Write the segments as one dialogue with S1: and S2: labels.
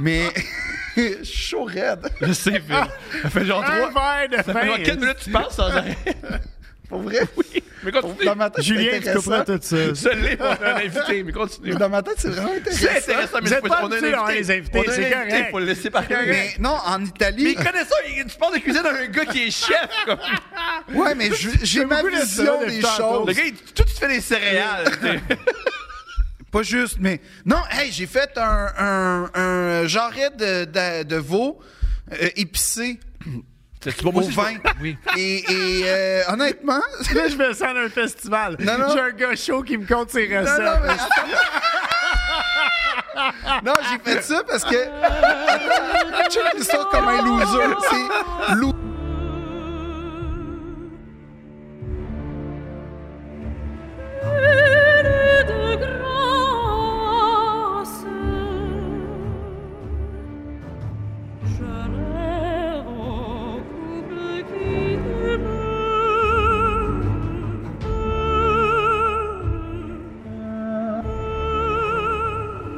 S1: Mais je suis chaud raide.
S2: Je sais, Phil. Ça fait genre
S3: Un
S2: trois.
S3: verre de
S2: Ça fait genre
S3: vin.
S2: quatre minutes que tu passes sans arrêt.
S1: Ah, ben, Pour vrai, oui.
S2: Mais continue.
S1: Dans ma tête, c'est
S3: Julien, tu
S1: intéressant.
S3: comprends tout ça.
S2: Je l'ai, on a un invité, mais continue.
S1: Mais Dans ma tête, c'est vraiment intéressant.
S2: C'est intéressant, mais
S3: Vous
S2: c'est
S3: êtes
S2: pas- on
S3: pas
S2: a un
S3: habitués d'avoir
S2: invité.
S3: les invités,
S2: On a un
S3: c'est
S2: invité,
S3: correct.
S2: faut le laisser parler.
S1: Mais non, en
S2: Mais
S1: Italie.
S2: il connaît ça, il- tu parles de cuisine à un gars qui est chef. Comme.
S1: ouais, mais je- j'ai ma
S3: beaucoup de ça
S1: vision
S3: depuis
S1: des
S3: tantôt.
S2: Le
S1: choses.
S2: gars, il, tout, tu te fais des céréales. tu sais.
S1: Pas juste, mais. Non, hey, j'ai fait un, un, un jarret de, de, de veau euh, épicé
S2: C'est-tu bon,
S1: au
S2: moi aussi, je
S1: vin.
S2: veux- Oui.
S1: Et, et, euh, honnêtement.
S3: Là, je me sens d'un festival.
S1: Non, non.
S3: J'ai un gars chaud qui me compte ses
S1: Non,
S3: recettes.
S1: non, mais attends. Non, j'ai fait ça parce que. Attends, Check l'histoire comme un loser. C'est lou-
S4: de grâce. Je rêve au couple qui demeure.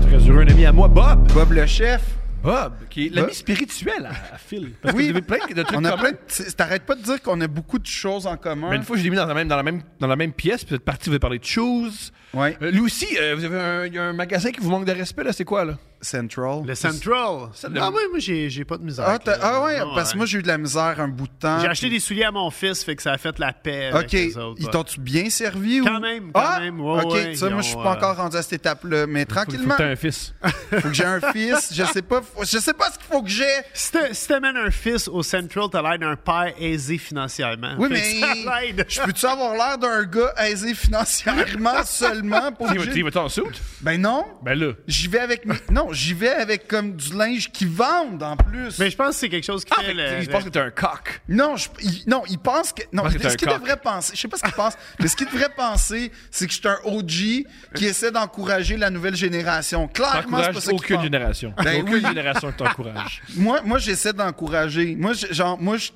S2: Je très heureux, un ami à moi, Bob.
S1: Bob le chef.
S2: Bob, qui est l'ami
S1: Bob.
S2: spirituel à, à Phil. Parce que
S1: Oui.
S2: vous avez plein de trucs
S1: On a
S2: communs.
S1: plein de petits- T'arrêtes pas de dire qu'on a beaucoup de choses en commun.
S2: Mais une fois, je l'ai mis dans la même, dans la même, dans la même pièce, puis vous êtes parti, vous avez parlé de choses.
S1: Ouais.
S2: Euh, lui aussi, euh, vous avez un, il y a un magasin qui vous manque de respect, là, c'est quoi, là?
S1: Central.
S3: Le Central.
S2: le-
S3: Ah, moi, moi j'ai j'ai pas de misère.
S1: Ah,
S3: avec
S1: t'as-
S3: le-
S1: ah ouais,
S3: non,
S1: parce que moi j'ai eu de la misère un bout de temps.
S3: J'ai acheté des souliers à mon fils, fait que ça a fait la paix.
S1: Ok,
S3: avec les autres,
S1: ils
S3: ouais.
S1: t'ont-tu bien servi ou
S3: Quand même, quand
S1: Ah!
S3: même, ouais,
S1: ok,
S3: ouais,
S1: ça,
S3: ils
S1: moi je suis
S3: ont,
S1: pas
S3: euh,
S1: encore rendu à cette étape-là, mais tranquillement,
S2: Faut que t'aies un fils.
S1: faut, que j'ai un fils, je sais pas, faut- je sais pas ce qu'il faut que j'ai.
S3: Si t'a- si t'amènes un fils au Central, t'as l'air d'un père aisé financièrement.
S1: Oui,
S3: Fait que Ça
S1: mais
S3: l'aide.
S1: je peux-tu avoir l'air d'un gars aisé financièrement seulement pour
S2: Tu
S1: que
S2: vas-
S1: j'ai-
S2: tu vas en soute?
S1: Ben non,
S2: Ben là.
S1: j'y vais avec mes- non, j'y vais avec comme du linge qui vendent en plus.
S3: Mais je pense que c'est quelque chose qui
S2: Ah,
S3: fait
S2: fait
S3: le-
S2: que tu
S3: le-
S2: penses que t'es un coq.
S1: Non, je, il, non, il pense que. Non,
S2: Parce que t'es un
S1: ce qu'il
S2: coq.
S1: devrait penser, je sais pas ce qu'il pense, mais ce qu'il devrait penser, c'est que je suis un OG qui
S3: Euh.
S1: essaie d'encourager la nouvelle génération. Clairement, c'est
S2: T'encourages
S1: pas ça qu'il
S2: aucune
S1: pense.
S2: génération.
S1: Ben
S2: aucune
S1: oui.
S2: génération que t'encourages.
S1: Moi, moi j'essaie d'encourager. Moi, je- genre, moi, je.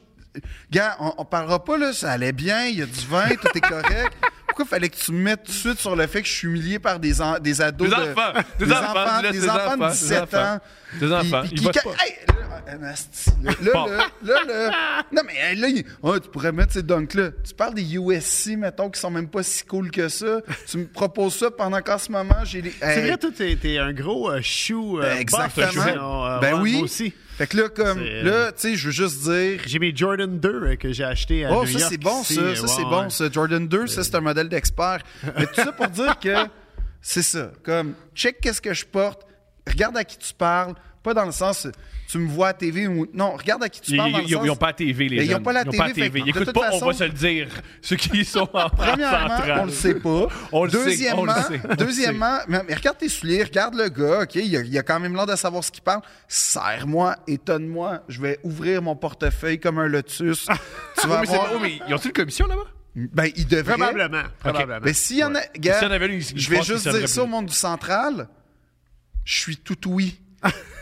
S1: Gars, on, on parlera pas, là, ça allait bien, il y a du vin, tout est correct. Pourquoi fallait que tu me mettes tout de suite sur le fait que je suis humilié par des, en- des ados?
S2: Des
S1: de-
S2: enfants, des enfants, tu laisses
S1: des
S2: des
S1: enfants
S2: enfants,
S1: de
S2: des
S1: 17
S2: enfants.
S1: ans.
S2: Des enfants,
S1: Puis-
S2: ils
S1: puis
S2: votent
S1: quand-
S2: pas.
S1: Hey, là, ah, un asti, là, là,
S2: Bon.
S1: là, là, là. Non, mais hey, là, il- oh, tu pourrais mettre ces dunks-là. Tu parles des USC, mettons, qui sont même pas si cool que ça. Tu me proposes ça pendant qu'en ce moment, j'ai les.
S3: C'est
S1: Hey,
S3: vrai, toi, t'es t'es un gros euh, chou. euh, buff,
S1: Ben, Exactement.
S3: chou, euh,
S1: bah, ben
S3: ouais,
S1: oui.
S3: Moi aussi.
S1: Fait que là, comme,
S3: C'est, euh,
S1: là, tu sais, je veux juste dire.
S3: J'ai mes Jordan 2 euh, que j'ai acheté à
S1: Oh,
S3: New
S1: ça,
S3: York
S1: c'est bon,
S3: ici,
S1: ça.
S3: euh,
S1: Ça,
S3: ouais,
S1: c'est
S3: ouais.
S1: bon, ça. Jordan 2, ça, c'est un modèle d'expert. Mais tout ça pour dire que c'est ça. Comme, check qu'est-ce que je porte, regarde à qui tu parles, pas dans le sens tu me vois à TV ou. Non, regarde à qui tu
S2: Ils,
S1: parles. dans le
S2: ils- ils
S1: sens-
S2: ont pas la TV, les
S1: Mais
S2: gens.
S1: ils ont pas la
S2: ils
S1: TV, fait que
S2: Ils
S1: de
S2: écoutent
S1: toute
S2: pas, on
S1: façon-
S2: va se le dire. Ceux qui sont en France centrale.
S1: Premièrement, on le sait pas.
S2: On le sait, on le
S1: deuxièmement,
S2: sait, on le
S1: deuxièmement mais, mais regarde tes souliers, regarde le gars, OK? Il a, il a quand même l'air de savoir ce qu'il parle. Serre-moi, étonne-moi. Je vais ouvrir mon portefeuille comme un lotus. tu
S2: Ah. Oui,
S1: vas
S2: mais c'est-
S1: voir.
S2: oh, mais ils ont-ils une commission là-bas?
S1: Ben, il devrait.
S3: Probablement. probablement.
S1: Mais s'il y en a.
S2: Si
S1: gars,
S2: on avait eu,
S1: je vais juste dire ça au monde du central. Je suis tout oui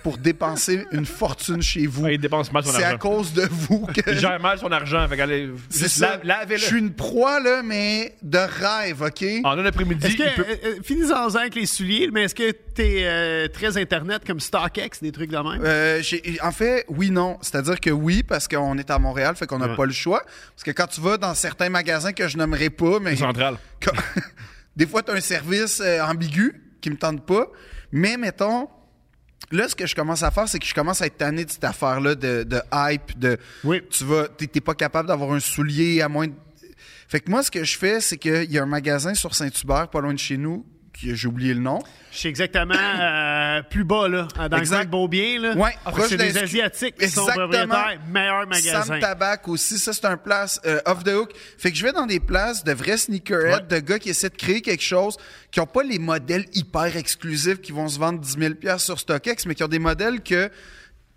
S1: pour dépenser une fortune chez vous.
S2: il dépense mal son
S1: C'est à
S2: argent.
S1: cause de vous que.
S2: Il gère mal son argent. Fait qu'allez,
S1: C'est ça.
S2: Lavez-le. Ah,
S1: Je suis une proie, là, mais de rêve, OK?
S2: En un après-midi,
S3: Est-ce
S2: il
S3: que,
S2: peut...
S3: euh, euh, finis-en avec les souliers, mais est-ce que t'es euh, très Internet comme StockX, des trucs de même?
S1: Euh, j'ai- en fait, oui, non. C'est-à-dire que oui, parce qu'on est à Montréal, fait qu'on n'a
S3: Ouais.
S1: pas le choix. Parce que quand tu vas dans certains magasins que je nommerai pas, mais.
S2: Central.
S1: Quand- des fois, tu as un service euh, ambigu qui me tente pas. Mais mettons, là, ce que je commence à faire, c'est que je commence à être tanné de cette affaire-là de, de hype, de
S3: Oui.
S1: tu vas, t'es t'es pas capable d'avoir un soulier à moins de- Fait que moi, ce que je fais, c'est qu'il y a un magasin sur Saint-Hubert, pas loin de chez nous, que j'ai oublié le nom.
S3: Je sais exactement euh, plus bas, là, dans le
S1: Exact.
S3: coin de Beaubien. Là.
S1: Ouais,
S3: Ah,
S1: proche
S3: c'est
S1: d'un
S3: des
S1: scu-
S3: Asiatiques qui sont
S1: Exactement.
S3: propriétaires. Meilleur magasin.
S1: Sam Tabac aussi, ça c'est un place euh, off the hook. Fait que je vais dans des places de vrais sneakerheads, de gars qui essaient de créer quelque chose, qui n'ont pas les modèles hyper exclusifs qui vont se vendre 10 000 pièces sur StockX, mais qui ont des modèles que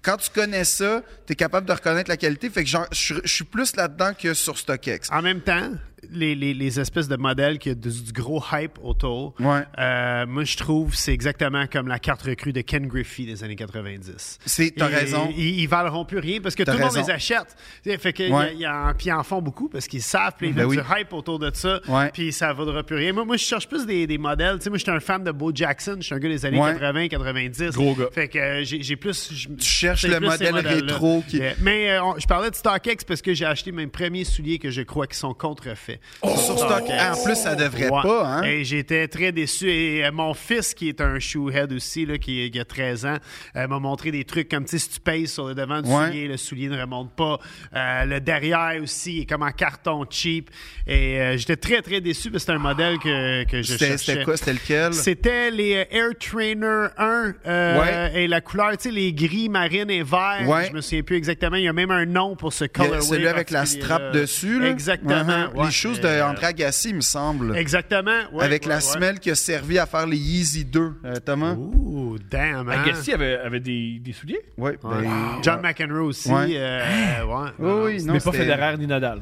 S1: quand tu connais ça, tu es capable de reconnaître la qualité. Fait que j'en- je je suis plus là-dedans que sur StockX.
S3: En même temps, les, les- les espèces de modèles qui ont du, du gros hype autour,
S1: Ouais.
S3: euh, moi, je trouve c'est exactement comme la carte recrue de Ken Griffey des années 90.
S1: C'est- t'as
S3: Ils-
S1: raison.
S3: Ils, ils valeront plus rien parce que tout
S1: T'as
S3: le monde
S1: raison.
S3: les achète. Tu sais, Fait que
S1: Ouais.
S3: y a- y a- puis ils en font beaucoup parce qu'ils savent, puis il y a
S1: Ben
S3: du
S1: oui.
S3: hype autour de ça,
S1: Ouais.
S3: puis ça vaudra plus rien. Moi, moi, je cherche plus des, des modèles. Tu sais, moi, je suis un fan de Bo Jackson. Je suis un gars des années
S1: Ouais.
S3: 80, 90.
S2: Gros gars.
S3: Fait que euh, j'ai j'ai plus... je-
S1: Tu cherches
S3: c'est
S1: le
S3: plus ces
S1: modèle
S3: modèles-là.
S1: rétro qui-
S3: Euh, mais euh, on- je parlais de StockX parce que j'ai acheté mes premiers souliers que je crois qui sont contrefaits.
S1: Sur Stock- Ah, en plus, ça devrait pas, hein?
S3: Et j'étais très déçu. Et euh, mon fils, qui est un shoehead aussi, là, qui, qui a 13 ans, euh, m'a montré des trucs comme, tu sais, si tu pèses sur le devant du
S1: Ouais.
S3: soulier, le soulier ne remonte pas. Euh, le derrière aussi est comme en carton cheap. Et euh, j'étais très, très déçu parce que c'était un modèle que, que je
S1: C'était
S3: cherchais.
S1: c'était quoi? C'était lequel?
S3: C'était les euh, Air Trainer 1 euh, et la couleur, tu sais, les gris, marine et vert.
S1: Ouais.
S3: Je me souviens plus exactement. Il y a même un nom pour ce
S1: Il y a
S3: colorway.
S1: Celui avec la strap
S3: particulier-là.
S1: dessus. là.
S3: Exactement.
S1: Uh-huh.
S3: ouais.
S1: Les shoes
S3: Euh,
S1: de André Agassi, il me semble.
S3: Exactement. ouais,
S1: avec
S3: ouais,
S1: la
S3: ouais.
S1: semelle qui a servi à faire les Yeezy 2, euh, Thomas.
S2: Oh.
S3: Ouh, damn.
S1: Ah.
S3: hein.
S2: Agassi avait, avait des, des souliers.
S1: Ouais, ben,
S3: Ouais. John McEnroe aussi.
S1: Ouais.
S3: euh, ouais.
S1: Oui, oui, non,
S2: mais pas
S1: c'était-
S2: Federer ni Nadal.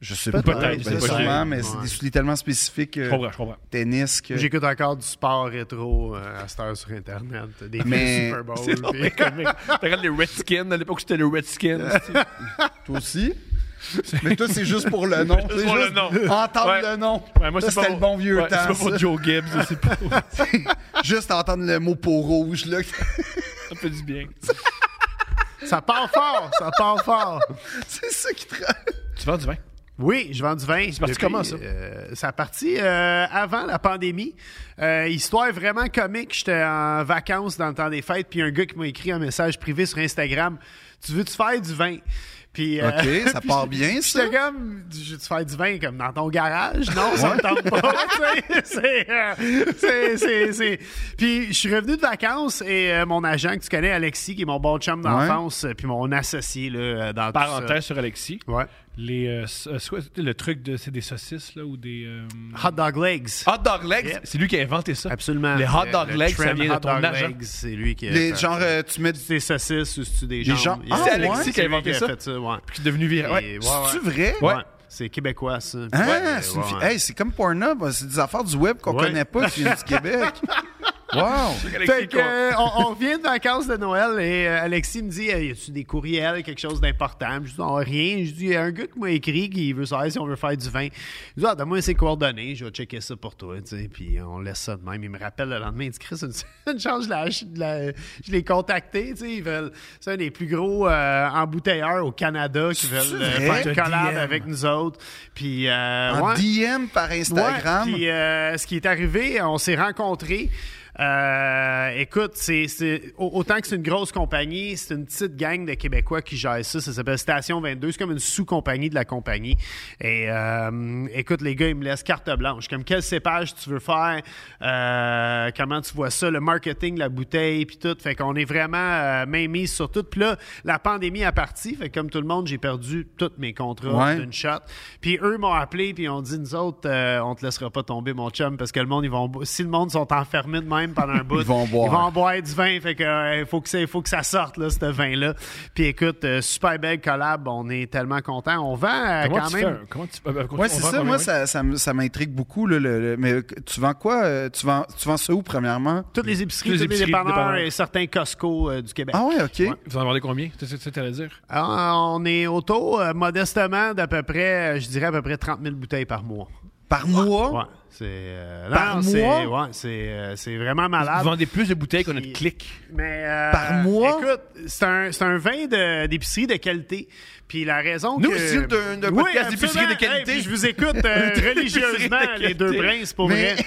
S1: Je sais pas.
S2: Peut-être,
S1: Peut-être, ben,
S2: c'est pas
S1: sûrement,
S2: clair.
S1: mais c'est
S3: Ouais.
S1: des souliers tellement spécifiques. euh,
S2: Je comprends, je comprends.
S1: tennis que.
S3: J'écoute encore du sport rétro euh, à cette heure sur Internet. Des
S1: Mais-
S3: Super Bowl.
S1: Ah
S2: C'est
S3: puis-
S2: drôle, comme mec. T'as regardé les Redskins, à l'époque c'était les Redskins.
S1: Toi aussi. mais toi, c'est juste pour le nom.
S2: Juste
S1: C'est
S2: pour le
S1: juste
S2: nom.
S1: Entendre
S2: Ouais.
S1: le nom.
S2: Ouais, moi,
S1: Ça,
S2: c'est pas
S1: c'était le
S2: pour-
S1: bon vieux
S2: ouais,
S1: temps.
S2: C'est pas pour
S1: ça.
S2: Joe Gibbs, c'est pour. ça
S1: Juste entendre le mot peau rouge, là.
S2: fait du bien.
S3: ça part fort. Ça part fort.
S1: c'est ça qui te rend-
S2: Tu vends du vin?
S3: Oui, je vends du vin. C'est
S2: parti comment, ça?
S3: ça a parti euh, avant la pandémie. Euh, histoire vraiment comique. J'étais en vacances dans le temps des fêtes, puis un gars qui m'a écrit un message privé sur Instagram. Tu veux-tu faire du vin? Puis, euh,
S1: OK, ça part bien, ça.
S3: J'étais comme, je vais te faire du vin comme dans ton garage. Non, ça me tente pas. tu sais, c'est, euh, c'est, c'est, c'est- Puis je suis revenu de vacances et euh, mon agent que tu connais, Alexis, qui est mon bon chum d'enfance, euh, puis mon associé là, euh, dans tout
S2: Parenthèse sur Alexis.
S3: ça. Ouais.
S2: Les, euh, s- euh, soit- le truc de. C'est des saucisses, là, ou des. euh,
S3: Hot dog legs.
S2: Hot dog legs,
S3: Yep.
S2: c'est lui qui a inventé ça.
S3: Absolument.
S2: Ah. Les hot
S3: Le-
S2: dog
S3: le
S2: legs, ça
S3: trend
S2: vient de
S3: hot
S2: ton
S3: dog
S2: argent.
S3: legs, C'est lui qui a
S1: Les,
S3: fait-
S1: genre, euh, tu mets. du-
S3: C'est des saucisses ou c'est des
S1: Les
S3: jambes.
S1: gens-
S3: Il y a-
S1: Ah,
S2: C'est Alexis
S1: ouais?
S2: qui a
S3: C'est lui
S2: inventé
S3: qui
S2: ça,
S3: fait ça, ouais.
S2: qui est devenu viral.
S3: Et-
S2: Ouais.
S3: ouais, ouais.
S1: C'est-tu vrai?
S2: Ouais.
S3: C'est québécois, ça.
S1: Hein?
S3: Ouais,
S1: c'est une
S3: ouais,
S1: fi-
S3: ouais.
S1: hey, c'est comme Pornhub, hein, c'est des affaires du web qu'on
S3: Ouais.
S1: connaît pas qui viennent du Québec. Wow!
S2: Alexis
S3: Fait que,
S2: qu'on-
S3: euh, on, on vient de vacances de Noël et euh, Alexis me dit euh, Y a-tu des courriels, quelque chose d'important Je dis Non, rien. Je dis Y a un gars qui m'a écrit qui veut savoir si on veut faire du vin. Il dit Ah, Donne-moi ses coordonnées, je vais checker ça pour toi. tu sais. Puis on laisse ça de même. Il me rappelle le lendemain Il dit Chris, une, une chance, je l'ai ach- je l'ai- je l'ai contacté. tu sais, Ils veulent. C'est un des plus gros euh, embouteilleurs au Canada qui veulent euh,
S1: vrai?
S3: faire une
S2: Te
S3: collab
S2: DM.
S3: avec nous autres. Puis. euh,
S1: En
S3: ouais.
S1: DM par Instagram.
S3: Ouais, puis, euh, ce qui est arrivé, on s'est rencontrés. Euh, écoute, c'est, c'est- au- autant que c'est une grosse compagnie, c'est une petite gang de Québécois qui gère ça. Ça s'appelle Station 22. C'est comme une sous-compagnie de la compagnie. Et euh, écoute, les gars, ils me laissent carte blanche. Comme quel cépage tu veux faire, euh, comment tu vois ça, le marketing, la bouteille, puis tout. Fait qu'on est vraiment euh, main mise sur tout. Puis là, la pandémie a parti. Fait que comme tout le monde, j'ai perdu tous mes contrats
S1: Ouais.
S3: d'une shot. Puis eux m'ont appelé, puis ont dit nous autres, euh, on te laissera pas tomber, mon chum, parce que le monde, ils vont, bo- si le monde sont enfermés de même pendant un bout,
S1: Ils vont boire.
S3: ils vont boire du vin. Fait que euh, faut que ça, faut que ça sorte là, ce vin-là. Puis écoute, euh, super belle collab, on est tellement contents. On vend euh,
S2: Comment
S3: quand
S2: tu
S3: même.
S2: fais un- Comment tu. euh,
S1: Ouais,
S2: continue, on
S1: c'est
S2: vend
S1: ça.
S2: combien,
S1: Moi,
S2: ouais?
S1: ça, ça m- ça m'intrigue beaucoup. là, le- le- mais tu vends quoi? euh, Tu vends, tu vends ça où, premièrement?
S3: Toutes les épiceries,
S2: Toutes
S3: tous
S2: les
S3: les,
S2: épiceries,
S3: dépanneurs,
S2: dépanneurs.
S3: et certains Costco euh, du Québec.
S1: Ah ouais, OK.
S2: Vous en vendez combien? C'est ça que tu allais dire?
S3: Alors, on est autour, euh, modestement, d'à peu près, euh, je dirais à peu près 30 000 bouteilles par mois.
S1: Par mois?
S3: Ouais, c'est euh,
S1: Par
S3: non, c'est-
S1: mois?
S3: ouais, c'est euh, c'est vraiment
S2: Vous
S1: Ah.
S3: malade.
S2: vendez plus de bouteilles qu'on a de
S3: Puis-
S2: clics.
S3: Mais euh,
S1: Par mois?
S3: Écoute, c'est un, c'est un vin de- d'épicerie de, qualité. Puis la raison
S2: Nous
S3: que...
S2: aussi, de- de
S3: Oui,
S2: podcast d'épicerie de
S3: absolument.
S2: qualité.
S3: Hey, puis je vous écoute euh, religieusement,
S2: d'épicerie de
S3: les deux
S2: qualité.
S3: princes, pour
S1: Mais-
S3: vrai.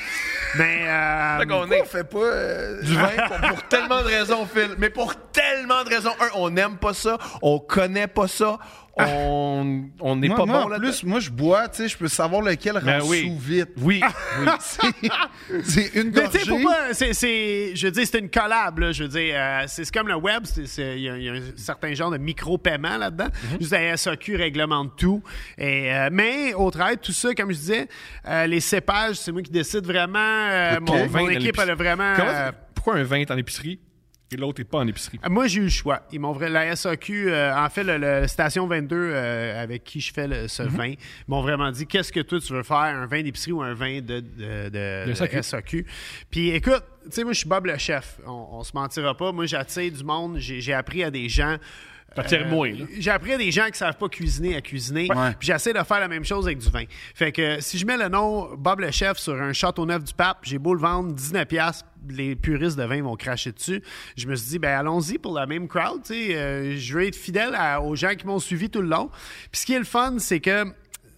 S3: Mais... euh,
S2: qu'on
S1: Pourquoi on fait pas euh,
S2: du vin pour, pour tellement de raisons, Phil. Mais pour tellement de raisons. Un, on n'aime pas ça, on connaît pas ça, on on n'est
S1: Moi,
S2: pas
S1: moi,
S2: bon
S1: en
S2: là
S1: plus, moi, je bois, tu sais, je peux savoir lequel rend
S2: Ben oui.
S1: sous vite.
S2: Oui, oui.
S1: C'est- C'est une
S3: Mais tu sais
S1: gorgée.
S3: pourquoi c'est, c'est- je veux dire c'est une collab là, je veux dire euh, c'est, c'est comme le web, c'est- c'est- il y, a- il y a un certain genre de micro-paiement là-dedans.
S2: Mm-hmm.
S3: Juste la SAQ réglemente tout et euh, mais au travail tout ça comme je disais euh, les cépages, c'est moi qui décide vraiment euh,
S2: Ton
S3: mon,
S2: vin
S3: mon
S2: dans
S3: équipe
S2: l'épicerie.
S3: elle a vraiment
S2: Comment-
S3: euh,
S2: pourquoi un vin est en épicerie et l'autre n'est pas en épicerie?
S3: Euh, Moi, j'ai eu le choix. Ils m'ont vra- la SAQ, euh, en fait, le, le Station 22 euh, avec qui je fais le- ce vin, m'ont vraiment dit qu'est-ce que toi tu veux faire, un vin d'épicerie ou un vin de, de, de-
S2: De SAQ.
S3: de SAQ. Puis écoute, tu sais, moi, je suis Bob le chef. On, on se mentira pas. Moi, j'attire du monde. J'ai j'ai appris à des gens.
S2: T'attires moins, là.
S3: J'ai appris à des gens qui savent pas cuisiner à cuisiner.
S1: Ouais.
S3: Puis j'essaie de faire la même chose avec du vin. Fait que euh, si je mets le nom Bob le Chef sur un château neuf du pape, j'ai beau le vendre 19 piastres, les puristes de vin vont cracher dessus. Je me suis dit, ben allons-y pour la même crowd. tu sais. Euh, je veux être fidèle à- aux gens qui m'ont suivi tout le long. Puis ce qui est le fun, c'est que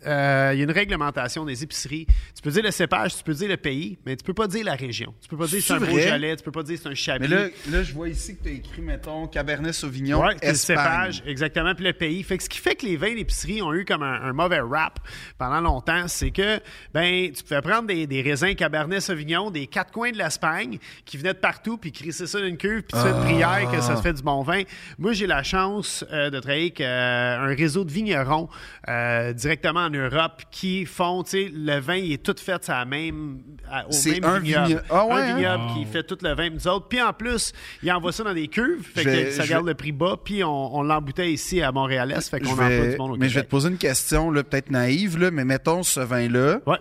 S3: euh, il y a une réglementation des épiceries. Tu peux dire le cépage, tu peux dire le pays, mais tu peux pas dire la région. Tu peux pas dire c'est un
S1: C'est vrai?
S3: Beaujolais, tu peux pas dire c'est un
S1: Mais
S3: Chablis.
S1: là, là, je vois ici que tu as écrit, mettons, Cabernet Sauvignon,
S3: Ouais, c'est le
S1: Espagne.
S3: cépage, exactement, puis le pays. Fait que ce qui fait que les vins d'épicerie ont eu comme un, un mauvais rap pendant longtemps, c'est que ben tu pouvais prendre des, des raisins Cabernet Sauvignon des quatre coins de l'Espagne qui venaient de partout puis crisser ça dans une cuve puis tu fais une prière que ça se fait du bon vin. Moi, j'ai la chance euh, de travailler avec euh, un réseau de vignerons euh, directement en Europe qui font, tu sais, le vin il est tout fait à la même à- au
S1: C'est
S3: même
S1: un
S3: vignoble.
S1: vigne- Ah ouais,
S3: un
S1: hein?
S3: vignoble qui fait tout le vin nous autres. Puis en plus, il envoie ça dans des cuves, fait
S1: Je vais-
S3: que ça
S1: je
S3: garde
S1: vais-
S3: le prix bas, puis on, on l'embouteille ici à Montréal-Est, fait qu'on
S1: Je
S3: envoie
S1: vais-
S3: du monde au
S1: mais je vais te
S3: Québec.
S1: poser une question, là, peut-être naïve, là, mais mettons ce vin-là.
S3: Ouais.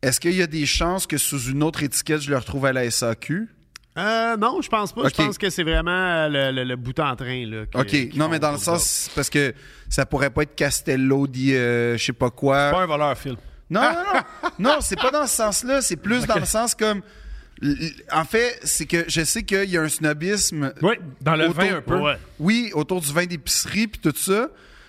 S1: Est-ce qu'il y a des chances que sous une autre étiquette, je le retrouve à la SAQ?
S3: Euh, non, je pense pas.
S1: Ok.
S3: Je pense que c'est vraiment euh, le, le- le bout en train. Là, que-
S1: OK.
S3: qu'ils
S1: Non,
S3: font
S1: mais dans le
S3: pour
S1: sens,
S3: ça.
S1: c'est parce que ça pourrait pas être Castello dit euh, je sais pas quoi.
S2: Pas un voleur, Phil.
S1: Non, non, non. Non, c'est pas dans ce sens-là. C'est plus dans le sens comme. l- l- En fait, c'est que je sais qu'il y a un snobisme.
S2: Oui, dans le
S1: autour-
S2: vin un peu.
S3: Ouais.
S1: Oui, autour du vin d'épicerie puis tout ça.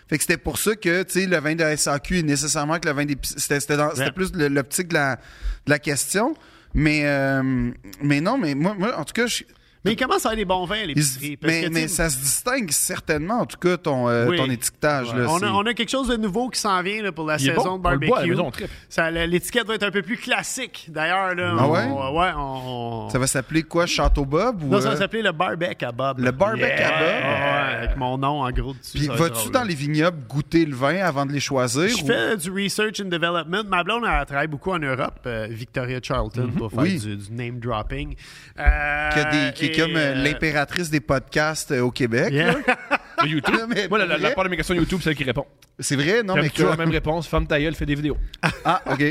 S1: Fait que c'était pour ça que, tu sais, le vin de la SAQ est nécessairement que le vin d'épicerie. C'était, c'était dans- c'était
S3: Ouais.
S1: plus le- l'optique de la, de la question. Mais, euh, mais non, mais moi, moi, en tout cas, je-
S3: Mais il commence à avoir des bons vins à
S1: il se-
S3: l'épicerie. parce
S1: mais,
S3: que,
S1: mais
S3: tu sais,
S1: ça se distingue certainement, en tout cas, ton, euh,
S3: Oui.
S1: ton étiquetage.
S3: Ouais.
S1: là,
S3: on,
S1: c'est-
S3: a, on a quelque chose de nouveau qui s'en vient là, pour la
S2: Il est bon.
S3: saison de
S2: On le boit à la
S3: barbecue.
S2: maison, on tripe.
S3: Ça, le- L'étiquette va être un peu plus classique, d'ailleurs. là.
S1: Ah
S3: On-
S1: ouais?
S3: ouais, on- on-
S1: Ça va s'appeler quoi, Château Bob? Ou,
S3: Non,
S1: euh,
S3: ça va s'appeler le barbecue à Bob.
S1: Le barbecue à
S3: Yeah!
S1: Bob.
S3: Ouais, avec mon nom en gros dessus.
S1: Puis
S3: ça va être
S1: vas-tu
S3: drôle,
S1: dans
S3: là.
S1: les vignobles goûter le vin avant de les choisir?
S3: Je
S1: ou-
S3: fais du research and development. Ma blonde, elle travaille beaucoup en Europe, euh, Victoria Charlton, pour faire
S1: Mhm. Oui.
S3: du, du name dropping. Euh,
S1: qui, a des- qui est
S3: et,
S1: comme euh,
S3: euh,
S1: l'impératrice des podcasts euh, au Québec.
S3: yeah.
S2: Le YouTube.
S1: Non, mais
S2: Moi, la, la,
S1: pour
S2: la
S1: vrai?
S2: part de mes questions YouTube, c'est elle qui répond.
S1: C'est vrai, non, Oh,
S2: J'aime
S1: mais
S2: toujours
S1: que-
S2: la même réponse. Femme ta gueule, fais des vidéos.
S1: Ah, OK.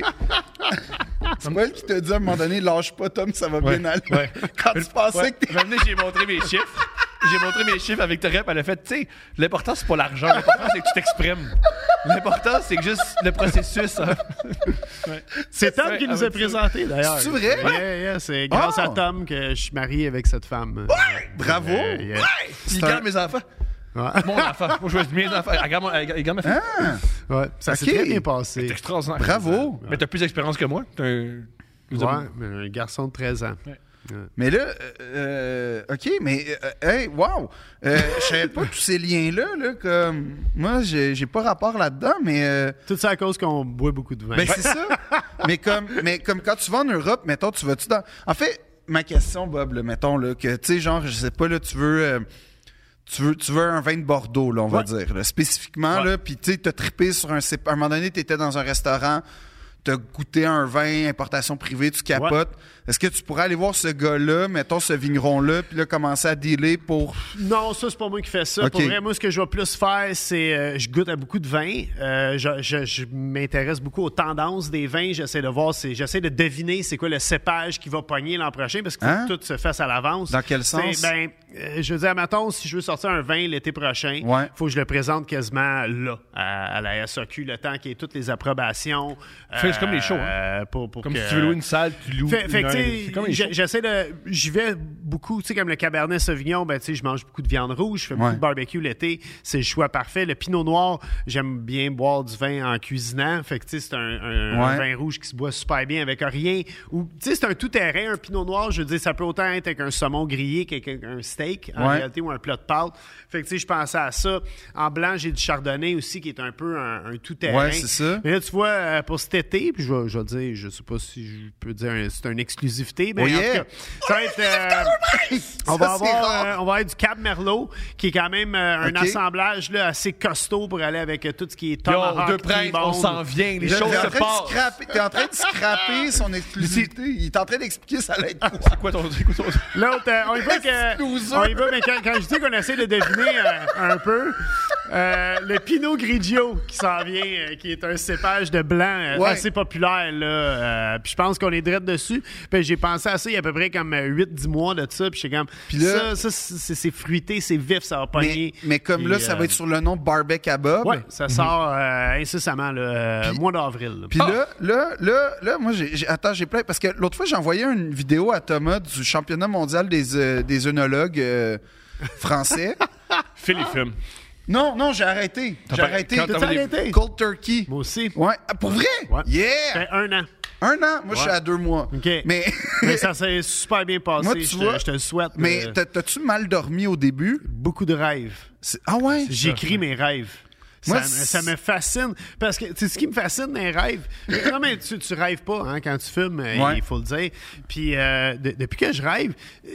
S1: C'est moi qui te dit à un moment donné, lâche pas, Tom, ça va bien aller.
S2: ouais.
S1: Quand tu pensais
S2: Ouais.
S1: que t'es...
S2: Un moment donné, j'ai montré mes chiffres. J'ai montré mes chiffres avec Victoria, puis elle a fait, tu sais, l'important, c'est pas l'argent, l'important, c'est que tu t'exprimes. L'important, c'est que juste le processus. hein.
S3: C'est Tom
S2: Ouais,
S3: qui
S2: ah
S3: nous
S2: oui,
S3: a
S2: tu-
S3: présenté, d'ailleurs.
S1: C'est-tu vrai?
S3: Yeah, yeah, c'est grâce
S1: Ah!
S3: à Tom que je suis marié avec cette femme.
S1: Bravo!
S3: Euh, yeah.
S1: C'est
S2: Il
S1: un-
S2: garde mes enfants.
S3: Ouais.
S2: Mon enfant. Moi, je veux mes enfants. Elle garde, mon- elle garde- elle garde ma fille.
S3: Ouais, ça s'est
S1: Ok.
S3: très bien
S2: C'est
S3: passé.
S2: extraordinaire.
S1: Bravo!
S2: Mais t'as plus d'expérience que moi. T'es un.
S3: Ouais, mais un garçon de 13 ans.
S1: Mais là, euh, euh, OK, mais... euh, hey, wow! Euh, je savais pas tous ces liens-là, là, comme... Moi, j'ai j'ai pas rapport là-dedans, mais... euh,
S3: Tout ça à cause qu'on boit beaucoup de vin.
S1: Ben, c'est ça. mais, comme, mais comme quand tu vas en Europe, mettons, tu vas-tu dans. En fait, ma question, Bob, là, mettons, là, que, tu sais, genre, je sais pas, là, tu veux. euh, tu veux, tu veux un vin de Bordeaux, là, on va dire, là, spécifiquement.
S2: Ouais.
S1: Là, puis, tu sais, t'as trippé sur un... cép- À un moment donné, t'étais dans un restaurant, t'as goûté un vin, importation privée, tu capotes. Est-ce que tu pourrais aller voir ce gars-là, mettons, ce vigneron-là, puis là, commencer à dealer pour...
S3: Non, ça, c'est pas moi qui fais ça.
S1: Ok.
S3: Pour vrai, moi, ce que je vais plus faire, c'est euh, je goûte à beaucoup de vins. Euh, je je- je m'intéresse beaucoup aux tendances des vins. J'essaie de voir, c'est- j'essaie de deviner c'est quoi le cépage qui va pogner l'an prochain parce qu'il faut
S1: Hein?
S3: que tout se fasse à l'avance.
S1: Dans quel
S3: C'est,
S1: sens?
S3: Ben, euh, je veux dire, mettons, si je veux sortir un vin l'été prochain,
S1: Ouais.
S3: faut que je le présente quasiment là, à, à la SAQ, le temps qu'il y ait toutes les approbations.
S2: Fais là, c'est comme les shows, hein.
S3: euh, pour, pour
S2: Comme
S3: que-
S2: si tu veux louer une salle, tu loues.
S3: Fait,
S2: une
S3: fait que,
S2: heure.
S3: tu
S2: C'est comme
S3: sais,
S2: les shows.
S3: j'ai- j'essaie de. J'y vais beaucoup, tu sais, comme le Cabernet Sauvignon, ben, tu sais, je mange beaucoup de viande rouge, je fais
S1: Ouais.
S3: beaucoup de barbecue l'été, c'est le choix parfait. Le Pinot Noir, j'aime bien boire du vin en cuisinant, fait que, tu sais, c'est un, un- un
S1: Ouais.
S3: vin rouge qui se boit super bien avec rien. Ou, tu sais, c'est un tout-terrain, un Pinot Noir, je veux dire, ça peut autant être avec un saumon grillé qu'avec un un steak, en
S1: Ouais.
S3: réalité, ou un plat de pâtes. Fait que, tu sais, je pensais à ça. En blanc, j'ai du Chardonnay aussi, qui est un peu un, un tout-terrain.
S1: Ouais, c'est ça.
S3: Mais là, tu vois, euh, pour cet été, puis je vais, je vais dire, je sais pas si je peux dire, un- c'est une exclusivité, mais
S1: Oh
S3: en
S1: yeah!
S3: tout cas, ça va être, euh, on,
S1: Ça,
S3: va
S1: c'est
S3: avoir,
S1: rare.
S3: euh, on va avoir du Cab Merlot, qui est quand même euh, un
S1: Ok.
S3: assemblage là, assez costaud pour aller avec euh, tout ce qui est
S2: Yo,
S3: tomahawk,
S2: deux princes, on
S3: T-bone.
S2: s'en vient, les
S1: T'es en
S2: choses
S1: train de
S2: se passent.
S1: scraper- T'es en train de scraper son exclusivité. Il est en train d'expliquer ça allait être quoi.
S2: C'est quoi ton. c'est quoi ton-
S3: L'autre, euh, on y va que.
S1: loser.
S3: On y va, mais quand, quand je dis qu'on essaie de deviner euh, un peu, euh, le Pinot Grigio qui s'en vient, euh, qui est un cépage de blanc euh,
S1: Ouais.
S3: assez populaire, là. euh, puis je pense qu'on est direct dessus. Puis j'ai pensé à ça il y a à peu près comme 8-10 mois de ça. Puis j'étais comme.
S1: là-
S3: ça, ça c'est c'est fruité, c'est vif, ça va pogner.
S1: Mais, mais comme
S3: Puis,
S1: là, ça
S3: euh,
S1: va être sur le nom Barbecue à Bob.
S3: Ouais, ça sort euh, incessamment, le mois d'avril. là.
S1: Puis là, là, là, là, moi, j'ai, j'ai- attends, j'ai plein. Parce que l'autre fois, j'ai envoyé une vidéo à Thomas du championnat mondial des, euh, des œnologues euh, français.
S2: Fais les films.
S1: non, non, j'ai arrêté. J'ai
S2: pas-
S1: arrêté.
S2: quand t'as
S3: arrêté?
S1: Cold Turkey.
S3: Moi aussi.
S1: Ouais. Ah, pour vrai?
S3: Ouais. Ça
S1: Yeah!
S3: fait un an.
S1: Un an. Moi, je suis à deux mois.
S3: OK.
S1: Mais.
S3: Mais ça s'est super bien passé.
S1: Moi, tu
S3: je, te-
S1: vois,
S3: je te le souhaite.
S1: Mais
S3: euh,
S1: t'as- t'as-tu mal dormi au début?
S3: beaucoup de rêves.
S1: C'est- Ah ouais?
S3: J'écris mes rêves. Ça,
S1: Moi,
S3: me-
S1: c'est-
S3: ça me fascine. Parce que, tu sais, ce qui me fascine dans les rêves, non, mais tu, tu rêves pas hein, quand tu fumes, euh,
S1: Ouais.
S3: il faut le dire. Puis, euh, de- depuis que je rêve, euh,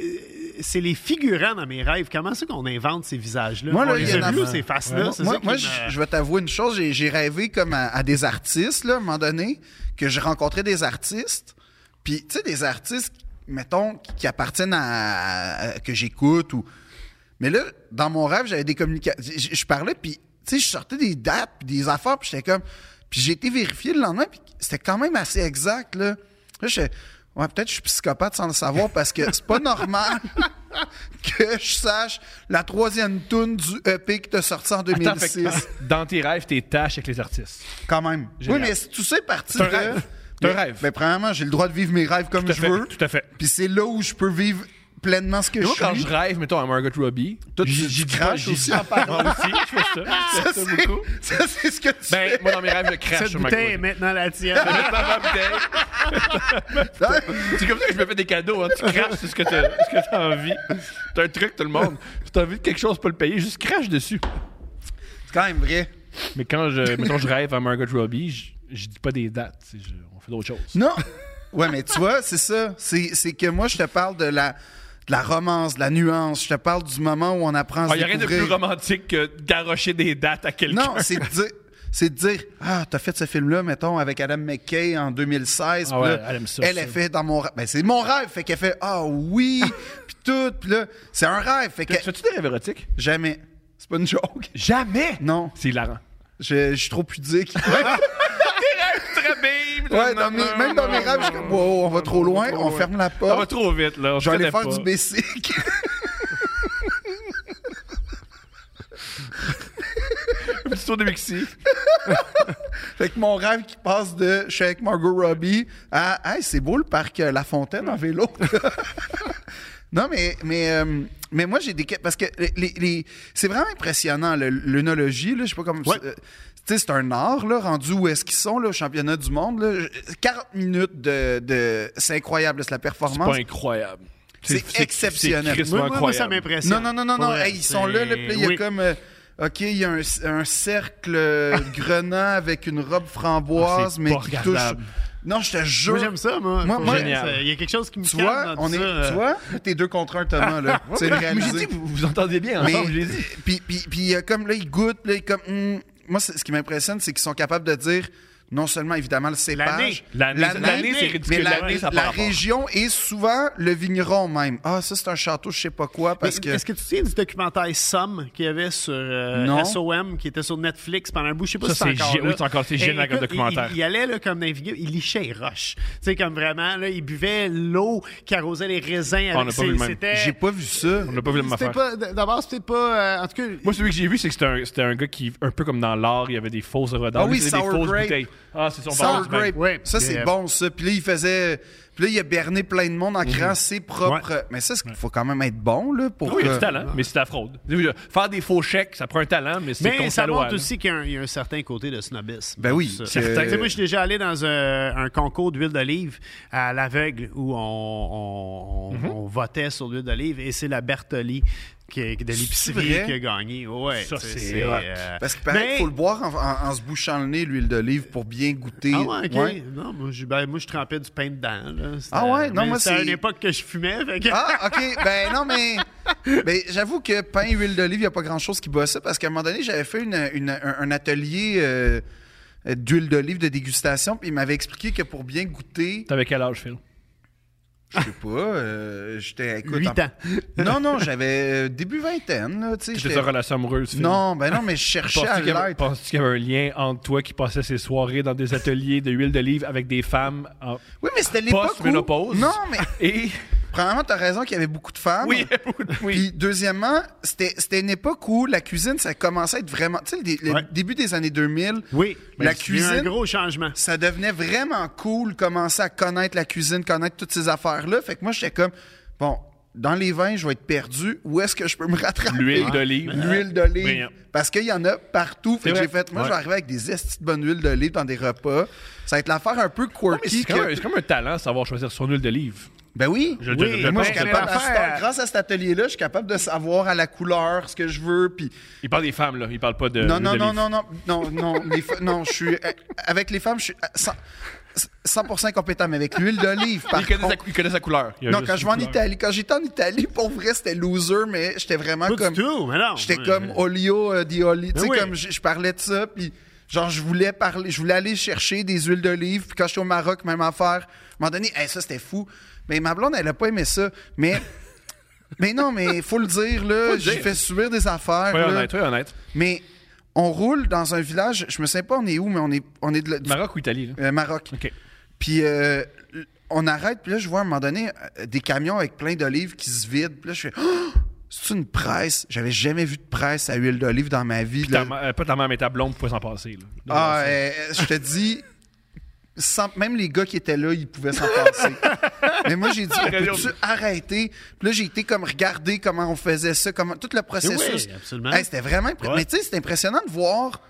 S3: c'est les figurants dans mes rêves. Comment c'est qu'on invente ces visages-là?
S1: Moi, là,
S3: On
S1: il y
S3: les
S1: en a-
S3: a vus, ces faces-là.
S1: Moi-
S3: c'est
S1: Moi,
S3: ça qui
S1: moi,
S3: me-
S1: je, je vais t'avouer une chose, j'ai, j'ai rêvé comme à, à des artistes, là, à un moment donné, que j'ai rencontré des artistes, puis, tu sais, des artistes, mettons, qui, qui appartiennent à, à- que j'écoute ou... Mais là, dans mon rêve, j'avais des communications... Je, je parlais, puis, tu sais, je sortais des dates, puis des affaires, puis j'étais comme... Puis j'ai été vérifié le lendemain, puis c'était quand même assez exact, là. Là, je Ouais, peut-être que je suis psychopathe sans le savoir parce que c'est pas normal que je sache la troisième tune du E EP que t'as sorti en
S2: Attends, fait
S1: 2006.
S2: que dans tes rêves, tes tâches avec les artistes.
S1: Quand même.
S2: Génial.
S1: Oui, mais si tout ça est parti
S2: C'est un
S1: de-
S2: rêve. C'est un
S1: Mais-
S2: rêve.
S1: Mais premièrement, j'ai le droit de vivre mes rêves comme
S2: Tout à
S1: je
S2: fait,
S1: veux.
S2: tout à fait.
S1: Puis c'est là où je peux vivre pleinement ce que
S2: Moi,
S1: je
S2: quand
S1: suis.
S2: je rêve, mettons, à Margaret Robbie,
S1: Toi, tu-
S2: j'y-
S1: tu
S2: j'y dis
S1: craches
S2: pas- j'y
S1: aussi
S2: dis-
S1: en parlant.
S2: Moi aussi, je fais ça. Je fais
S1: Ça,
S2: ça
S1: c'est-
S2: beaucoup.
S1: ça, c'est ce que tu
S2: Ben, moi, dans mes rêves, je crache
S3: Cette
S2: sur
S3: bouteille est
S2: Margaret Robbie.
S3: maintenant la tienne.
S2: Ma
S1: fais.
S2: bouteille. C'est comme ça que je me fais des cadeaux. hein. Tu craches sur ce que t'as ce que t'as envie. C'est un truc, tout le monde. Si t'as envie de quelque chose, pas le payer, juste crache dessus.
S1: C'est quand même vrai.
S2: Mais quand je, mettons, je rêve à Margaret Robbie, je, je dis pas des dates. c'est- je- on fait d'autres choses.
S1: Non. Ouais, mais tu vois, c'est ça. C'est c'est que moi, je te parle de la, de la romance, de la nuance. Je te parle du moment où on apprend à
S2: Ah, Il
S1: se
S2: n'y a rien de
S1: découvrir.
S2: plus romantique que d'arrocher des dates à quelqu'un.
S1: Non, c'est de dire. C'est de dire, ah, t'as fait ce film-là, mettons, avec Adam McKay en 2016.
S2: Ah
S1: puis
S2: ouais,
S1: là,
S2: elle aime ça,
S1: Elle
S2: ça.
S1: a fait dans mon rêve. Ben, c'est mon rêve. Fait qu'elle fait, ah oui, puis tout. Puis là, c'est un rêve. Fait que.
S2: Tu Fais-tu des rêves érotiques?
S1: Jamais. C'est pas une joke.
S2: Jamais!
S1: Non.
S2: C'est hilarant.
S1: Je, je suis trop pudique.
S2: Très bien!
S1: Ouais, dans mes- même dans mes rêves, je suis comme, wow, on va trop loin, on ferme la
S2: Ça va
S1: porte.
S2: trop vite, là. on
S1: Je vais aller
S2: connaît
S1: faire
S2: pas.
S1: du basic.
S2: Un petit tour de Mexique.
S1: Fait que mon rêve qui passe de je suis avec Margot Robbie à Hey, c'est beau le parc euh, La Fontaine en vélo. non, mais, mais, euh, mais moi, j'ai des. que- Parce que les, les- c'est vraiment impressionnant, le- l'œnologie. là, Je sais pas comment.
S3: Ouais.
S1: euh, tu sais, c'est un art, là, rendu où est-ce qu'ils sont, là, au championnat du monde. là. Je- 40 minutes de. de- c'est incroyable, là, c'est la
S2: Pas
S1: performance.
S2: incroyable.
S1: C'est exceptionnel.
S2: C'est crissement
S3: Moi, moi, moi, ça
S2: incroyable.
S3: m'impressionne.
S1: Non, non, non, non, non.
S3: Ouais,
S1: hey, ils sont là, là, puis là, il y a
S3: oui.
S1: comme. euh, OK, il y a un, un cercle euh, grenat avec une robe
S2: Ah,
S1: framboise,
S2: c'est
S1: mais
S2: pas
S1: qui
S2: regardable.
S1: touche. Non, je te jure.
S3: Moi, j'aime ça, moi.
S1: Moi, moi,
S2: Génial.
S3: Il y a quelque chose qui me
S1: Tu
S3: calme
S1: vois,
S3: dans
S1: on
S3: ça,
S1: est,
S3: euh.
S1: tu vois, t'es deux contre un, Thomas, là. C'est
S2: Mais j'ai dit,
S1: réalisé.
S2: vous, vous entendez bien
S1: Mais,
S2: ensemble, j'ai dit.
S1: puis, puis, puis, euh, comme là, ils goûtent, là, ils comme, hum, moi, c'est- ce qui m'impressionne, c'est qu'ils sont capables de dire, non seulement, évidemment, le cépage.
S2: L'année,
S1: la-
S2: l'année, c'est ridicule.
S1: Mais la,
S2: l'année, ça
S1: la
S2: part
S1: région et souvent le vigneron même. Ah, ça, c'est un château, je sais pas quoi, parce
S3: Mais
S1: que.
S3: Est-ce que tu te souviens du documentaire Somme qu'il y avait sur euh,
S1: Non.
S3: SOM qui était sur Netflix pendant un bout? Je sais pas
S2: Ça,
S3: si c'est
S2: c'est
S3: encore
S2: gé-
S3: là.
S2: oui, c'est encore- c'est
S3: Et
S2: génial comme
S3: écoute, il-
S2: documentaire.
S3: Il, il allait là, comme dans les vignobles, il lichait les roches. Tu sais, comme vraiment, là, il buvait l'eau qui arrosait les raisins
S2: On n'a
S3: avec
S2: pas
S3: ses-
S2: vu le même.
S3: c'était-
S1: J'ai pas vu ça.
S2: On n'a pas vu la même
S3: c'était
S2: affaire.
S3: pas- d- D'abord, c'était pas... euh, en tout cas...
S2: Moi, celui que j'ai vu, c'est que c'était un, c'était un gars qui, un peu comme dans l'art, il y avait des fausses rodanges.
S1: Ah oui,
S2: Il faisait des
S1: sour
S2: fausses
S1: grape.
S2: bouteilles. Ah, c'est son
S1: Sour
S2: barbe. ben.
S1: Grape.
S3: Oui.
S1: Ça, c'est
S3: Yeah.
S1: bon, ça. Puis là, il faisait. Puis là, il a berné plein de monde en créant ses propres. Mais ça, il faut quand même être bon, là, pour.
S2: Oui, il y a
S1: que-
S2: du talent, mais c'est la fraude.
S1: euh.
S2: Faire des faux chèques, ça prend un talent, mais c'est
S3: Mais
S2: contre
S3: ça
S2: la loi,
S3: montre
S2: là.
S3: aussi qu'il y a un- il y, a un certain côté de snobisme.
S1: Ben oui,
S3: Tout ça.
S1: c'est-
S3: Tu sais, Euh, moi, je suis déjà allé dans un, un concours d'huile d'olive à l'aveugle où on, on-
S1: Mhm.
S3: on votait sur l'huile d'olive et c'est la Bertoli qui, est- de l'épicerie
S1: vrai?
S3: qui a gagné. Ouais,
S2: Ça,
S3: tu sais,
S2: c'est
S3: c'est,
S2: hot.
S3: euh,
S1: Parce qu'il paraît
S3: mais-
S1: qu'il faut le boire en, en- en se bouchant le nez, l'huile d'olive, pour bien goûter.
S3: Ah ouais, ok.
S1: Ouais.
S3: Non, moi, je, ben, moi, je trempais du pain dedans. là. C'était-
S1: Ah ouais, non,
S3: mais
S1: moi,
S3: c'était à
S1: c'est-
S3: une époque que je fumais. fait que-
S1: Ah, OK. Ben non, mais. Ben, j'avoue que pain, huile d'olive, il n'y a pas grand-chose qui bat ça parce qu'à un moment donné, j'avais fait une- une- un, un atelier euh, d'huile d'olive de dégustation, puis il m'avait expliqué que pour bien goûter,
S2: T'avais quel âge, Phil?
S1: je sais pas, euh, j'étais. écoute,
S3: Huit
S1: en-
S3: ans.
S1: Non, non, j'avais euh, début vingtaine, là, tu sais.
S2: T'étais
S1: j'étais-
S2: en relation amoureuse, Phil?
S1: Non, ben non, mais je cherchais à
S2: Penses-tu qu'il y avait-
S1: l'être.
S2: Penses-tu qu'il y avait un lien entre toi qui passait ses soirées dans des ateliers de huile d'olive avec des femmes en
S1: Oui, mais c'était l'époque où...
S2: post-ménopause?
S1: Non, mais
S2: Et...
S1: premièrement, t'as raison qu'il y avait beaucoup de femmes.
S2: Oui, oui.
S1: Puis deuxièmement, c'était c'était une époque où la cuisine, ça commençait à être vraiment... Tu sais, le, le
S3: Ouais.
S1: début des années 2000,
S3: Oui,
S1: La
S3: ben, il y a eu un
S1: cuisine-
S3: gros changement.
S1: ça devenait vraiment cool, commencer à connaître la cuisine, connaître toutes ces affaires-là. Fait que moi, j'étais comme, bon, dans les vins, je vais être perdu. Où est-ce que je peux me rattraper?
S2: L'huile d'olive.
S1: L'huile d'olive.
S2: Brillant.
S1: Parce qu'il y en a partout. Fait
S2: C'est
S1: que j'ai
S2: vrai.
S1: fait, moi,
S2: Ouais.
S1: je vais arriver avec des estis de bonne huile d'olive dans des repas. Ça va être l'affaire un peu
S2: Non, mais C'est
S1: quirky.
S2: comme,
S1: que-
S2: un- c'est comme un talent, savoir choisir son huile d'olive.
S1: Ben oui.
S2: Je- je-
S3: Oui,
S2: je
S1: Moi,
S2: pense
S1: je suis
S2: que-
S3: mais
S1: capable, à
S3: l'affaire,
S1: cette heure,
S3: euh,
S1: grâce à cet atelier-là, je suis capable de savoir à la couleur ce que je veux. Puis
S2: Il parle des femmes, là. Il parle pas de
S1: non,
S2: huile
S1: non, non,
S2: d'olive.
S1: non, non, non, non, les fe- non, je suis euh, avec les femmes, je suis euh, 100, 100% compétent, mais avec l'huile d'olive, par
S2: Il connaît,
S1: contre.
S2: sa, il connaît sa couleur. Il y a
S1: Non,
S2: juste
S1: quand
S2: une
S1: je vais en
S2: couleur.
S1: Italie, quand j'étais en Italie, pour vrai, c'était loser, mais j'étais vraiment
S3: Pas
S1: comme,
S3: du tout, mais non.
S1: j'étais
S3: Ouais.
S1: comme Olio euh, di Oli, tu sais,
S3: Ben oui.
S1: comme je je parlais de ça, puis genre je voulais parler, je voulais aller chercher des huiles d'olive, puis quand j'étais au Maroc, même affaire. À un moment donné, hey, ça c'était fou, mais ma blonde elle a pas aimé ça, mais mais non, mais faut le dire là,
S2: le dire.
S1: j'ai fait subir des affaires.
S2: Oui,
S1: là.
S2: honnête, oui, honnête.
S1: Mais on roule dans un village, je me sais pas on est où, mais on est, on est de la- du-
S2: Maroc ou Italie, là?
S1: euh, Maroc.
S2: OK.
S1: Puis euh, on arrête, puis là, je vois à un moment donné euh, des camions avec plein d'olives qui se vident. Puis là, je fais oh, C'est une presse J'avais jamais vu de presse à huile d'olive dans ma vie.
S2: Ta
S1: là.
S2: ma- euh, pas ta mère, mais ta blonde pouvait s'en passer, là. Donc,
S1: Ah,
S2: c'est-
S1: euh, je te dis. sans- même les gars qui étaient là, ils pouvaient s'en passer. Mais moi, j'ai dit, on peut-tu arrêter? Puis là, j'ai été comme regarder comment on faisait ça, comment tout le processus.
S3: Oui, absolument.
S1: Hey, c'était vraiment impré-
S3: Ouais.
S1: Mais tu sais, c'est impressionnant de voir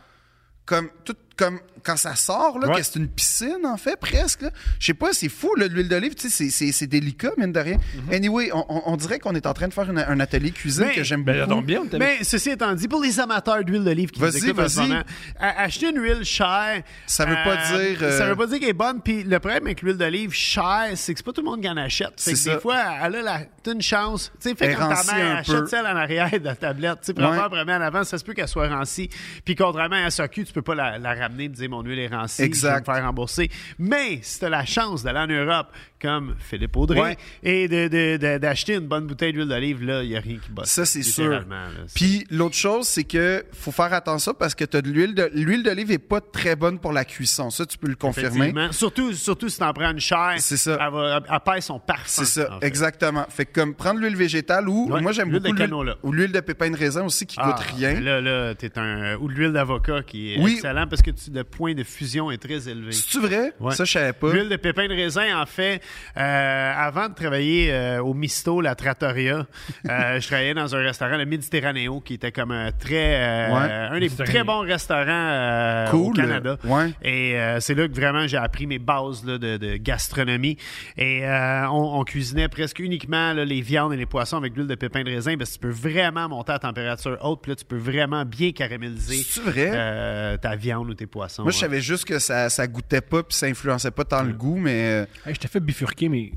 S1: comme tout comme quand ça sort, là,
S3: Ouais.
S1: que c'est une piscine, en fait, presque. là. Je sais pas, c'est fou, là, de l'huile d'olive, tu sais, c'est- c'est- c'est délicat, mine de rien. Anyway, on, on- on dirait qu'on est en train de faire une- un atelier cuisine
S3: Mm-hmm. Mais-
S1: que j'aime
S2: Ben, ça
S1: beaucoup.
S2: tombe bien, on t'a-
S3: Mais ceci étant dit, pour les amateurs d'huile d'olive qui nous
S1: Vas-y,
S3: écoutent en ce
S1: vas-y.
S3: moment, a- acheter une huile chère,
S1: Ça veut pas dire, euh,
S3: ça veut pas dire qu'elle est bonne. Puis le problème avec l'huile d'olive chère, c'est que c'est pas tout le monde qui en achète. C'est que
S1: C'est
S3: des
S1: ça.
S3: fois, elle a la, t'as une chance. Tu sais, fait
S1: Elle
S3: comme ta
S1: rancie
S3: mère
S1: un
S3: achète
S1: peu.
S3: celle en arrière de la tablette. Tu sais, prends
S1: Ouais.
S3: pas vraiment en avant, ça se peut qu'elle soit rancie. Puis contrairement à SAQ, tu peux pas la, la ramener et dire mon huile est rancie,
S1: Exact.
S3: je vais me faire rembourser. Mais si t'as la chance d'aller en Europe, comme Philippe Audrey,
S1: Ouais.
S3: et de- de- de- d'acheter une bonne bouteille d'huile d'olive, là, il y a rien qui botte.
S1: Ça, c'est sûr.
S3: Littéralement, là, c'est-
S1: Puis l'autre chose, c'est que faut faire attention parce que t'as de l'huile de l'huile d'olive est pas très bonne pour la cuisson. Ça, tu peux le confirmer.
S3: Effectivement. Surtout, surtout si t'en prends une chair.
S1: C'est ça.
S3: Elle, va, elle perd son parfum.
S1: C'est ça,
S3: en fait.
S1: exactement. Fait que comme prendre l'huile végétale ou
S3: Ah, Ouais,
S1: moi j'aime
S3: l'huile de
S1: beaucoup
S3: canola.
S1: ou l'huile de pépins de raisin aussi qui
S3: Ah,
S1: goûte rien.
S3: Là, là, t'es un. Ou de l'huile d'avocat qui est
S1: Oui.
S3: excellent parce que tu- le point de fusion est très élevé.
S1: C'est-tu vrai?
S3: Ouais.
S1: Ça, je savais pas.
S3: L'huile de pépin de raisin, en fait, euh, avant de travailler euh, au Misto, la Trattoria, euh, je travaillais dans un restaurant, le Mediterraneo, qui était comme un très, euh,
S1: Ouais.
S3: un des très bons restaurants euh, au
S1: Cool.
S3: Canada.
S1: Ouais.
S3: Et euh, c'est là que vraiment j'ai appris mes bases là, de, de gastronomie. Et euh, on, on cuisinait presque uniquement là, les viandes et les poissons avec l'huile de pépin de raisin parce que tu peux vraiment monter à température haute, puis là, tu peux vraiment bien caraméliser
S1: C'est vrai?
S3: euh, ta viande ou tes poissons.
S1: Moi, je
S3: ouais.
S1: savais juste que ça, ça goûtait pas puis ça influençait pas tant le goût, mais euh,
S2: Hey, je t'ai fait bifurquer, mais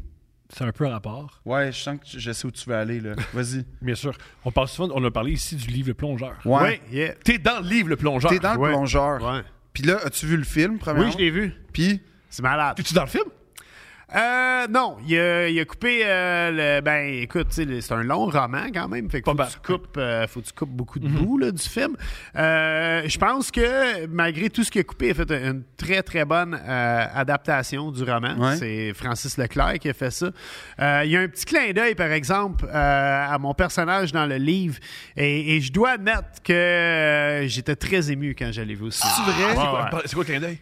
S2: c'est un peu un rapport.
S1: ouais, je sens que je sais où tu veux aller là. Vas-y.
S2: Bien sûr. On parle souvent, on a parlé ici du livre Le Plongeur.
S1: Ouais.
S3: Oui, yeah.
S2: T'es dans le livre Le Plongeur.
S1: T'es dans le
S3: Ouais.
S1: plongeur.
S3: Ouais.
S1: Puis là, as-tu vu le film premièrement?
S3: Oui, je l'ai vu.
S1: Puis
S3: C'est malade.
S2: T'es-tu dans le film?
S3: Euh, non, il a, il a coupé euh, le. Ben, écoute, tu sais, le- c'est un long roman quand même. Fait que faut,
S2: Pas
S3: que tu coupes, euh, faut que tu coupes beaucoup de bouts là, du film. Euh, je pense que malgré tout ce qu'il a coupé, il a fait une très très bonne euh, adaptation du roman.
S1: Ouais.
S3: C'est Francis Leclerc qui a fait ça. Euh, il y a un petit clin d'œil, par exemple, euh, à mon personnage dans le livre. Et, et je dois admettre que euh, j'étais très ému quand j'allais vu aussi.
S1: Ah,
S2: Ah, C'est vrai? C'est quoi, c'est quoi le clin d'œil?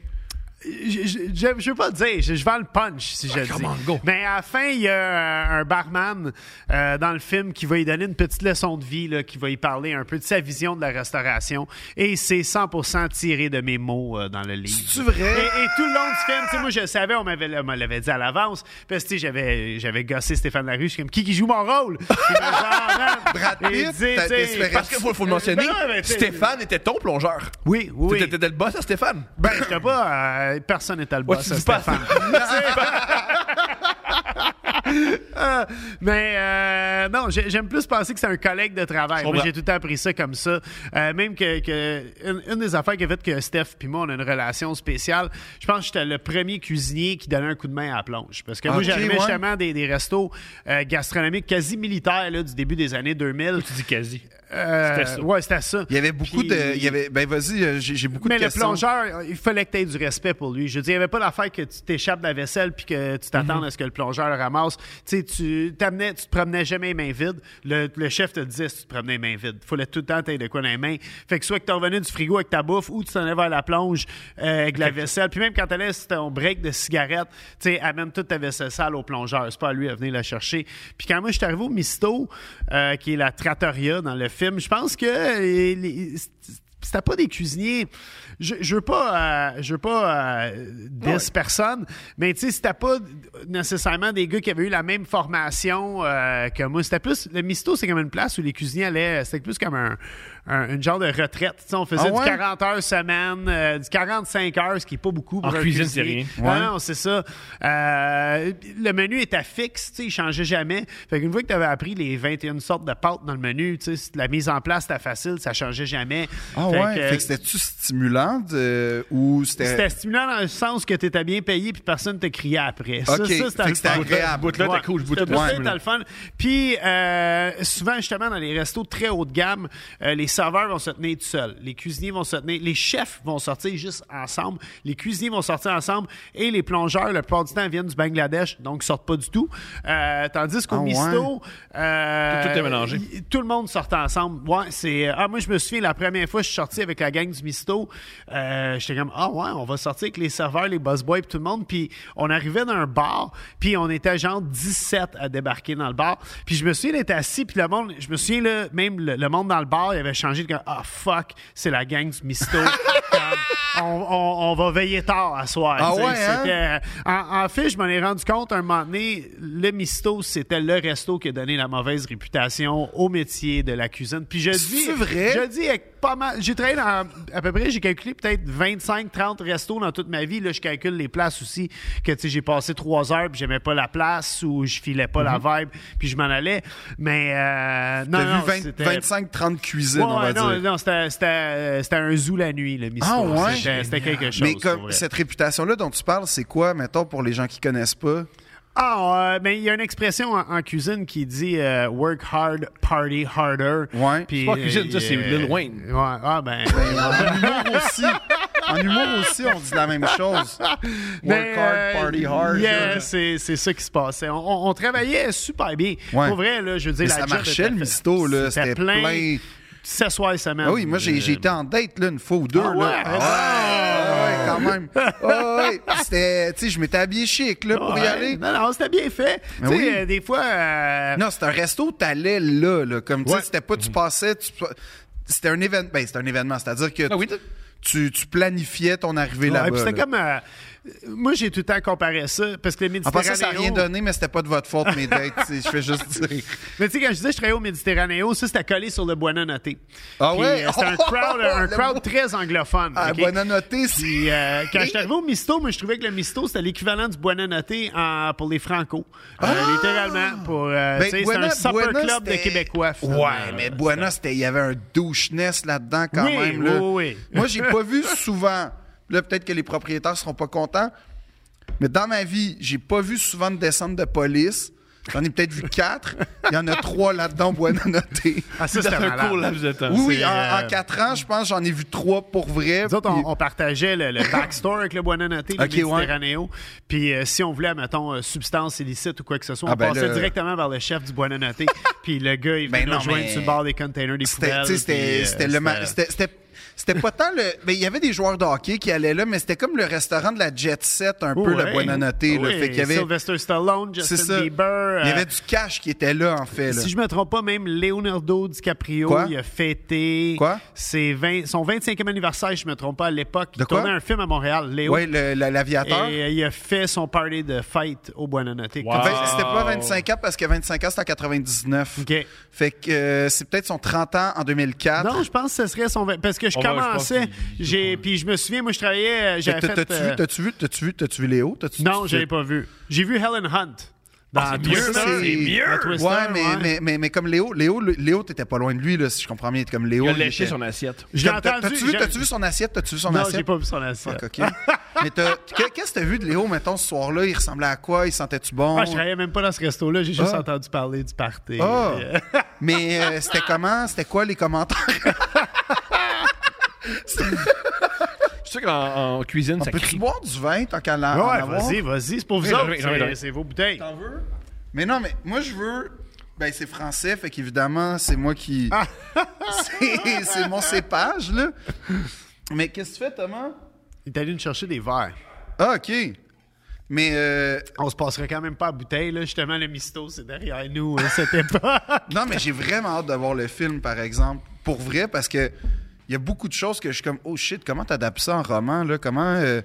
S3: je, je, je- je veux pas le dire, je, je vends le punch si
S1: Ah,
S3: je le
S2: come
S3: dis.
S2: on, go.
S3: Mais à la fin, il y a un, un barman euh, dans le film qui va lui donner une petite leçon de vie, là, qui va y parler un peu de sa vision de la restauration. Et c'est 100% tiré de mes mots euh, dans le livre.
S1: C'est vrai.
S3: Et, et tout le long du film, tu sais, moi je savais, on m'avait on me l'avait dit à l'avance, parce que tu sais, j'avais j'avais gossé Stéphane Larue, je suis comme qui qui joue mon rôle. Puis là, genre, hein,
S1: Brad
S3: il
S1: Pitt,
S3: dit, tu
S1: t'as-
S3: sais,
S1: t'espérais-
S2: Parce qu'il faut, faut le mentionner,
S3: Ben ouais, ben, t'sais-
S2: Stéphane était ton plongeur.
S3: Oui, oui.
S2: T'étais t'étais le boss à Stéphane.
S3: Ben, je sais pas, euh, personne n'est à le
S2: Ouais,
S3: boss,
S2: tu dis pas
S3: Stéphane. Euh, mais euh, non, j'ai- j'aime plus penser que c'est un collègue de travail. Moi,
S2: comprends.
S3: j'ai tout le temps pris ça comme ça. Euh, même que, que une, une des affaires qui a fait que Steph puis moi, on a une relation spéciale, je pense que j'étais le premier cuisinier qui donnait un coup de main à la plonge. Parce que moi,
S1: Ok,
S3: j'arrivais
S1: ouais.
S3: justement des, des restos euh, gastronomiques quasi militaires là, du début des années 2000.
S2: Tu dis quasi.
S3: Euh,
S2: C'était ça.
S3: Ouais, c'était ça.
S1: Il y avait beaucoup
S3: Puis-
S1: de. Il y avait, ben, vas-y, euh, j'ai j'ai beaucoup
S3: mais
S1: de
S3: le
S1: questions.
S3: plongeur, euh, il fallait que tu aies du respect pour lui. Je veux dire, il n'y avait pas l'affaire que tu t'échappes de la vaisselle puis que tu t'attends
S1: Mm-hmm.
S3: à ce que le plongeur le ramasse. Tu sais, tu t'amenais, tu te promenais jamais les mains vides. Le, le chef te disait si tu te promenais les mains vides. Il fallait tout le temps t'aider de quoi dans les mains. Fait que soit que tu revenais du frigo avec ta bouffe ou tu t'en allais vers la plonge euh, avec la vaisselle. Puis même quand tu allais ton break de cigarette, tu sais, amène toute ta vaisselle sale au plongeur. C'est pas à lui à venir la chercher. Puis quand moi, je suis arrivé au Misto, euh, qui est la trattoria dans le film, je pense que euh, les- c'était pas des cuisiniers. Je, je veux pas, euh, je veux pas euh, dis personne, mais tu sais, c'était pas nécessairement des gars qui avaient eu la même formation euh, que moi. C'était plus le misto, c'est comme une place où les cuisiniers allaient. C'était plus comme un, un- une genre de retraite. Tu sais, on faisait
S1: Ah ouais?
S3: du 40 heures semaine, euh, du 45 heures, ce qui est pas beaucoup pour
S2: En
S3: un
S2: cuisine,
S3: cuisinier.
S2: c'est
S1: rien.
S3: Ah
S1: Ouais.
S3: non, c'est ça. Euh, le menu était fixe, tu sais, il changeait jamais. Fait qu'une fois que tu avais appris les 21 sortes de pâtes dans le menu, tu sais, la mise en place, c'était facile, ça changeait jamais.
S1: Ah
S3: Fait
S1: ouais.
S3: que,
S1: Fait que euh, c'était-tu stimulant de- ou
S3: c'était
S1: c'était.
S3: stimulant dans le sens que tu étais bien payé puis personne te criait après. Ça,
S1: Ok.
S3: ça,
S1: Fait que c'était
S3: le fun.
S1: agréable.
S2: Bout-là,
S3: Ouais.
S2: t'es cool, ce bout-là,
S3: Ce bout-là,
S1: ouais.
S3: t'as le fun. Puis, euh, souvent, justement, dans les restos très haut de gamme, euh, les serveurs vont se tenir tout seuls. Les cuisiniers vont se tenir. Les chefs vont sortir juste ensemble. Les cuisiniers vont sortir ensemble. Et les plongeurs, la plupart du temps, viennent du Bangladesh, donc ils sortent pas du tout. Euh, tandis qu'au
S1: Ah ouais.
S3: misto, euh,
S2: Tout- tout est mélangé.
S3: y- tout le monde sortait ensemble. Ouais, c'est. Ah, moi, je me souviens, la première fois, je suis sorti avec la gang du Misto. euh, J'étais comme, ah ouais, on va sortir avec les serveurs, les boss boys, puis tout le monde. Puis on arrivait dans un bar, puis on était genre 17 à débarquer dans le bar. Puis je me souviens d'être assis, puis le monde, je me souviens, là, même le, le monde dans le bar, il avait changé de comme, ah fuck, c'est la gang du Misto. Comme, on, on- on va veiller tard à soir.
S1: Ah
S3: Tu sais,
S1: ouais, hein?
S3: c'était- euh, en, en fait, je m'en ai rendu compte un moment donné, le misto, c'était le resto qui a donné la mauvaise réputation au métier de la cuisine. Puis je dis,
S1: C'est vrai?
S3: je dis avec pas mal, j'ai travaillé dans à peu près, j'ai calculé peut-être 25 30 restos dans toute ma vie, là je calcule les places aussi que tu sais j'ai passé trois heures puis j'aimais pas la place ou je filais pas la vibe puis je m'en allais. Mais euh, non
S1: Mhm. T'as
S3: non,
S1: vu
S3: c'était-
S1: 25-30 cuisines,
S3: Ouais,
S1: on va
S3: ouais, non,
S1: dire.
S3: non, c'était- c'était euh, c'était un zoo la nuit, le misto.
S1: Ah, ouais?
S3: C'était- C'était quelque chose.
S1: Mais
S3: pour
S1: comme
S3: vrai.
S1: cette réputation-là dont tu parles, c'est quoi, mettons, pour les gens qui connaissent pas?
S3: Ah, euh, ben, il y a une expression en, en cuisine qui dit euh, work hard, party harder.
S1: Ouais.
S3: Puis,
S2: C'est pas en cuisine, ça, c'est Lil Wayne.
S3: Ouais, ah ben.
S1: En humour aussi. En humour aussi, on dit la même chose. Work
S3: ben,
S1: hard, party
S3: euh,
S1: hard.
S3: Yeah, c'est c'est ça qui se passait. On- On, on travaillait super bien.
S1: Ouais.
S3: Pour vrai, là, je veux dire,
S1: Mais ça
S3: la job
S1: marchait,
S3: était
S1: le
S3: faite.
S1: misto, là. C'était plein.
S3: 7 soirs et semaine.
S1: Ah oui, moi, j'ai j'ai été en date, là, une fois ou deux,
S3: Ah
S1: là.
S3: ouais?
S1: Ah ouais, ouais, quand même. Ah ouais, puis c'était, tu sais, je m'étais habillé chic, là, pour y
S3: Ah, Ouais.
S1: aller.
S3: Non, non, c'était bien fait. Tu
S1: Mais
S3: sais,
S1: oui.
S3: euh, des fois. euh,
S1: Non, c'était un resto, t'allais là, là. Comme, tu sais,
S3: Ouais. Mhm.
S1: c'était pas, tu passais, tu- C'était un événement. Ben, c'était un événement. C'est-à-dire que
S2: Ah oui,
S1: tu, tu- tu planifiais ton arrivée
S3: ouais,
S1: là-bas.
S3: puis c'était
S1: là.
S3: comme. euh, moi, j'ai tout le temps comparé ça parce que les
S1: En
S3: Méditerranéens.
S1: passant, ça n'a rien donné, mais c'était pas de votre faute, mes dates. tu sais, Je fais juste dire.
S3: Mais tu sais, quand je disais que je travaillais au Méditerranéo, ça, c'était collé sur le Buena Notte.
S1: Ah
S3: Puis,
S1: ouais?
S3: euh, C'était un crowd, un
S1: Le
S3: crowd
S1: bo-
S3: très anglophone.
S1: Ah,
S3: ok?
S1: bonne annotée, c'est.
S3: Puis euh, quand je suis arrivé au Misto, moi, je trouvais que le Misto, c'était l'équivalent du Buena Notte en- pour les Franco. Euh, littéralement. Pour, euh,
S1: Ah! Ben,
S3: tu sais, c'est
S1: Buena-
S3: un supper
S1: Buena,
S3: club de
S1: c'était-
S3: Québécois. finalement.
S1: Ouais, mais Buena, c'était- il y avait un doucheness là-dedans quand
S3: Oui,
S1: même. là.
S3: oui, oui.
S1: Moi, j'ai pas vu souvent. Là, peut-être que les propriétaires seront pas contents. Mais dans ma vie, j'ai pas vu souvent de descente de police. J'en ai peut-être vu quatre. Il y en a trois là-dedans, Buena noté.
S3: Ah, ça,
S2: Dans
S3: c'était
S2: un
S3: malade.
S2: court laps de temps.
S1: Oui, oui,
S3: c'est,
S1: en,
S3: euh,
S1: en quatre ans, je pense, j'en ai vu trois pour vrai.
S3: Nous autres,
S1: Puis-
S3: on, on partageait le, le backstore avec le Buena Notte, le
S1: Ok, ouais.
S3: Méditerranéo. Puis euh, si on voulait, mettons, euh, substance illicite ou quoi que ce soit,
S1: Ah,
S3: on
S1: ben
S3: passait
S1: là-
S3: directement vers le chef du Buena Notte. puis le gars, il venait
S1: Ben
S3: nous
S1: non,
S3: rejoindre
S1: mais-
S3: sur le bord des containers, des
S1: C'était,
S3: poubelles.
S1: tu sais, c'était,
S3: puis, euh,
S1: c'était le ma- c'était- c'était- C'était pas tant le. Mais il y avait des joueurs de hockey qui allaient là, mais c'était comme le restaurant de la Jet Set, un
S3: Oh,
S1: peu
S3: ouais.
S1: la Buonanotte. là.
S3: Oui,
S1: Fait qu'il y avait.
S3: Sylvester Stallone,
S1: C'est
S3: Justin
S1: ça.
S3: Bieber.
S1: Il y
S3: euh,
S1: avait du cash qui était là, en fait. là.
S3: Si je me trompe pas, même Leonardo DiCaprio,
S1: Quoi?
S3: il a fêté
S1: Quoi?
S3: ses 20 son 25e anniversaire, si je me trompe pas, à l'époque.
S1: De
S3: il
S1: quoi?
S3: tournait un film à Montréal, Léo.
S1: Oui, le- la-
S3: et
S1: l'aviateur.
S3: euh, il a fait son party de fête au Buonanotte.
S2: Wow.
S1: Vingt- C'était pas 25 ans parce que 25 ans, c'était en 99.
S3: ah. OK.
S1: Fait que euh, c'est peut-être son 30 ans en 2004.
S3: Non, je pense que ce serait son... vingt- Parce que je
S2: On va- Oh, je
S3: commençais,
S2: pense qu'il-
S3: j'ai puis je me souviens, moi, je travaillais... euh,
S1: Fait
S3: J'avais
S1: que
S3: fait...
S1: t'as- T'as-tu
S3: euh,
S1: vu, t'as-tu vu, t'as-tu vu, t'as-tu vu Léo? T'as-tu-
S3: Non,
S1: tu-
S3: je l'ai pas vu. J'ai vu Helen Hunt dans
S2: Ah, c'est mieux,
S3: Twister.
S2: ça, c'est mieux.
S3: Dans Twister,
S1: Ouais, mais,
S3: ouais.
S1: Mais, mais, mais comme Léo, Léo, le- Léo t'étais pas loin de lui, là, si je comprends bien. Comme Léo,
S2: Il a
S1: il
S2: léché
S1: était-
S2: son assiette.
S3: Je l'ai
S1: Comme, t'as-
S3: entendu,
S1: T'as-tu vu,
S3: j'ai-
S1: t'as-tu vu son assiette? T'as-tu vu son
S3: Non, j'ai
S1: assiette?
S3: pas vu son assiette.
S1: Fuck, OK. mais t'as- que- qu'est-ce que t'as vu de Léo, mettons, ce soir-là? Il ressemblait à quoi? Il sentait-tu bon?
S3: Ah, je travaillais même pas dans ce resto-là, j'ai juste
S1: Ah.
S3: entendu parler du party.
S1: Ah!
S3: Puis, euh,
S1: Mais euh, c'était comment? C'était quoi les commentaires?
S2: Je sais qu'en en cuisine, ça
S1: Peux-tu
S2: crie.
S1: boire du vin tant qu'à la- en
S3: Ouais,
S1: avoir?
S3: vas-y, vas-y, c'est pour vous
S2: Oui,
S3: autres,
S2: oui, oui,
S3: c'est-
S2: oui.
S3: c'est vos bouteilles.
S1: Mais non, mais moi, je veux. Ben, c'est français, fait qu'évidemment, c'est moi qui.
S3: Ah.
S1: c'est c'est mon cépage, là. Mais qu'est-ce que tu fais, Thomas?
S3: Il est allé nous chercher des verres.
S1: Ah, OK. Mais. euh,
S3: On se passerait quand même pas à bouteille, là. Justement, le misto, c'est derrière nous, hein, cette époque.
S1: Non, mais j'ai vraiment hâte de voir le film, par exemple. Pour vrai, parce que. Il y a beaucoup de choses que je suis comme, oh shit, comment t'adaptes ça en roman, là? Comment. euh,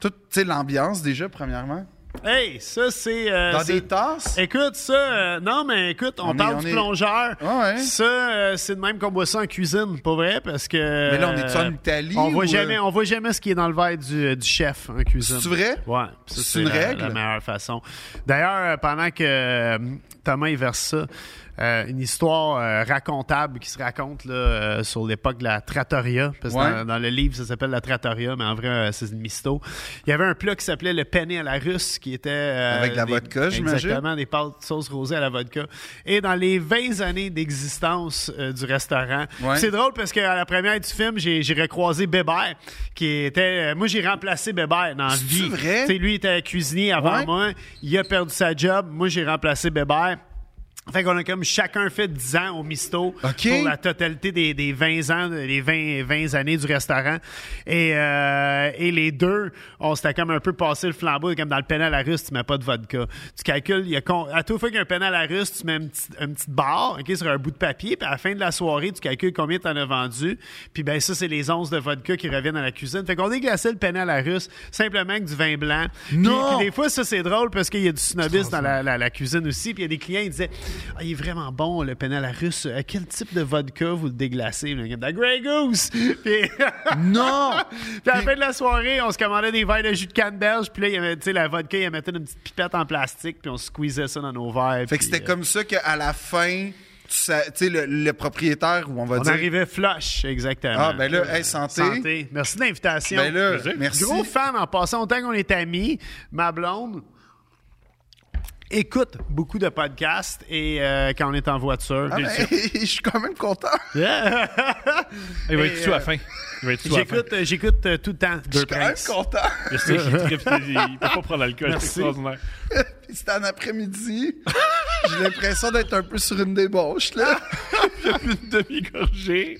S1: toute, tu sais, l'ambiance, déjà, premièrement.
S3: hey, ça, c'est. euh,
S1: Dans
S3: c'est-
S1: des tasses.
S3: Écoute, ça, euh, non, mais écoute, on,
S1: On est-
S3: parle
S1: on
S3: du
S1: est-
S3: plongeur.
S1: Ouais, ouais.
S3: Ça, euh, c'est de même qu'on boit ça en cuisine, pas vrai? Parce que. Mais
S1: là, on est-tu en Italie
S3: On voit,
S1: ou,
S3: jamais,
S1: euh,
S3: on voit jamais ce qui est dans le verre du, du chef en cuisine.
S1: C'est vrai?
S3: Ouais. ça,
S1: C'est une
S3: la-
S1: règle?
S3: La meilleure façon. D'ailleurs, euh, pendant que euh, Thomas il verse ça, euh, une histoire euh, racontable qui se raconte là, euh, sur l'époque de la trattoria. Parce que
S1: Ouais.
S3: dans, dans le livre, ça s'appelle la trattoria, mais en vrai, euh, c'est une misto. Il y avait un plat qui s'appelait le penne à la russe qui était. euh,
S1: Avec de la
S3: des-
S1: vodka, j'imagine.
S3: Exactement, des pâtes sauce rosée à la vodka. Et dans les 20 années d'existence euh, du restaurant,
S1: Ouais.
S3: c'est drôle parce qu'à la première du film, j'ai j'ai recroisé Bébert, qui était. euh, moi, j'ai remplacé Bébert dans la
S1: C'est-tu
S3: vie.
S1: vrai?
S3: Tu sais, lui, il était cuisinier avant
S1: Ouais.
S3: moi. Il a perdu sa job. Moi, j'ai remplacé Bébert. Fait qu'on a comme chacun fait 10 ans au misto
S1: OK.
S3: pour la totalité des, des 20 ans, les 20, 20 années du restaurant. Et, euh, et les deux, on s'était comme un peu passé le flambeau, comme dans le pénal à la russe, tu mets pas de vodka. Tu calcules, il y a con- à toute fois qu'il y a un pénal à la russe, tu mets une petite, une petite barre ok, sur un bout de papier, puis à la fin de la soirée, tu calcules combien tu en as vendu. Puis ben ça, c'est les onces de vodka qui reviennent à la cuisine. Fait qu'on déglacé le pénal à la russe simplement avec du vin blanc. Puis-
S1: Non!
S3: puis des fois, ça, c'est drôle parce qu'il y a du snobisme dans la, la- la cuisine aussi. Puis il y a des clients, ils disaient Ah, il est vraiment bon, le pénal à la russe. À quel type de vodka vous le déglacez Le gars, De la Grey Goose Puis, puis
S1: Non!
S3: à la fin de la soirée, on se commandait des verres de jus de canne d'Alge. Puis là, il y avait, tu sais, la vodka, il mettait une petite pipette en plastique. Puis on squeezait ça dans nos verres.
S1: Fait que
S3: puis,
S1: c'était
S3: euh,
S1: comme ça qu'à la fin, tu sais, tu sais, le, le propriétaire, ou on va
S3: On
S1: dire.
S3: arrivait flush, exactement.
S1: Ah, ben là, hey, santé.
S3: Santé. Merci de l'invitation.
S1: Ben là,
S2: Plaisir.
S1: merci.
S3: Gros fan en passant, autant qu'on est amis, ma blonde écoute beaucoup de podcasts et euh, quand on est en voiture.
S1: Ah, ben, je suis quand même content.
S3: Yeah.
S2: Il va
S3: Et,
S2: être sous à la fin. Il va être sous à la fin.
S3: j'écoute, euh, j'écoute euh, tout le temps.
S1: Je
S3: Deux
S1: suis quand même
S3: Princes.
S1: content.
S2: Je sais qu'il tripe, il il peut pas prendre l'alcool, c'est
S3: Merci.
S2: extraordinaire.
S1: Puis C'était en après-midi. J'ai l'impression d'être un peu sur une débauche, là.
S2: J'ai plus une demi-gorgée.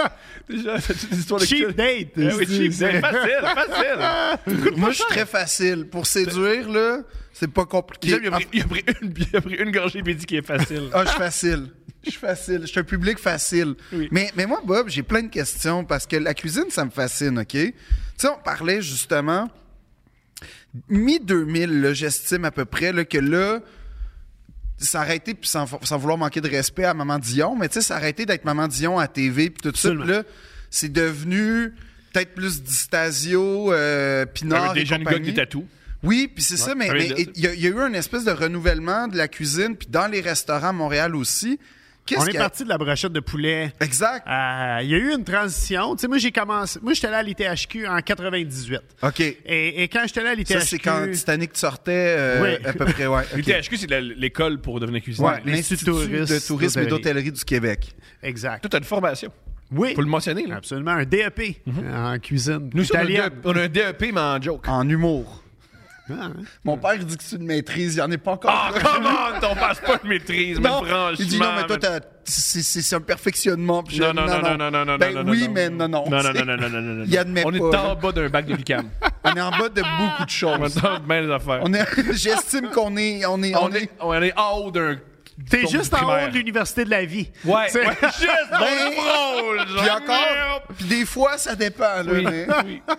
S2: Déjà, c'est une histoire de
S3: Cheap date.
S2: Eh oui, cheap, c'est facile, facile.
S1: Moi, je suis très facile. Pour séduire, là, c'est pas compliqué.
S2: Déjà, il a pris- il a pris une- il a pris une gorgée puis il dit qu'il est facile.
S1: Ah, je suis facile. Je suis facile. Je suis un public facile.
S2: Oui.
S1: Mais, mais moi, Bob, j'ai plein de questions parce que la cuisine, ça me fascine, OK? Tu sais, on parlait justement mi-2000, là, j'estime à peu près là, que là, ça aurait été, puis sans, sans vouloir manquer de respect à Maman Dion, mais tu sais, ça aurait été d'être Maman Dion à TV, puis tout ça.
S3: Absolument.
S1: Puis là, c'est devenu peut-être plus Distasio, euh, Pinard.
S2: Avec Ah, des
S1: et
S2: jeunes gars
S1: compagnie.
S2: avec des tatous.
S1: Oui, puis c'est ça, mais
S2: Ah oui,
S1: mais
S2: là,
S1: il y, a- il y a eu un espèce de renouvellement de la cuisine, puis dans les restaurants à Montréal aussi.
S3: On
S1: Qu'est-ce
S3: est
S1: qu'il y a-
S3: parti de la brochette de poulet.
S1: Exact.
S2: Ah.
S3: Euh, Il y a eu une transition. Tu sais, moi, j'ai commencé. Moi, j'étais là à l'ITHQ en 98.
S1: OK.
S3: Et, et quand j'étais là à l'ITHQ.
S1: Ah. Ça, c'est quand Titanic sortait euh,
S3: Oui.
S1: à peu près, ouais. ok.
S2: L'UTHQ, c'est la- l'école pour devenir cuisinier.
S1: Ouais, l'Institut
S3: touriste
S1: de tourisme et d'hôtellerie du Québec.
S3: Exact.
S2: Toi, t'as une formation.
S3: Oui.
S2: Faut le
S1: Mmh.
S2: mentionner, là.
S3: Absolument. Un DEP euh, en cuisine.
S2: Nous, on a, un E
S3: italienne.
S2: DEP, on a un DEP, mais en joke.
S1: En humour.
S3: Ah, hein.
S1: Mon père, il dit que c'est une maîtrise. Il en est pas encore.
S2: Ah, come on, ton passe pas de maîtrise, mais
S1: Non.
S2: franchement.
S1: Il dit non, mais toi, t'as- c'est c'est un perfectionnement. Puis je-
S2: Non, non, non, non, non, non, non,
S1: Ben
S2: non, non,
S1: oui,
S2: non.
S1: mais non, non.
S2: Non, non,
S1: tu sais.
S2: non, non, non, non, non, non.
S1: Il admet
S2: On est
S1: pas,
S2: en
S1: là.
S2: bas d'un bac de l'UQAM.
S1: On est en bas de beaucoup de
S2: On est
S1: choses.
S2: en bas des affaires.
S1: On est- J'estime qu'on est, on est, on est.
S2: on est en haut d'un.
S3: T'es
S2: tombe
S3: juste en
S2: primaire.
S3: haut de l'université de la vie.
S2: Ouais,
S3: T'sais,
S2: ouais, juste dans le rôle.
S1: Ben Puis
S2: genre,
S1: encore,
S2: merde.
S1: puis des fois, ça dépend. Là,
S2: Oui,
S1: mais,
S2: oui.
S1: tu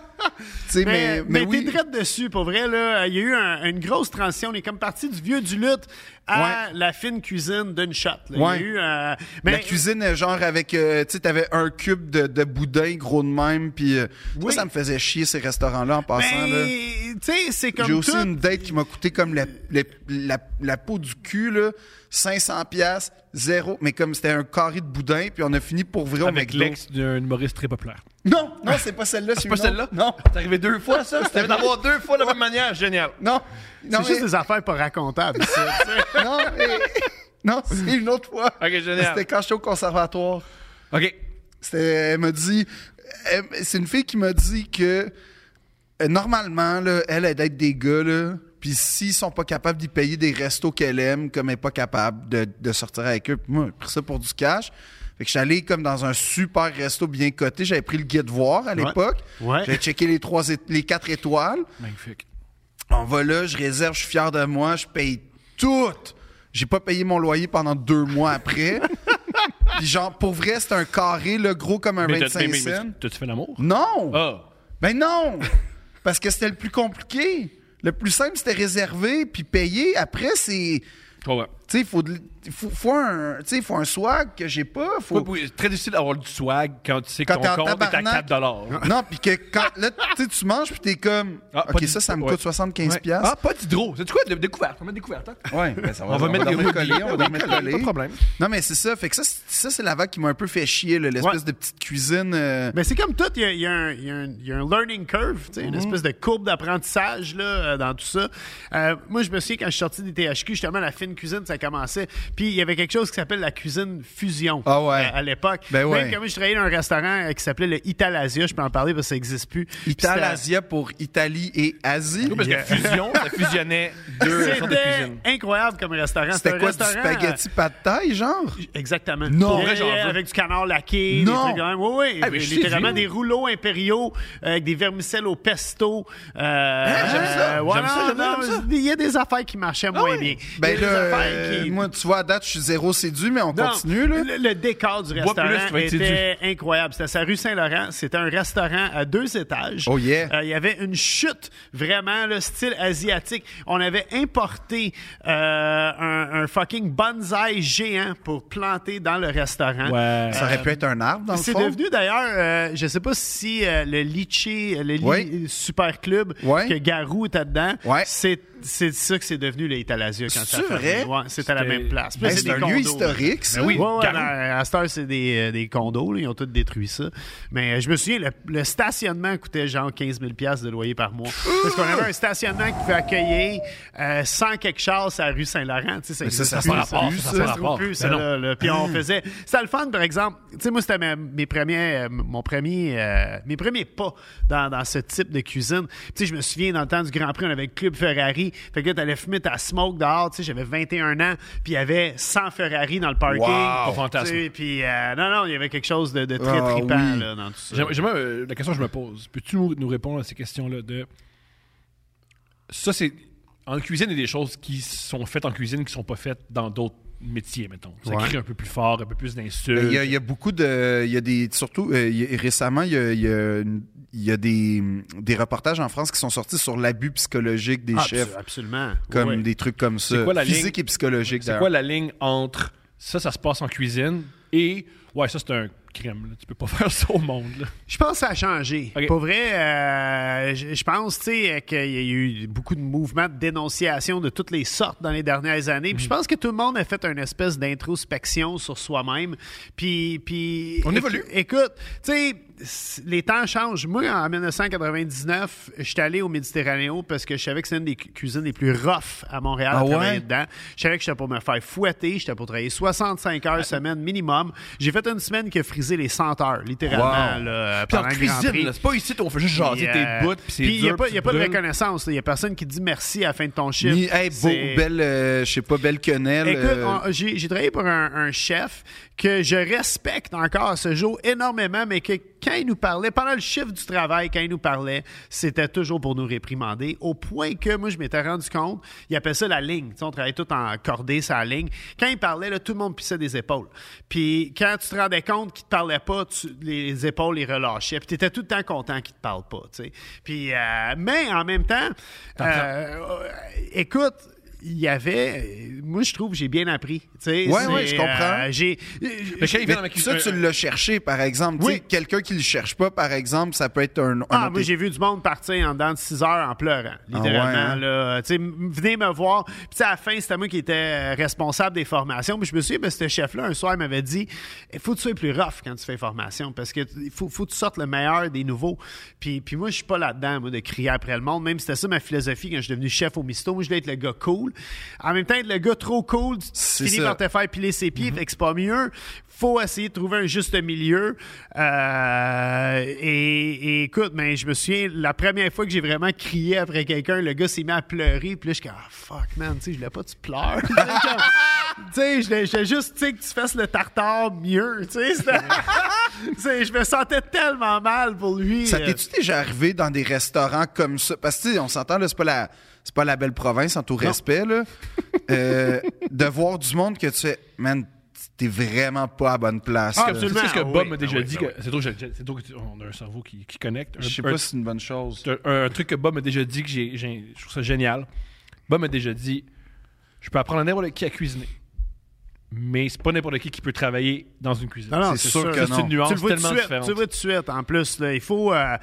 S1: sais,
S3: Mais,
S1: mais, mais
S3: mais
S1: oui.
S3: t'es drette dessus, pour vrai. Là, Euh, il y a eu un- une grosse transition. On est comme parti du vieux du lutte à la fine cuisine d'une shot. là. Il y a
S1: Ouais.
S3: eu, euh,
S1: La
S3: mais-
S1: cuisine, euh, genre avec, euh, tu sais, t'avais un cube de, de boudin gros de même, puis euh,
S3: Oui.
S1: ça, ça me faisait chier ces restaurants-là en passant. là.
S3: Mais, ben, tu sais, c'est comme
S1: J'ai aussi
S3: tout.
S1: une date qui m'a coûté comme la, la- la- la peau du cul, là, 500 pièces zéro, mais comme c'était un carré de boudin, puis on a fini pour vrai au
S2: Avec
S1: McDo.
S2: l'ex d'un humoriste très populaire.
S1: Non, non, c'est pas
S3: Ah,
S1: celle-là.
S2: C'est pas
S1: une
S2: celle-là?
S1: autre. Non,
S2: C'est arrivé deux fois, ça? C'était d'avoir deux fois de la même manière. Génial.
S1: non. non
S3: C'est juste
S1: mais-
S3: des affaires pas racontables. ça.
S1: Non, mais- non, c'est une autre fois.
S2: Ok, génial.
S1: C'était quand j'étais au conservatoire.
S2: OK.
S1: C'était- Elle m'a dit. elle- C'est une fille qui m'a dit que euh, normalement, là, elle aide d'être des gars, là, puis s'ils sont pas capables d'y payer des restos qu'elle aime, comme elle est pas capable de, de sortir avec eux, puis moi, j'ai pris ça pour du cash. Fait que j'allais comme dans un super resto bien coté. J'avais pris le guide voir à l'époque.
S3: Ouais.
S1: J'avais checké les, trois, é- les quatre étoiles.
S2: Magnifique.
S1: On va là, je réserve, je suis fier de moi, je paye tout. J'ai pas payé mon loyer pendant deux mois après. Puis genre, pour vrai, c'est un carré, le gros comme un
S2: Mais t'as-
S1: 25
S2: mais- mais-
S1: cents.
S2: mais t'as-tu fait l'amour?
S1: Non!
S2: Ah.
S1: Ben non! Parce que c'était le plus compliqué. Le plus simple, c'était réserver, puis payer. Après, c'est...
S2: Oh, ouais.
S1: Tu sais, il faut, de l- faut, faut un, tu sais, faut un swag que j'ai pas. Faut...
S2: Oui, oui, c'est très difficile d'avoir du swag quand tu sais que
S1: Quand t'es
S2: ton
S1: en
S2: compte est à
S1: tabarnak. Ah.
S2: 4
S1: Non, puis que quand là, tu sais, tu manges, puis t'es comme...
S2: Ah, pas
S1: OK,
S2: du-
S1: ça, ça me
S2: ouais.
S1: coûte 75
S2: Ouais.
S1: piastres.
S2: Ah, pas d'hydro. C'est quoi? De découverte. On met découverte. hein?
S1: Ouais, ben ça
S2: On va mettre des
S1: dormir
S2: roulis.
S1: collés, on va dormir
S2: collés,
S1: collés.
S2: pas de problème.
S1: Non, mais c'est ça. Fait que ça, c'est- ça c'est la vague qui m'a un peu fait chier, là, l'espèce
S3: Ouais.
S1: de petite cuisine. euh,
S3: Mais Ben, c'est comme tout, il y a, il y a un, il y a un- il y a un learning curve, tu sais,
S1: Mhm.
S3: une espèce de courbe d'apprentissage là, euh, dans tout ça. Euh, moi, je me souviens quand je suis sorti des THQ, justement, la fine cuisine, ça commençait. Puis il y avait quelque chose qui s'appelle la cuisine fusion
S1: Ah ouais.
S3: euh, à l'époque.
S1: Ben ouais.
S3: Même comme je travaillais dans un restaurant euh, qui s'appelait le Italasia, je peux en parler parce que ça n'existe plus. Puis c'était-
S1: Italasia pour Italie et Asie.
S2: Oui, parce que fusion, ça fusionnait deux sortes de
S3: C'était
S2: cuisine.
S3: incroyable comme restaurant.
S1: C'était
S3: un
S1: quoi, du
S3: restaurant,
S1: spaghetti pas de taille, genre?
S3: euh, Exactement.
S1: Non.
S3: Pour vrai, j'en veux. avec du canard laqué, des
S1: Non.
S3: trucs quand même. Oui, oui.
S2: Ah, mais je sais,
S3: littéralement
S2: j'ai-
S3: des rouleaux impériaux euh, avec des vermicelles au pesto. Euh,
S2: j'aime ça.
S3: euh, ouais,
S2: J'aime ça,
S3: non,
S2: j'aime ça,
S3: non,
S2: j'aime ça.
S3: Il y a des affaires qui marchaient moins
S2: oui.
S3: bien.
S1: Ben
S3: Il y a
S1: là,
S3: des
S1: euh,
S3: affaires qui.
S1: moi, tu vois, à date, je suis zéro séduit, mais on
S3: Non,
S1: continue, là.
S3: Le, le décor du restaurant
S2: plus, tu vas être
S3: était incroyable. C'était sa rue Saint-Laurent. C'était un restaurant à deux étages.
S1: Oh yeah.
S3: Euh, il y avait une chute vraiment le style asiatique. On avait importé euh, un, un fucking bonsaï géant pour planter dans le restaurant.
S2: Ouais.
S1: Ça aurait pu être un arbre, dans le
S3: C'est
S1: fond.
S3: devenu d'ailleurs, euh, je sais pas si euh, le Litchi, le Li-
S1: Ouais.
S3: Super Club,
S1: Ouais.
S3: que Garou était dedans,
S1: Ouais.
S3: c'est c'est ça que c'est devenu le Italasia quand ça a
S1: C'est vrai?
S3: fermé. Ouais, c'était à la
S2: C'était-
S3: même place.
S1: Ben,
S3: Puis
S1: c'est
S3: des
S1: un
S3: condos,
S1: lieu historique, ça.
S2: Ben oui.
S3: Ouais, ouais,
S2: Garou.
S3: dans- à cette heure, c'est des, euh, des condos. là, ils ont tous détruit ça. Mais euh, je me souviens, le, le stationnement coûtait genre 15 000 de loyer par mois. Parce qu'on avait un stationnement qui pouvait accueillir euh, 100 quelque chose à la rue Saint-Laurent. Tu sais,
S1: Mais ça,
S3: existe
S1: ça a
S3: plus,
S1: pas rapport,
S2: ça, ça a
S3: Ça
S2: pas
S3: se trouve
S2: rapport.
S3: plus,
S2: Ben
S3: ça,
S2: non.
S3: là, là. Puis on faisait... C'était le fun, par exemple. Tu sais, moi, c'était ma- mes, premiers, euh, mon premier, euh, mes premiers pas dans, dans ce type de cuisine. Tu sais, je me souviens, dans le temps du Grand Prix, on avait le Club Ferrari. Fait que là, t'allais fumer ta smoke dehors. Tu sais, j'avais 21 ans. Puis il y avait 100 Ferrari dans le parking.
S2: Wow.
S3: Tu
S2: Fantastique.
S3: sais, puis euh, non, non, il y avait quelque chose de, de très
S1: Ah,
S3: trippant
S1: oui.
S3: là, dans tout ça.
S2: J'aime- j'aime, euh, la question que je me pose, peux-tu nous, nous répondre à ces questions-là de. Ça, c'est. En cuisine, il y a des choses qui sont faites en cuisine qui sont pas faites dans d'autres métiers, mettons. Ça
S3: Ouais.
S2: crée un peu plus fort, un peu plus d'insultes.
S3: Ben
S1: Il y, a, il y a beaucoup de. Il y a des. Surtout, euh, il y a- récemment, il y a, il y a une- il y a des, des reportages en France qui sont sortis sur l'abus psychologique des
S3: Ah,
S1: chefs.
S3: abso- Absolument.
S1: Comme
S3: Ouais.
S1: des trucs comme ça.
S2: quoi la
S1: Physique et
S2: ligne?
S1: psychologique,
S2: C'est
S1: d'ailleurs.
S2: quoi la ligne entre ça, ça se passe en cuisine et ouais, ça c'est un crime. là. Tu peux pas faire ça au monde. là.
S3: Je pense que ça a changé.
S2: Ok.
S3: Pour vrai, euh, je je pense tu sais, qu'il y a eu beaucoup de mouvements de dénonciation de toutes les sortes dans les dernières années. Puis je
S2: Mhm.
S3: pense que tout le monde a fait une espèce d'introspection sur soi-même. Puis, puis
S2: On évolue.
S3: Écoute, tu sais, c- les temps changent. Moi, en 1999, j'étais allé au Méditerranéo parce que je savais que c'est une des cu- cuisines les plus rough à Montréal à
S1: Ah ouais?
S2: Ah.
S3: travailler dedans. Je savais que j'étais pour me faire fouetter, j'étais pour travailler 65 heures semaine minimum. J'ai fait fait une semaine qu'il a frisé les 100 heures, littéralement.
S2: Wow.
S3: là,
S2: Puis en
S3: pendant le Grand
S2: cuisine,
S3: Prix.
S2: là, c'est pas ici on fait juste jaser
S3: Puis, euh,
S2: tes bouts, puis c'est
S3: Puis il n'y a
S2: dur,
S3: pas,
S2: puis
S3: il y a
S2: tu
S3: pas de
S2: brûles.
S3: reconnaissance. là. Il n'y a personne qui dit merci à la fin de ton chiffre.
S1: Ni, hey, beau,
S2: ben,
S3: C'est-
S1: belle, euh, je sais pas, belle quenelle.
S3: Écoute,
S1: euh,
S3: on- j'ai j'ai travaillé pour un, un chef que je respecte encore à ce jour énormément, mais que quand il nous parlait, pendant le chiffre du travail, quand il nous parlait, c'était toujours pour nous réprimander, au point que moi, je m'étais rendu compte, il appelait ça la ligne. Tu sais, on travaillait tout en cordée, sa ligne. Quand il parlait, là, tout le monde pissait des épaules. Puis quand tu te rendais compte qu'il te parlait pas, tu- les épaules les relâchaient. Puis tu étais tout le temps content qu'il te parle pas. tu sais. Puis, euh, mais en même temps, euh, euh, écoute, il y avait. euh, Moi, je trouve que j'ai bien appris. tu sais,
S1: Ouais,
S3: c'est,
S1: ouais, je comprends.
S3: euh, j'ai.
S2: Mais euh, quand il
S1: mais
S2: vient avec
S1: ça,
S2: un-
S1: tu l'as cherché, par exemple. Tu
S3: Oui.
S1: sais, Quelqu'un qui le cherche pas, par exemple, ça peut être un. un
S3: Ah,
S1: autre
S3: moi, j'ai vu du monde partir en dedans de 6 heures en pleurant, littéralement.
S1: ouais, hein?
S3: là. Tu sais, m- venez me voir. Puis, tu sais, à la fin, c'était moi qui étais euh, responsable des formations. Puis, je me suis dit, ben, ce chef-là, un soir, il m'avait dit il faut que tu sois plus rough quand tu fais formation parce que tu- il faut, faut que tu sortes le meilleur des nouveaux. Puis, puis moi, je suis pas là-dedans, moi, de crier après le monde. Même c'était ça ma philosophie quand je suis devenu chef au Misto. Moi, je voulais être le gars cool. En même temps, être le gars trop cool, tu
S1: C'est
S3: finis
S1: ça. Mm-hmm.
S3: par te te faire piler ses pieds, fait que c'est pas mieux. Faut essayer de trouver un juste milieu. Euh, et, et écoute, mais je me souviens, la première fois que j'ai vraiment crié après quelqu'un, le gars s'est mis à pleurer. Puis là, je suis comme, Ah, fuck, man, tu sais, je voulais pas que tu pleures. Tu sais, comme, tu sais, je voulais- je voulais juste tu sais, que tu fasses le tartare mieux. Tu sais, c'était- Tu sais, je me sentais tellement mal pour lui. euh.
S1: Ça t'es-tu déjà arrivé dans des restaurants comme ça? Parce que, tu sais, on s'entend, là, c'est pas la, c'est pas la belle province, en tout respect, là. Euh, de voir du monde que tu fais, man, t'es vraiment pas à bonne place.
S2: Ah,
S1: là.
S2: absolument. C'est ce que
S3: Ah,
S2: Bob
S3: oui,
S2: m'a
S3: ah,
S2: déjà
S3: oui,
S2: dit.
S3: ah,
S2: que
S3: oui.
S2: C'est drôle, que j'ai- c'est drôle que tu- on a un cerveau qui, qui connecte. Un-
S1: Je sais
S2: un-
S1: pas si c'est une bonne chose.
S2: C'est Euh, un, un truc que Bob m'a déjà dit que j'ai, j'ai- je trouve ça génial. Bob m'a déjà dit je peux apprendre à n'importe qui à cuisiner, mais c'est pas n'importe qui qui peut travailler dans une cuisine.
S3: Non, non,
S1: C'est sûr que
S2: Ça, c'est
S1: non.
S2: une nuance
S3: Tu le vois tout de
S2: tellement
S3: suite.
S2: différente.
S3: Tu le vois tout de suite. En plus, là, il faut, euh,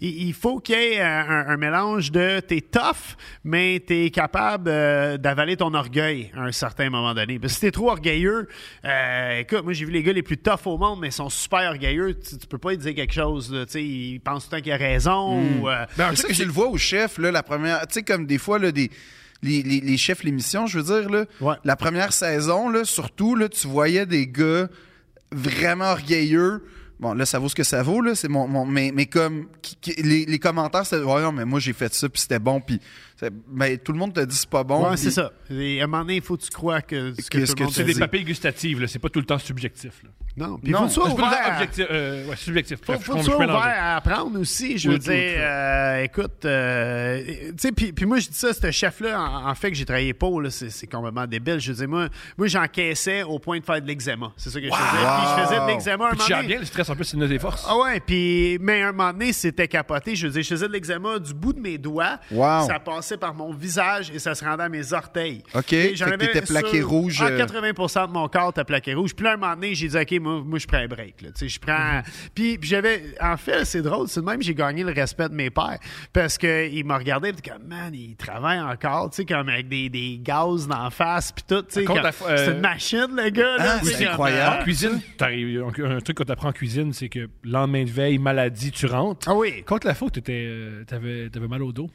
S3: il, il faut qu'il y ait euh, un, un mélange de t'es tough, mais t'es capable euh, d'avaler ton orgueil à un certain moment donné. Parce que si t'es trop orgueilleux, euh, écoute, moi j'ai vu les gars les plus tough au monde, mais ils sont super orgueilleux. Tu, tu peux pas lui dire quelque chose. là. Tu sais, ils pensent tout le temps qu'il a raison.
S1: Hmm.
S3: ou, euh,
S1: Mais ça, tu le vois au chef, là, la première. Tu sais, comme des fois, là, des. Les, les, les chefs l'émission, je veux dire, là,
S3: Ouais.
S1: la première saison, là, surtout, là, tu voyais des gars vraiment orgueilleux. Bon, là, ça vaut ce que ça vaut, là, c'est mon, mon- mais, mais comme qui- qui- les, les commentaires, c'était voyons, mais moi j'ai fait ça, puis c'était bon, puis c'est- ben, tout le monde te dit c'est pas bon.
S3: ouais,
S1: puis-
S3: c'est ça. Et à un moment donné, il faut que tu crois que ce que,
S1: Qu'est-ce
S3: tout le monde
S1: que
S2: C'est
S1: tu
S2: des
S3: te dit.
S1: dis?
S2: papilles gustatives, là, c'est pas tout le temps subjectif. là.
S3: Non, puis
S1: Non.
S3: faut que tu sois
S2: Je peux
S3: ouvert
S2: dire
S3: à-
S2: objectif, euh, ouais, subjectif.
S3: faut,
S2: Bref,
S3: faut
S2: je
S3: que tu
S2: mélange.
S3: sois ouvert à apprendre aussi. Je
S2: Oui,
S3: veux
S2: oui,
S3: dire,
S2: oui.
S3: euh, écoute, euh, tu sais, puis, puis moi, je dis ça, ce chef-là, en, en fait, que j'ai travaillé pour, là, c'est, c'est complètement débile. Je veux dire, moi, moi j'encaissais au point de faire de l'eczéma. C'est ça que je faisais. Puis je faisais de l'eczéma un
S2: Puis
S3: moment
S2: tu gères
S3: donné.
S2: bien le stress, en plus, c'est une de tes forces.
S3: Ah ouais, puis mais un moment donné, c'était capoté. Je veux dire, je faisais de l'eczéma du bout de mes doigts.
S1: Wow.
S3: Ça passait par mon visage et ça se rendait à mes orteils.
S1: OK,
S3: Et
S1: fait que t'étais plaqué
S3: sur-
S1: rouge,
S3: ah,
S1: euh.
S3: 80 de mon corps était plaqué rouge. Puis là, un moment donné, j'ai dit, OK, moi, moi, je prends un break. Là. Tu sais, Je
S1: Mhm.
S3: prends... Puis, puis j'avais... En fait, c'est drôle. C'est de même que j'ai gagné le respect de mes pères parce qu'ils me regardaient et comme, man, il travaille encore, tu sais, comme avec des, des gaz d'en face puis tout. tu sais,
S2: Contre
S3: comme-
S2: la fois, euh,
S3: C'est une machine, le gars. là,
S1: Ah,
S3: tu sais,
S1: c'est
S3: comme,
S1: incroyable.
S3: euh,
S2: En cuisine, t'arrives- un un truc qu'on t'apprend en cuisine, c'est que lendemain de veille, maladie, tu rentres.
S3: Ah oui.
S2: Contre la fois que t'étais, euh, t'avais, t'avais mal au dos.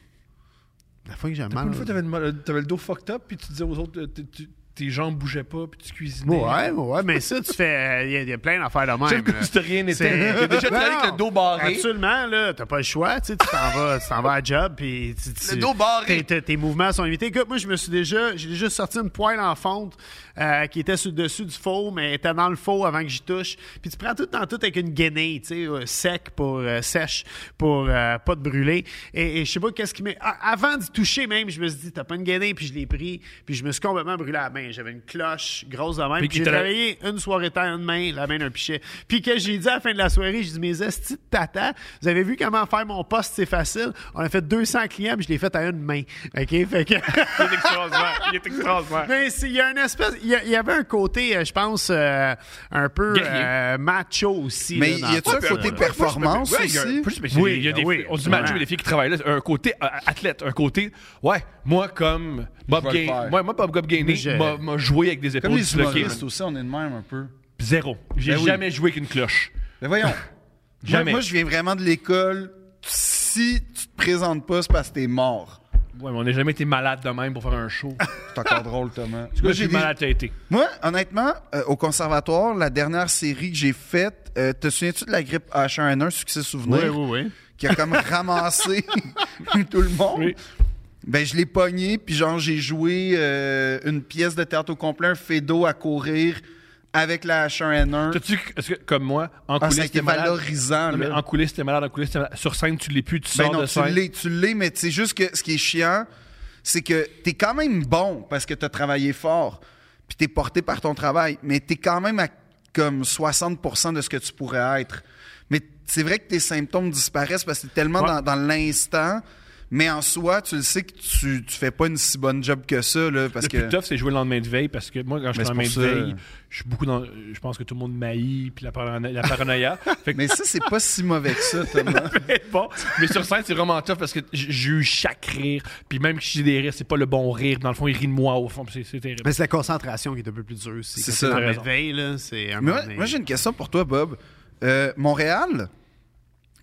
S3: La fois que j'ai mal.
S2: Une fois, t'avais, le mal- t'avais le dos fucked up, puis tu disais aux autres, euh, t- tu- tes jambes bougeaient pas, puis tu cuisinais.
S3: Ouais, ouais, mais ça, tu fais. euh, Il y, a- il y a plein d'affaires de même.
S2: J'aime que
S3: là.
S2: tu te rien
S3: C'est-
S2: n'était. J'ai déjà
S3: Ben
S2: travaillé avec
S3: non.
S2: le dos barré.
S3: Absolument, là. T'as pas le choix. Tu sais, tu t'en vas, tu t'en vas à job, puis tu- tu-
S1: Le dos barré.
S3: Tes, tes- tes mouvements sont limités. Écoute, moi, je me suis déjà. J'ai déjà sorti une poêle en fonte euh, qui était sur le dessus du faux, mais elle était dans le faux avant que j'y touche. Puis tu prends tout dans tout avec une guenille, tu sais, euh, sec pour. euh, sèche pour euh, pas te brûler. Et, et je sais pas qu'est-ce qui m'est. a- Avant d'y toucher, même, je me suis dit, t'as pas une guenille, puis je l'ai pris, puis je me suis complètement brûlé à la main. J'avais une cloche grosse de même.
S2: Puis
S3: Puis
S2: qui
S3: j'ai
S2: te l'a-
S3: travaillé travaillé une soirée temps, une main, la main d'un pichet. Puis que j'ai dit à la fin de la soirée, j'ai dit, mes estis de tata, vous avez vu comment faire mon poste, c'est facile. On a fait 200 clients, puis je l'ai fait à une main. OK? Fait que...
S2: Il est extraordinaire. Il est extraordinaire.
S3: Mais c'est- il y a une espèce... Il y, a- il y avait un côté, euh, je pense, euh, un peu
S2: Guerrier.
S3: euh, macho aussi.
S1: Mais
S3: là,
S1: y
S3: dans
S1: a-tu un
S3: tout ça,
S1: côté
S3: là.
S1: performance
S2: Ouais, il y a-
S1: aussi?
S2: plus, mais c'est-
S3: Oui,
S2: il y a des,
S3: oui,
S2: on dit
S3: vraiment.
S2: macho, il y a des filles qui travaillent là. Un côté euh, athlète, un côté, ouais, moi comme Bob
S1: Je vais le
S2: Gain,
S1: faire.
S2: moi, moi Bob Bob Gainey
S3: Je-
S2: m'a m'a joué avec des
S1: Comme
S2: épaules
S1: les
S2: disloquées.
S1: humoristes aussi, on est de même un peu.
S2: Zéro. J'ai
S1: Ben oui.
S2: jamais joué avec une cloche.
S1: Mais voyons. Moi-
S2: Jamais.
S1: Moi, je viens vraiment de l'école. Si tu te présentes pas, c'est parce que t'es mort.
S2: Ouais, mais on n'a jamais été malade de même pour faire un show.
S1: C'est encore drôle, Thomas.
S2: Moi,
S1: Moi,
S2: Ah, j'ai
S1: j'ai
S2: malade t'as été.
S1: des- Moi, honnêtement, euh, au conservatoire, la dernière série que j'ai faite, euh, te souviens-tu de la grippe H1N1, succès souvenir?
S3: oui.
S1: qui a comme ramassé tout le monde.
S2: Oui.
S1: Ben, je l'ai pogné, puis genre, j'ai joué euh, une pièce de théâtre au complet, un fédo à courir avec la H1N1.
S2: T'as-tu, est-ce que, comme moi,
S1: Ah,
S2: en
S1: ça a
S2: coulisses,
S1: été
S2: t'es malade?
S1: valorisant,
S2: Non, mais
S1: là.
S2: en coulisses, t'es malade, en coulisses, t'es malade. Sur scène, tu l'es plus, tu
S1: Ben
S2: sors
S1: non,
S2: de
S1: tu
S2: scène.
S1: l'es, tu l'es, mais c'est juste que ce qui est chiant, c'est que t'es quand même bon parce que t'as travaillé fort, puis t'es porté par ton travail, mais t'es quand même à comme 60% de ce que tu pourrais être. Mais c'est vrai que tes symptômes disparaissent parce que t'es tellement
S2: Ouais.
S1: dans, dans l'instant, mais en soi, tu le sais que tu, tu fais pas une si bonne job que ça, là, parce
S2: le
S1: que...
S2: plus tough, c'est jouer le lendemain de veille parce que moi, quand je
S1: Mais
S2: suis en main de
S1: c'est pour ça.
S2: veille, je suis beaucoup dans. Je pense que tout le monde maillit puis la, parano- la paranoïa. fait que, ben,
S1: Mais ça, c'est pas si mauvais que ça, Thomas.
S2: bon, mais sur scène, c'est vraiment tough parce que j- j'ai eu chaque rire. Puis même si j'ai des rires, c'est pas le bon rire. Dans le fond, il rit de moi au fond. puis C'est c'est terrible.
S3: Mais c'est la concentration qui est un peu plus dure aussi.
S1: C'est
S3: Quand
S1: ça.
S3: t'es dans
S2: T'as
S3: la
S2: raison.
S3: veille, là, c'est
S1: Mais
S3: un moment
S1: moi,
S3: donné.
S1: moi, j'ai une question pour toi, Bob. Euh, Montréal,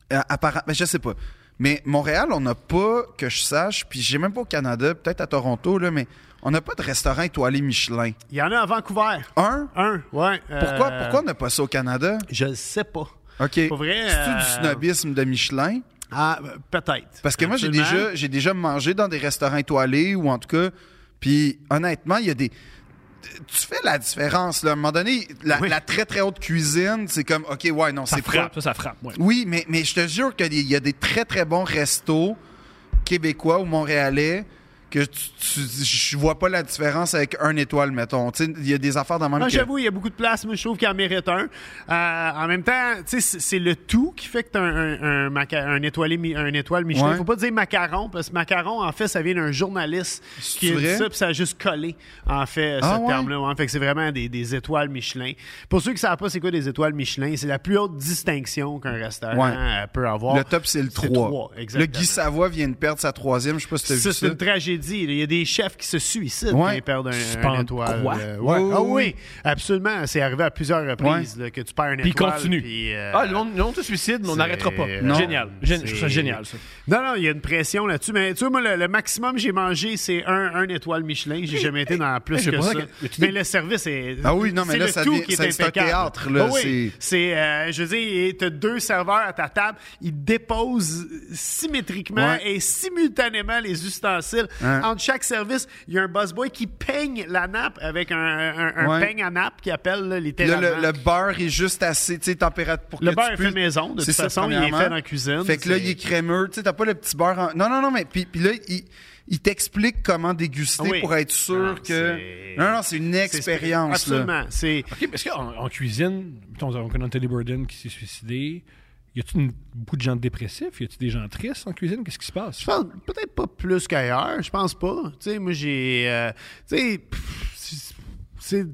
S1: apparemment, je sais pas. Mais Montréal, on n'a pas, que je sache, puis j'ai même pas au Canada, peut-être à Toronto, là, mais on n'a pas de restaurant étoilé Michelin.
S3: Il y en a à Vancouver.
S1: Un?
S3: Un, ouais.
S1: Pourquoi,
S3: euh,
S1: pourquoi on n'a pas ça au Canada?
S3: Je le sais pas.
S1: OK.
S3: Pour vrai,
S1: C'est-tu
S3: euh,
S1: du snobisme de Michelin?
S3: Ah, euh, peut-être.
S1: Parce que moi, j'ai
S3: Absolument.
S1: déjà, j'ai déjà mangé dans des restaurants étoilés ou en tout cas. Puis honnêtement, il y a des. Tu fais la différence, là. À un moment donné, la,
S3: Oui.
S1: la très très haute cuisine, c'est comme, OK, ouais, non,
S2: Ça
S1: c'est propre.
S2: frappe, ça, ça frappe. ouais.
S1: Oui, mais, mais je te jure qu'il y a des très, très bons restos québécois ou montréalais que tu, tu- je vois pas la différence avec un étoile, mettons. Tu sais, il y a des affaires dans le même
S3: Moi,
S1: que-
S3: Ah, j'avoue, il y a beaucoup de places, mais je trouve qu'il en mérite un. Euh, en même temps, tu sais, c'est c'est le tout qui fait que t'as un, un, un, maca- un étoilé, mi- un étoile Michelin.
S1: Ouais.
S3: Faut pas dire macaron, parce que macaron, en fait, ça vient d'un journaliste qui a dit
S1: vrai?
S3: ça, puis ça a juste collé, en fait,
S1: Ah,
S3: ce
S1: ouais?
S3: terme-là. ouais. Fait que c'est vraiment des, des étoiles Michelin. Pour ceux qui savent pas c'est quoi des étoiles Michelin, c'est la plus haute distinction qu'un restaurant
S1: Ouais.
S3: euh, peut avoir.
S1: Le top, c'est le 3.
S3: trois,
S1: le
S3: exactement.
S1: Guy Savoie vient de perdre sa troisième. Je sais pas si t'as vu
S3: Ça,
S1: ça.
S3: c'est une tragédie. là. Il y a des chefs qui se suicident
S1: Ouais.
S3: quand ils perdent un,
S2: Tu
S3: un
S2: penses
S3: étoile.
S2: quoi?
S3: Euh, ouais.
S1: Oui,
S3: Ah
S1: oui,
S3: oui, absolument. C'est arrivé à plusieurs reprises là, que tu perds un
S2: Puis
S3: étoile.
S2: il continue.
S3: puis, euh,
S2: Ah, le monde, le monde se suicide, mais on
S3: c'est-
S2: n'arrêtera pas.
S3: euh,
S2: Génial. Gé- Je trouve ça
S3: c'est-
S2: génial, ça.
S3: Non, non, il y a une pression là-dessus. Mais tu vois, moi, le, le maximum que j'ai mangé, c'est un, un étoile Michelin. J'ai jamais été dans plus
S2: hey, j'ai
S3: que
S2: pas
S3: ça.
S2: ça que- tu dis-
S3: Mais le service est.
S1: Ah oui, non, mais
S3: c'est
S1: là,
S3: le
S1: ça
S3: tout
S1: devient-
S3: qui est
S1: ça- c'est un
S3: impeccable.
S1: théâtre, là,
S3: Ah
S1: c'est-
S3: oui. C'est, euh, je veux dire, tu as deux serveurs à ta table. Ils déposent symétriquement
S1: Ouais.
S3: et simultanément les ustensiles.
S1: Hein.
S3: Entre chaque service, il y a un busboy qui peigne la nappe avec un, un, un
S1: Ouais.
S3: peigne à nappe qui appelle là,
S1: Là,
S3: littéralement.
S1: le, le beurre est juste assez, tu sais, température pour
S3: Le
S1: que
S3: beurre
S1: tu
S3: est
S1: puisses-
S3: fait maison, de toute
S1: C'est ça,
S3: façon, il est fait
S1: premièrement.
S3: dans la cuisine,
S1: Fait que là,
S3: c'est-
S1: il est crémeux, tu sais, t'as pas le petit beurre. en- Non, non, non, mais puis, puis là, il, il t'explique comment déguster
S3: Ah oui.
S1: pour être sûr
S3: Non,
S1: que.
S3: c'est-
S1: Non, non, c'est une
S3: C'est-
S1: expérience, là.
S3: Absolument. C'est.
S2: OK, parce qu'en en cuisine, mettons, on connaît Anthony Burden qui s'est suicidé. Y a-tu une- beaucoup de gens dépressifs? Y a-tu des gens tristes en cuisine? Qu'est-ce qui se passe?
S3: Je pense peut-être pas plus qu'ailleurs, je pense pas. Tu sais, moi j'ai euh, tu sais pff, c'est- c'est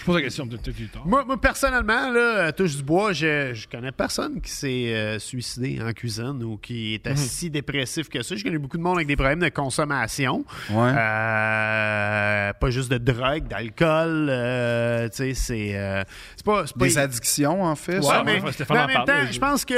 S2: Je pose la question, peut-être que j'ai tort.
S3: moi, moi, personnellement là, à touche du bois, je, je connais personne qui s'est euh, suicidé en cuisine ou qui
S1: Hmm.
S3: était si dépressif que ça. Je connais beaucoup de monde avec des problèmes de consommation.
S1: Ouais.
S3: Euh, pas juste de drogue, d'alcool, euh, tu sais c'est euh, c'est pas c'est pas
S1: Des addictions, en fait.
S2: Ouais,
S1: ça.
S3: ça, mais,
S2: ouais, Stéphane
S3: mais
S2: en
S3: en même
S2: parle,
S3: temps,
S2: là, je-
S3: je pense que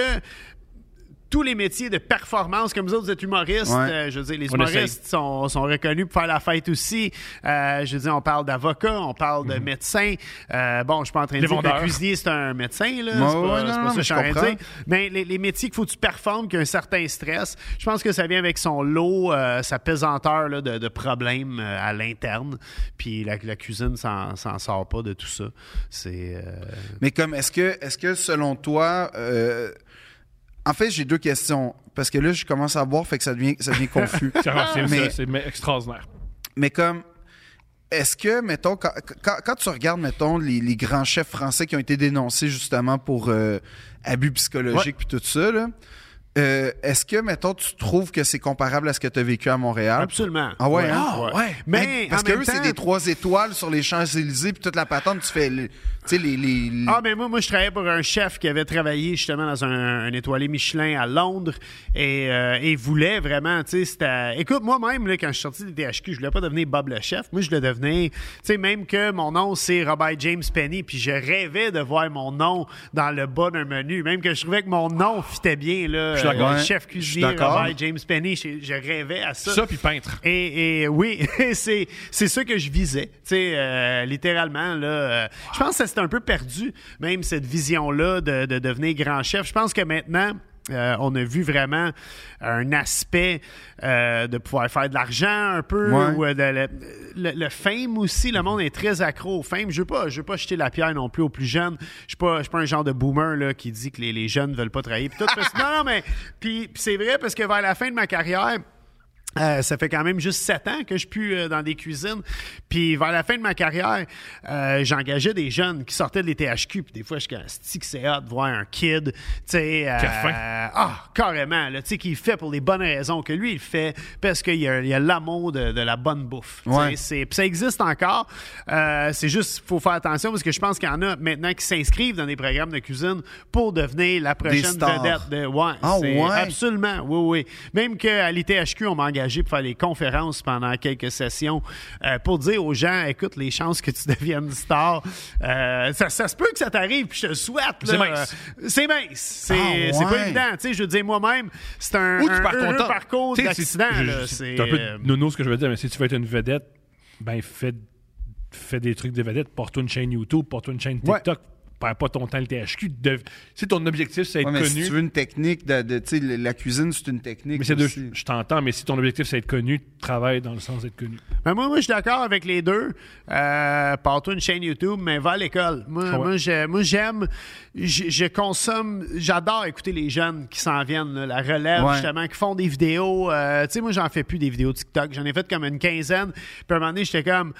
S3: tous les métiers de performance, comme vous autres, vous êtes humoristes.
S1: Ouais.
S3: euh, je veux dire, les
S2: On
S3: humoristes sont, sont reconnus pour faire la fête aussi. Euh, je veux dire, on parle d'avocats, on parle
S1: Mhm.
S3: de médecins. Euh, bon, je suis pas en train de
S2: Les
S3: dire que
S2: vendeurs.
S3: le cuisinier, c'est un médecin.
S1: Ouais,
S3: Là. c'est
S1: ouais,
S3: pas,
S1: non, non,
S3: c'est pas ça que
S1: mais
S3: je suis
S1: je
S3: en train de
S1: comprends.
S3: dire. Mais les, les métiers qu'il faut que tu performes, qu'il y a un certain stress, je pense que ça vient avec son lot, euh, sa pesanteur là, de, de problèmes euh, à l'interne. Puis la, la cuisine s'en s'en sort pas de tout ça. C'est... euh,
S1: Mais comme, est-ce que, est-ce que selon toi, euh, en fait, j'ai deux questions. Parce que là, je commence à boire, fait que ça devient, ça devient confus.
S2: C'est- c'est-
S1: Mais-
S2: C'est c'est extraordinaire.
S1: Mais comme, est-ce que, mettons, quand, quand- quand tu regardes, mettons, les, les grands chefs français qui ont été dénoncés justement pour euh, abus psychologiques puis tout ça, là, euh, est-ce que, mettons, tu trouves que c'est comparable à ce que tu as vécu à Montréal?
S3: Absolument.
S1: Ah ouais, hein?
S3: Ah
S1: Mais
S3: Mais
S1: parce
S3: en
S1: que
S3: même
S1: eux, c'est
S3: temps-
S1: des trois étoiles sur les Champs-Élysées puis toute la patente, tu fais, le- tu sais, les, les, les-
S3: Ah, mais moi, moi, je travaillais pour un chef qui avait travaillé justement dans un, un étoilé Michelin à Londres et, euh, et voulait vraiment, tu sais, c'était- Écoute, moi-même, là, quand je suis sorti des THQ, je voulais pas devenir Bob le chef. Moi, je voulais devenir... Tu sais, même que mon nom, c'est Robert James Penny, puis je rêvais de voir mon nom dans le bas d'un menu, même que je trouvais que mon nom fitait bien, là.
S2: suis d'accord.
S3: euh,
S1: Ouais,
S3: chef
S1: je suis
S3: cuisinier,
S1: d'accord.
S3: Robert James Penny. Je, je rêvais à ça.
S2: Ça, puis peintre.
S3: Et, et oui, c'est c'est ça que je visais, tu sais, euh, littéralement là. euh, je pense que c'était un peu perdu, même cette vision là de, de devenir grand chef. Je pense que maintenant. euh, on a vu vraiment un aspect euh, de pouvoir faire de l'argent un peu,
S1: Ouais.
S3: ou euh, de le, le- le fame aussi. Le monde est très accro au fame. Je ne veux, pas- je veux pas jeter la pierre non plus aux plus jeunes. Je ne suis pas un genre de boomer là, qui dit que les, les jeunes ne veulent pas travailler. puis tout, parce- non, non, mais puis- puis c'est vrai parce que vers la fin de ma carrière, euh, ça fait quand même juste sept ans que je pue euh, dans des cuisines. Puis vers la fin de ma carrière, euh, j'engageais des jeunes qui sortaient de les THQ. Puis des fois, je suis comme, Asti que c'est hot de voir un kid, tu sais, euh,
S2: Qui a faim.
S3: ah, carrément, là, tu sais, qui fait pour les bonnes raisons que lui, il fait parce qu'il y a, il y a l'amour de, de la bonne bouffe. Tu sais,
S1: Ouais.
S3: c'est- puis ça existe encore. Euh, c'est juste, faut faire attention parce que je pense qu'il y en a maintenant qui s'inscrivent dans des programmes de cuisine pour devenir la prochaine
S1: stars.
S3: vedette de, ouais,
S1: Ah,
S3: c'est
S1: ouais?
S3: absolu- Absolument, oui, oui. Même qu'à l'ITHQ, on m'a engagé pour faire des conférences pendant quelques sessions euh, pour dire aux gens, écoute, les chances que tu deviennes star, euh, ça, ça se peut que ça t'arrive, puis je te le souhaite.
S2: C'est
S3: là.
S2: mince.
S3: Euh, C'est mince. C'est
S1: Ah,
S3: c'est pas
S1: ouais.
S3: évident. Tu sais, je veux dire, moi-même, c'est un,
S2: Ou tu
S3: un
S2: pars ton
S3: heureux
S2: temps.
S3: parcours
S2: Tu sais,
S3: d'accident.
S1: Ah,
S2: c'est- je-
S3: là.
S2: C'est
S3: C'est,
S2: un peu
S3: euh,
S2: nono ce que je veux dire, mais si tu veux être une vedette, ben fais, fais des trucs de vedette. Porte-toi une chaîne YouTube, porte-toi une chaîne TikTok. Perds pas ton temps le THQ. Dev- Si ton objectif, c'est être
S1: Ouais, mais si
S2: connu.
S1: tu veux une technique, de, de- tu sais, la cuisine, c'est une technique.
S2: Mais c'est deux.
S1: aussi.
S2: Je t'entends, mais si ton objectif, c'est être connu, travaille dans le sens d'être connu.
S3: Ben, moi, moi, je suis d'accord avec les deux. Euh, Pars-toi une chaîne YouTube, mais va à l'école. Moi,
S2: Ouais.
S3: moi, je- moi, j'aime, je, je consomme, j'adore écouter les jeunes qui s'en viennent, là, la relève,
S1: Ouais.
S3: justement, qui font des vidéos. Euh, tu sais, moi, j'en fais plus des vidéos TikTok. J'en ai fait comme une quinzaine. Puis à un moment donné, j'étais comme.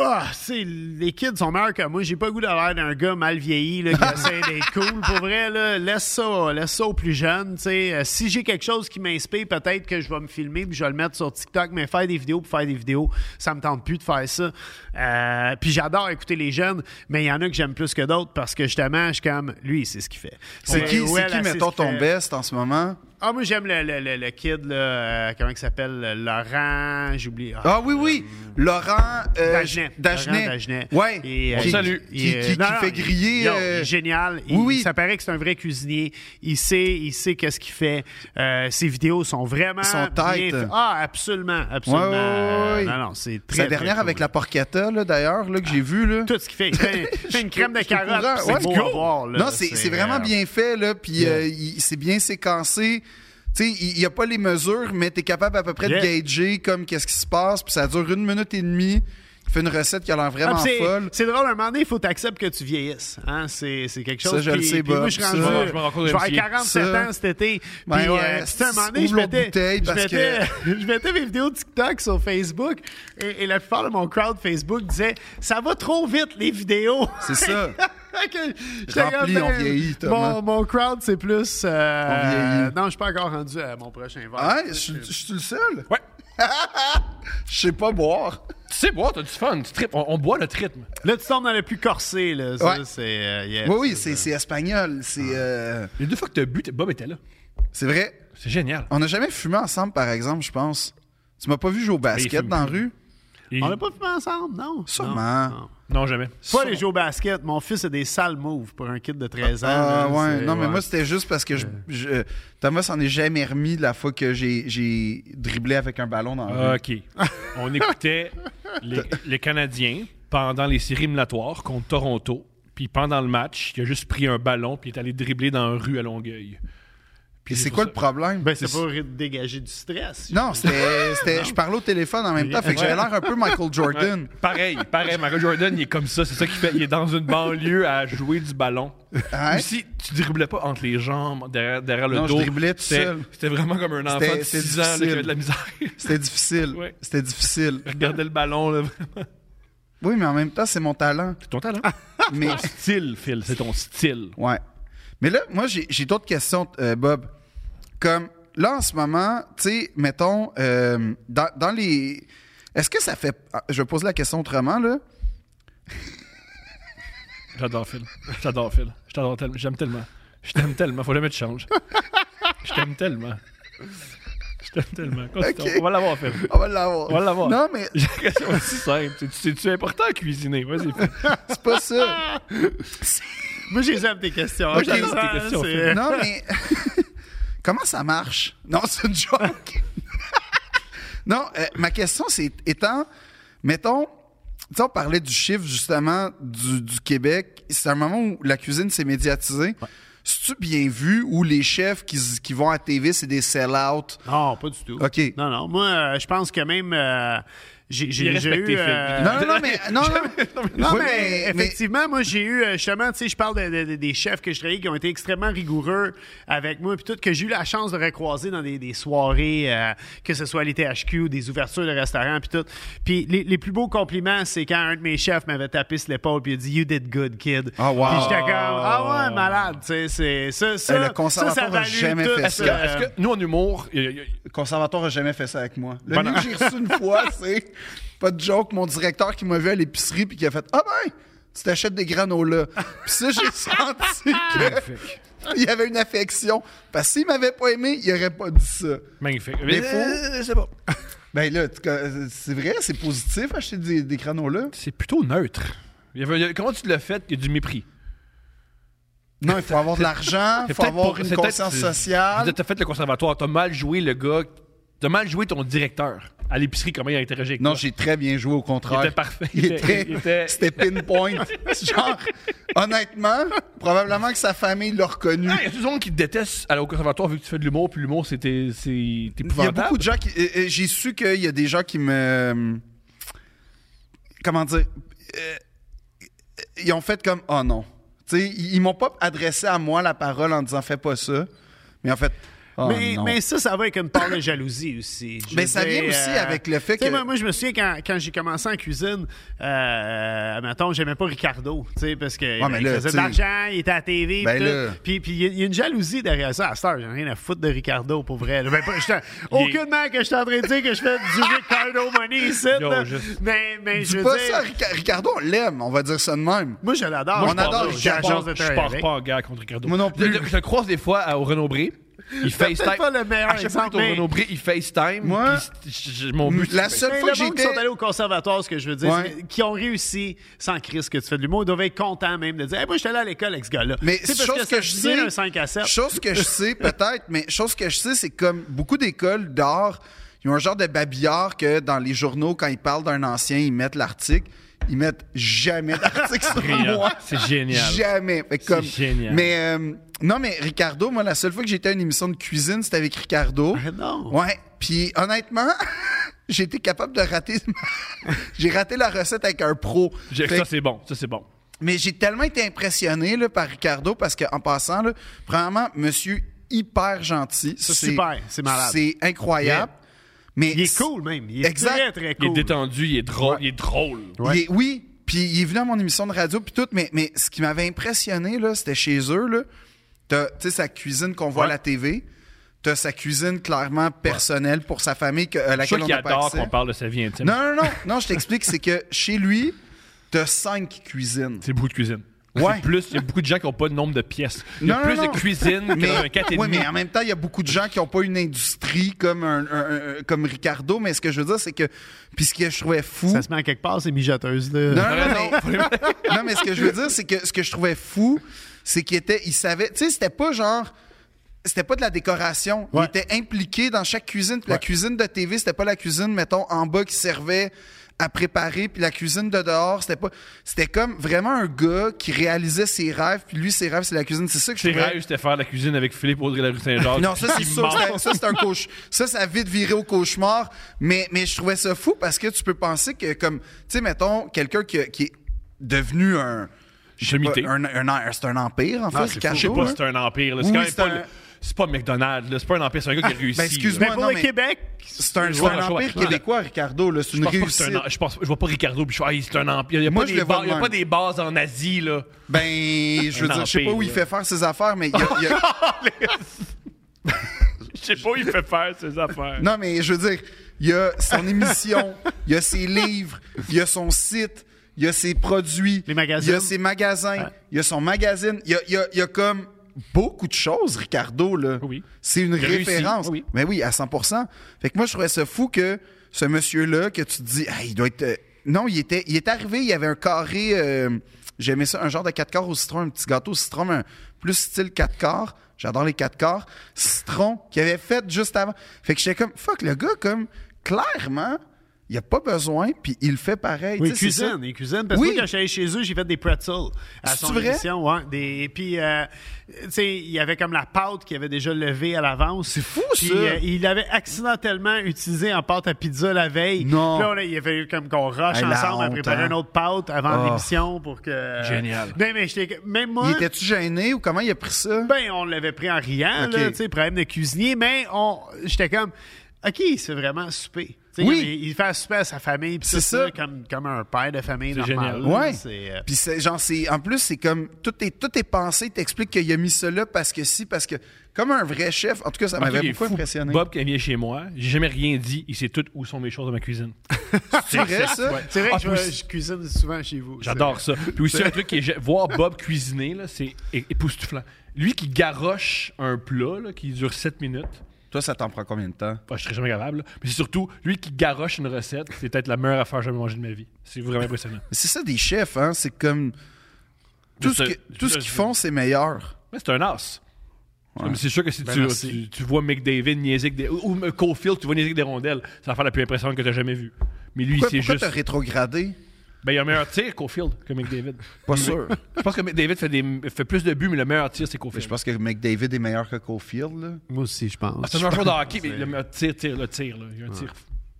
S3: Ah, tu sais, les kids sont meilleurs que moi. J'ai pas le goût d'avoir l'air d'un gars mal vieilli là, qui essaie d'être cool. Pour vrai, là, laisse ça, laisse ça aux plus jeunes. tu sais. Euh, si j'ai quelque chose qui m'inspire, peut-être que je vais me filmer puis je vais le mettre sur TikTok. Mais faire des vidéos pour faire des vidéos, ça me tente plus de faire ça. Euh, puis j'adore écouter les jeunes, mais il y en a que j'aime plus que d'autres parce que justement, je suis comme lui, c'est ce qu'il fait.
S1: C'est
S3: Ouais,
S1: qui,
S3: ouais,
S1: c'est
S3: là,
S1: qui
S3: c'est
S1: mettons,
S3: ce qu'il
S1: ton
S3: fait.
S1: best en ce moment?
S3: Ah, moi j'aime le, le- le- le kid là, euh, comment il s'appelle, euh, Laurent, j'oublie. Ah,
S1: Ah oui, oui! Laurent euh,
S3: Dagenet.
S1: Dagenet.
S3: Laurent Dagenet.
S1: Ouais.
S3: Et, euh,
S1: qui,
S3: il-
S2: salue.
S1: Qui,
S3: il-
S1: qui- qui
S3: non, non,
S1: fait
S3: il-
S1: griller.
S3: yo,
S1: euh,
S3: il est génial. Il-
S1: oui, oui.
S3: Ça paraît que c'est un vrai cuisinier. Il sait, il sait qu'est-ce qu'il fait. Euh, ses vidéos sont vraiment.
S1: sont
S3: bien
S1: tight.
S3: faites. Ah, absolument, absolument.
S1: Ouais, ouais, ouais,
S3: Euh,
S1: ouais.
S3: Non, non, c'est très.
S1: Sa
S3: très
S1: dernière
S3: cool. Ah,
S1: avec la porcata, là, d'ailleurs, là, que j'ai vue. Là.
S3: Tout ce qu'il fait. Il fait, il fait une crème de
S1: Je suis au
S3: carotte.
S1: courant.
S3: puis C'est
S1: Ouais,
S3: beau
S1: cool.
S3: à voir, là.
S1: Non, c'est c'est vraiment
S3: euh,
S1: bien fait, là, puis euh, il- c'est bien séquencé. Tu sais, il n'y a pas les mesures, mais tu es capable à peu près
S3: Yeah.
S1: de gager comme qu'est-ce qui se passe, puis ça dure une minute et demie. Il fait une recette qui a l'air
S3: Ah,
S1: vraiment
S3: puis c'est-
S1: folle.
S3: C'est drôle, à un moment donné, il faut t'accepter que tu vieillisses. Hein? C'est, c'est quelque chose.
S1: Ça, je
S3: puis-
S1: le sais,
S3: puis moi,
S1: Bob.
S3: je suis
S1: Ça,
S3: rendu.
S1: je
S2: me rends compte
S3: je vais avoir
S2: aussi.
S3: 47
S1: Ça.
S3: ans cet été.
S1: Ben
S3: puis,
S1: ouais,
S3: euh, tu sais, à un moment donné, je
S1: ouvre l'autre
S3: mettais,
S1: bouteille
S3: je,
S1: parce
S3: mettais, je mettais mes vidéos TikTok sur Facebook et, et la plupart de mon crowd Facebook disait Ça va trop vite, les vidéos.
S1: C'est ça.
S3: Fait que j'étais
S1: Rempli,
S3: comme,
S1: on
S3: ben,
S1: vieillit, Thomas.
S3: Mon, mon crowd, c'est plus. euh,
S1: On vieillit.
S3: Non, je suis pas encore rendu à mon prochain verre.
S1: Hein? Je suis je suis le seul?
S2: Ouais.
S1: Je sais pas boire.
S2: Tu sais boire, t'as du fun, tu tripes. On, on boit notre rythme.
S3: Là, tu tombes dans le plus corsé. Là. Ça,
S1: Ouais.
S3: c'est, euh, yes,
S1: Oui, oui, c'est c'est espagnol. C'est euh,
S2: Les deux fois que t'as bu, t'es- Bob était là.
S1: c'est vrai.
S2: C'est génial.
S1: On n'a jamais fumé ensemble, par exemple, je pense. Tu m'as pas vu jouer au
S2: Mais il
S1: basket
S2: fume
S1: dans la
S2: plus.
S1: rue?
S2: Et-
S3: On n'a pas fumé ensemble, non?
S1: Sûrement.
S3: Non, non.
S2: Non, jamais.
S3: Pas les jeux au basket. Mon fils a des sales moves pour un kid de 13 ans.
S1: Ah,
S3: là,
S1: ouais.
S3: c'est-
S1: Non, mais moi, c'était juste parce que je, je- Thomas s'en est jamais remis la fois que j'ai- j'ai dribblé avec un ballon dans la rue.
S2: Ah, OK. On écoutait les, les Canadiens pendant les séries éliminatoires contre Toronto. Puis pendant le match, il a juste pris un ballon puis il est allé dribbler dans la rue à Longueuil.
S1: Puis c'est quoi le problème?
S3: Ben, c'est pour dégager du stress.
S1: Non, c'était. c'était- Je parlais au téléphone en même temps, fait que j'avais l'air un peu Michael Jordan.
S2: Pareil, pareil. Michael Jordan, il est comme ça. C'est ça qu'il fait. Il est dans une banlieue à jouer du ballon.
S1: Hein?
S2: Aussi, tu dribblais pas entre les jambes, derrière, derrière le
S1: Non, je
S2: dos.
S1: driblais tout
S2: C'était-
S1: seul.
S2: C'était vraiment comme un enfant
S1: C'était-
S2: de
S1: c'était
S2: 6 ans là, qui
S1: difficile.
S2: avait de la misère.
S1: C'était difficile.
S2: Ouais.
S1: C'était difficile.
S2: Regardait le ballon, là, vraiment.
S1: Oui, mais en même temps, c'est mon talent.
S2: C'est ton talent.
S1: Mais.
S2: Ton style, Phil. C'est ton style.
S1: Ouais. Mais là, moi, j'ai j'ai d'autres questions, euh, Bob. Comme, là, en ce moment, tu sais, mettons, euh, dans, dans les. Est-ce que ça fait. ah, Je vais poser la question autrement, là.
S2: J'adore Phil. J'adore Phil. Je t'adore tellement. J'aime tellement. Je t'aime tellement. Faut jamais te changer. Je t'aime tellement. Je t'aime tellement. Continue.
S1: Ok.
S2: On va l'avoir, Phil.
S1: On va l'avoir.
S2: On va l'avoir.
S1: Non, mais
S2: J'ai une question aussi simple. C'est- C'est-tu important à cuisiner? Vas-y, Phil.
S1: c'est pas ça.
S3: Moi, j'ai aime tes questions.
S1: Ok.
S3: J'aime
S1: Tes
S3: ça,
S2: questions,
S3: c'est-
S1: non, mais. Comment ça marche? Non, c'est une joke. non, euh, ma question, c'est étant, mettons, tu sais, on parlait du chiffre, justement, du, du Québec. C'est un moment où la cuisine s'est médiatisée. C'est-tu bien vu où les chefs qui, s- qui vont à TV, c'est des sell-out?
S3: Non, pas du tout.
S1: OK.
S3: Ah, Non, non. Moi, euh, je pense que même. euh, j'ai j'ai
S2: Il
S3: déjà
S2: respecte
S3: eu.
S2: tes films.
S3: euh,
S1: Non, non, non, mais. Non, non,
S3: Non, mais, effectivement, moi, j'ai eu, euh, justement, tu sais, je parle de- de- de- des chefs que je travaillais qui ont été extrêmement rigoureux avec moi, puis tout, que j'ai eu la chance de recroiser dans des, des soirées, euh, que ce soit à l'ITHQ ou des ouvertures de restaurants, puis tout. Puis les, les plus beaux compliments, c'est quand un de mes chefs m'avait tapé sur l'épaule, puis il a dit, You did good, kid.
S1: Ah, wow.
S3: Puis j'étais comme, Ah ouais, malade, tu sais, c'est ça, ça.
S1: Eh, le
S3: ça, ça
S1: conservatoire a
S3: value
S1: jamais
S3: tout,
S1: fait ça.
S3: euh,
S2: Est-ce que, est-ce que nous, en humour, il y a- il y a-
S1: Le conservatoire n'a jamais fait ça avec moi. Le mieux que j'ai reçu une fois, c'est pas de joke, mon directeur qui m'a vu à l'épicerie puis qui a fait Ah ben, tu t'achètes des granolas. Puis ça, j'ai senti qu'il y avait une affection. Parce que s'il m'avait pas aimé, il aurait pas dit ça.
S2: magnifique.
S1: Mais faut. Ben là, tu- euh, c'est vrai, c'est positif acheter des, des granolas.
S2: C'est plutôt neutre. Il y avait- il y a- comment tu l'as fait? Il y a du mépris.
S1: Non, il faut avoir de l'argent, il
S2: C'est
S1: faut
S2: peut-être
S1: avoir
S2: pour-
S1: une
S2: c'est peut-être-
S1: conscience
S2: c'est-
S1: sociale.
S2: Vous êtes- T'as fait le conservatoire, t'as mal joué le gars, t'as mal joué ton directeur à l'épicerie, comment il a interagi avec
S1: Non,
S2: toi.
S1: j'ai très bien joué, au contraire.
S2: Il était parfait.
S1: Il
S2: Il
S1: était,
S2: était- il était-
S1: C'était pinpoint. Genre, honnêtement, probablement que sa famille l'a reconnu.
S2: Ah, Il y a tout le monde qui te déteste aller au conservatoire vu que tu fais de l'humour, puis l'humour, c'est t'es- c'est- t'es
S1: Il y a
S2: épouvantable.
S1: beaucoup de gens qui. euh, euh, J'ai su qu'il y a des gens qui me. euh, Comment dire. euh, ils ont fait comme. Oh non. Tu sais, ils, ils m'ont pas adressé à moi la parole en disant fais pas ça. Mais en fait. Oh
S3: mais,
S1: non.
S3: mais ça, ça va avec une part de jalousie aussi. Je
S1: Mais
S3: veux euh,
S1: ça vient aussi avec le fait
S3: tu sais,
S1: que-
S3: Moi, moi, je me souviens quand, quand j'ai commencé en cuisine, euh, mettons, j'aimais pas Ricardo, tu sais, parce que ben,
S1: mais
S3: il
S1: là,
S3: faisait
S1: tu
S3: de
S1: sais-
S3: l'argent, il était à la TV,
S1: Ben
S3: puis tout.
S1: là.
S3: puis puis il y a- il y, a une jalousie derrière ça. À cette heure, j'en ai rien à foutre de Ricardo, pour vrai. là. Ben, pas- je t'en- aucunement que je suis en train de dire que je fais du Ricardo money ici,
S2: Yo,
S3: là.
S2: juste-
S3: mais, mais je
S1: Dis
S3: veux
S1: pas
S3: dire...
S1: ça, Rica- Ricardo, on l'aime, on va dire ça de même.
S3: Moi, je l'adore.
S1: Moi, je
S3: On
S1: pars
S3: adore
S1: pas.
S3: J'ai
S2: Je
S3: la chance
S2: pars,
S3: de
S2: je
S3: travailler
S2: pars
S3: avec.
S2: pas en guerre contre Ricardo.
S1: Moi non plus.
S2: Je, je le croise des fois à- au Renaud Bré. Il FaceTime.
S3: pas le meilleur
S2: à chaque fois
S3: exemple,
S2: qu'il est
S3: mais-
S2: au Renaud Bré, il FaceTime.
S1: Moi,
S2: puis c'est- je- je- mon but,
S1: La
S2: c'est-
S1: seule
S3: Mais
S1: fois
S3: le
S1: que
S3: monde qui sont
S1: j'étais.
S3: allés au conservatoire, ce que je veux dire,
S1: Ouais.
S3: c'est que- qui ont réussi sans crise que tu fais de l'humour, ils doivent être contents même de dire Hey, Moi, j'étais allé à l'école avec ce gars-là.
S1: Mais
S3: Tu sais, parce
S1: chose que,
S3: ça
S1: je
S3: devient
S1: sais,
S3: un 5 à 7.
S1: chose que je sais peut-être, mais chose que je sais, c'est que comme beaucoup d'écoles d'art, ils ont un genre de babillard que dans les journaux, quand ils parlent d'un ancien, ils mettent l'article, ils mettent jamais d'article sur
S2: Brillant.
S1: moi.
S2: C'est génial.
S1: Jamais. Fait que comme-
S2: génial.
S1: Mais euh, non, mais Ricardo, moi, la seule fois que j'étais à une émission de cuisine, c'était avec Ricardo.
S3: Ah non.
S1: Ouais. Puis honnêtement. J'ai été capable de rater. J'ai raté la recette avec un pro.
S2: j'ai-
S1: Fait
S2: Ça,
S1: que-
S2: c'est bon. Ça, c'est bon.
S1: mais j'ai tellement été impressionné là, par Ricardo parce qu'en passant, là, premièrement, monsieur hyper gentil.
S3: Ça, super, c'est malade.
S1: C'est incroyable. Mais
S3: Il est cool même. Il est
S1: Exact.
S3: très, très
S2: Il est
S3: cool.
S2: détendu, il est drôle. Il est drôle.
S1: Il est- oui, puis il est venu à mon émission de radio, puis tout, mais, mais ce qui m'avait impressionné, là, c'était chez eux, là, t'as, tu sais, sa cuisine qu'on voit à la TV, t'as sa cuisine clairement personnelle pour sa famille, que, euh, à
S2: Je suis
S1: laquelle
S2: sûr
S1: on
S2: qu'il
S1: n'a pas
S2: adore
S1: accès.
S2: qu'on parle de sa vie intime.
S1: Non, non, non, non, je t'explique, c'est que chez lui, t'as cinq cuisines.
S2: C'est beaucoup de cuisine.
S1: Ouais.
S2: C'est Plus, il y a beaucoup de gens qui n'ont pas le nombre de pièces. Il y a
S1: Non, non,
S2: plus
S1: non.
S2: de cuisine que dans un 4 et
S1: ouais,
S2: demi.
S1: mais en même temps, il y a beaucoup de gens qui n'ont pas une industrie comme, un, un- un- comme Ricardo, mais ce que je veux dire, c'est que. Puis ce que je trouvais fou.
S3: Ça se met en quelque part, ces mijoteuses. Là.
S1: Non, non, non, mais, non, mais ce que je veux dire, c'est que ce que je trouvais fou, c'est qu'il était. Il savait. Tu sais, c'était pas genre. C'était pas de la décoration.
S3: Ouais.
S1: Il était impliqué dans chaque cuisine. Puis La cuisine de TV, c'était pas la cuisine, mettons, en bas qui servait à préparer. Puis la cuisine de dehors, c'était pas. C'était comme vraiment un gars qui réalisait ses rêves. Puis lui, ses rêves, c'est la cuisine. C'est ça que je
S2: Ses
S1: trouvais.
S2: rêves, c'était faire la cuisine avec Philippe Audrey la rue Saint-Jacques.
S1: Non, ça c'est
S2: Il
S1: sûr,
S2: mange.
S1: ça, ça, c'est un cauchemar. Ça, ça a vite viré au cauchemar. Mais, mais je trouvais ça fou parce que tu peux penser que, comme, tu sais, mettons, quelqu'un qui, a- qui est devenu un. je sais pas,
S2: Sommité.
S1: un, un- un- c'est un empire, en fait,
S2: Je sais
S1: Ricardo.
S2: pas
S1: là.
S2: si Ah, c'est un empire. là.
S1: Oui,
S2: C'est quand même
S1: c'est
S2: pas
S1: un- Ben,
S2: le- c'est pas McDonald's. là. C'est pas un empire, c'est un gars qui a réussi. là.
S1: excuse-moi,
S3: Mais pour
S1: non,
S3: le
S1: mais-
S3: Québec,
S1: C'est un, c'est
S2: Ouais,
S1: un
S2: ouais,
S1: empire
S2: ouais.
S1: québécois, Ricardo. là, C'est
S2: Je
S1: une
S2: pense pas que c'est
S1: réussite.
S2: un- je pense- je vois pas Ricardo puis je fais, Ah, c'est un empire. Il n'y a,
S1: Moi,
S2: pas
S1: je
S2: des
S1: le vois
S2: ba-
S1: de
S2: il y a
S1: même.
S2: pas des bases en Asie, là.
S1: Ben, je veux
S2: Un
S1: dire, je sais pas
S2: empire,
S1: où il
S2: là.
S1: fait faire ses affaires, mais il y a- il y a
S2: Je sais pas où il fait faire ses affaires.
S1: Non, mais je veux dire, il y a son émission, il y a ses livres, il y a son site, il y a ses produits,
S3: Les
S1: il
S3: magazines.
S1: y a ses magasins,
S3: Ouais.
S1: il y a son magazine, il y a, il y a- il y a comme beaucoup de choses, Ricardo. Là.
S2: Oui.
S1: C'est une
S2: Il a réussi,
S1: référence.
S2: oui.
S1: Mais oui, à 100 Fait que moi, je trouvais ça fou que ce monsieur-là, que tu te dis, Ah, il doit être. euh, Non, il était, il est arrivé, il avait un carré. euh, J'aimais ça, un genre de 4 quarts au citron, un petit gâteau au citron, un plus style 4 quarts. J'adore les 4 quarts. Citron qu'il avait fait juste avant. Fait que j'étais comme, fuck, le gars, comme, clairement, il n'y a pas besoin, puis il le fait pareil.
S3: Oui,
S1: Tu
S3: ils
S1: sais, c'est ça.
S3: cuisinent, ils cuisinent. Parce que
S1: Oui.
S3: moi, quand j'allais chez eux, j'ai fait des pretzels à
S1: C'est-tu
S3: son
S1: vrai?
S3: émission. Ouais, des, et puis, euh, tu sais, il y avait comme la pâte qui avait déjà levé à l'avance. C'est
S1: fou,
S3: puis,
S1: ça!
S3: euh, il l'avait accidentellement utilisé en pâte à pizza la veille.
S1: Non.
S3: Puis là, on a- il y avait eu comme qu'on rush
S1: Hey, la
S3: ensemble à
S1: honte,
S3: préparer
S1: hein?
S3: une autre pâte avant
S1: Oh.
S3: l'émission pour que...
S2: Génial.
S3: Ben, mais j'étais- Même moi...
S1: Il était-tu gêné ou comment il a pris ça?
S3: Ben, on l'avait pris en riant,
S1: Ok.
S3: là, tu sais, problème de cuisinier, mais on, j'étais comme, OK, c'est vraiment souper. Tu sais,
S1: Oui.
S3: comme Il, il fait un souper à sa famille, puis
S1: C'est
S3: c'est ça,
S1: ça.
S3: comme, comme un père de famille
S2: C'est
S3: normal.
S2: génial.
S3: là,
S1: Ouais.
S3: c'est, euh,
S1: Puis c'est genre c'est en plus c'est comme tout est tout est pensé, t'expliques qu'il a mis cela parce que si parce que comme un vrai chef, en tout cas ça
S2: Marqué,
S1: m'avait
S2: Ah, il est
S1: beaucoup
S2: fou.
S1: impressionné.
S2: Bob, qui vient chez moi, j'ai jamais rien dit. Il sait tout où sont mes choses dans ma cuisine.
S1: c'est vrai ça
S3: c'est vrai
S2: Ah,
S3: que je,
S2: puis
S3: je cuisine souvent chez vous.
S2: J'adore ça. Puis aussi, un truc qui est. gé- Voir Bob cuisiner, là, c'est é- époustouflant. Lui qui garoche un plat là, qui dure 7 minutes,
S1: Toi ça t'en prend combien de temps
S2: bah, je serais jamais capable, là. mais c'est surtout lui qui garoche une recette, c'est peut-être la meilleure affaire que j'ai jamais mangée de ma vie. C'est vraiment impressionnant.
S1: Mais c'est ça des chefs hein, c'est comme tout
S2: Mais
S1: ce
S2: c'est-
S1: que- tout ce
S2: là,
S1: qu'ils
S2: je-
S1: font c'est meilleur.
S2: Mais c'est un as. C'est comme- C'est sûr que si
S3: Ben,
S2: tu,
S3: merci.
S2: tu, tu vois McDavid niaiser avec des. Ou ou Caulfield, tu vois niaiser avec des rondelles, c'est l'affaire la plus impressionnante que tu jamais vue. Mais lui,
S1: Pourquoi,
S2: c'est
S1: pourquoi
S2: juste.
S1: t'as rétrogradé
S2: Ben, il a un meilleur tir, Caulfield, que McDavid.
S1: Pas sûr.
S2: Je pense que David fait, des, fait plus de buts, mais le meilleur tir, c'est
S1: Mais
S2: Cofield.
S1: je pense que McDavid est meilleur que Caulfield là.
S3: Moi aussi, je pense.
S2: c'est un joueur de hockey, mais le meilleur tir, tir, le tir. Là. Il y a un tir.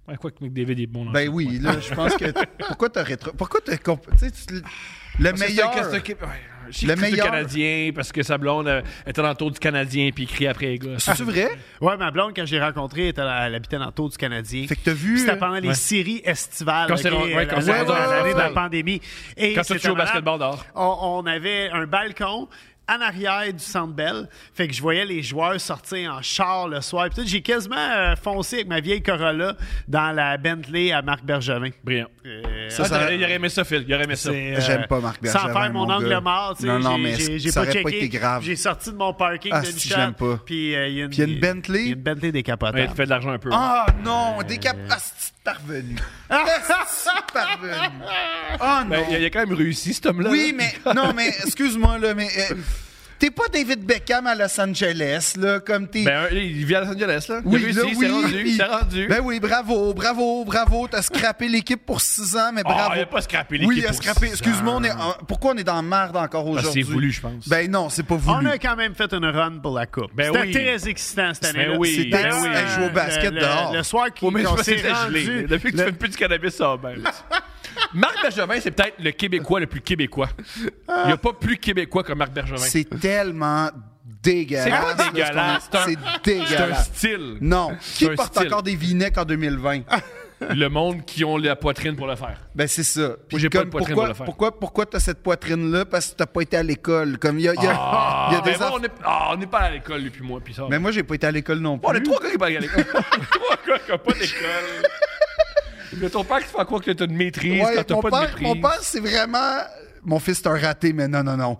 S2: Ouais, quoi que David est bon. dans
S1: Ben
S2: le
S1: oui,
S2: tir.
S1: là, je pense que pourquoi t'as rétro pourquoi t'as comp- tu sais, tu- le
S2: Parce que
S1: meilleur
S2: Ah, c'est un- c'est un- ouais, je sais
S1: Le
S2: que c'est
S1: meilleur.
S2: le Canadien, parce que sa blonde euh, était dans le tour du Canadien, puis il crie après les gars.
S1: C'est vrai
S3: Ouais, ma blonde, quand j'ai rencontré, elle, elle habitait dans le tour du Canadien.
S1: Fait que t'as vu,
S3: Puis C'était
S1: euh,
S3: pendant les
S2: ouais.
S3: séries estivales.
S2: Quand
S3: ok,
S2: c'est rendu- ouais,
S3: euh,
S2: quand
S3: la-
S2: c'est
S1: rendu
S3: la-
S1: à la
S3: l'année de la
S2: finale.
S3: pandémie. Et
S2: Quand tu
S3: c'était
S2: joues au
S3: malade.
S2: basketball dehors.
S3: On, on avait un balcon en arrière du Centre Bell. Fait que je voyais les joueurs sortir en char le soir. Puis tout, j'ai quasiment euh, foncé avec ma vieille Corolla dans la Bentley à Marc Bergevin.
S2: Brillant.
S3: Euh,
S1: Ça,
S2: Ah,
S1: ça-
S2: t'aurais- il aurait aimé ça, Phil. Il aurait aimé ça.
S3: c'est, euh,
S1: J'aime pas Marc Bergevin,
S3: Sans faire mon,
S1: mon
S3: angle
S1: gars.
S3: mort, tu sais,
S1: Non, non,
S3: j'ai-
S1: mais
S3: j'ai j'ai
S1: ça
S3: pas
S1: aurait
S3: checké.
S1: pas été grave.
S3: J'ai sorti de mon parking
S1: Ah,
S3: d'une
S1: si,
S3: shot,
S1: j'aime pas.
S3: Puis euh, il y a une,
S1: Puis il y a une Bentley.
S3: Il y a une Bentley décapotable.
S2: Ouais, il te fait de l'argent un peu.
S1: Ah
S2: euh,
S1: non, décap... Ah, c'est parvenu. Ah, c'est parvenu. Oh non.
S2: Ben, il, a, il a quand même réussi, cet homme-là.
S1: Oui,
S2: là.
S1: mais non, mais excuse-moi là, mais euh, t'es pas David Beckham à Los Angeles là, comme t'es.
S2: Ben, un- il vit à Los Angeles, là. Il a
S1: oui,
S2: réussi,
S1: là,
S2: il
S1: oui,
S2: s'est rendu.
S1: puis-
S2: il s'est rendu.
S1: Ben oui, bravo, bravo, bravo. T'as scrappé l'équipe pour 6 ans, mais
S2: Ah,
S1: bravo.
S2: il a pas scrappé l'équipe.
S1: oui, il a
S2: pour
S1: scrappé.
S2: six
S1: Excuse-moi, on est en- pourquoi on est dans la merde encore
S2: que c'est
S1: aujourd'hui?
S2: voulu, je pense.
S1: Ben non, c'est pas
S3: On
S1: voulu.
S3: a quand même fait une run pour la Coupe.
S2: Ben
S3: C'était
S2: oui.
S3: très excitant cette
S2: Ben
S3: année-là.
S2: oui,
S3: C'était,
S2: ben oui.
S3: euh,
S1: Jouer au basket
S3: le,
S1: dehors.
S3: Le, le soir qui
S2: Oh, mais je
S3: qu'on
S2: pense que
S3: s'est
S2: c'était
S3: rendu.
S2: gelé. Depuis que
S3: le-
S2: tu fais plus du cannabis, ça va bien. Marc Bergevin, c'est peut-être le Québécois le plus Québécois. Il n'y a pas plus Québécois que Marc Bergevin. C'est
S1: C'est tellement dégueulasse.
S2: pas
S1: là, ce qu'on a-
S2: dégueulasse. C'est un-
S1: C'est
S2: un
S1: dégueulasse.
S2: style.
S1: Non. Qui
S2: un
S1: porte
S2: style. Ah.
S1: encore des vinaigres en 2020?
S2: Le monde qui ont la poitrine pour le faire.
S1: Ben, c'est ça. Puis
S2: j'ai pas
S1: comme,
S2: de poitrine
S1: pourquoi,
S2: pour le faire.
S1: Pourquoi, pourquoi t'as cette poitrine-là? Parce que t'as pas été à l'école. Comme, il y a, il y a- il y a
S2: mais
S1: des
S2: moi,
S1: aff-
S2: on n'est ah, on n'est pas à l'école, lui puis moi, puis ça.
S1: Mais moi, j'ai pas été à l'école non plus.
S2: Oh, on est trois gars qui parlent à l'école. trois gars qui n'ont pas d'école. Il y a ton père qui fait croire que tu as une maîtrise
S1: Ouais,
S2: quand tu
S1: mon,
S2: pas de
S1: père,
S2: maîtrise.
S1: mon père, c'est vraiment... Mon fils, c'est un raté, mais non, non, non.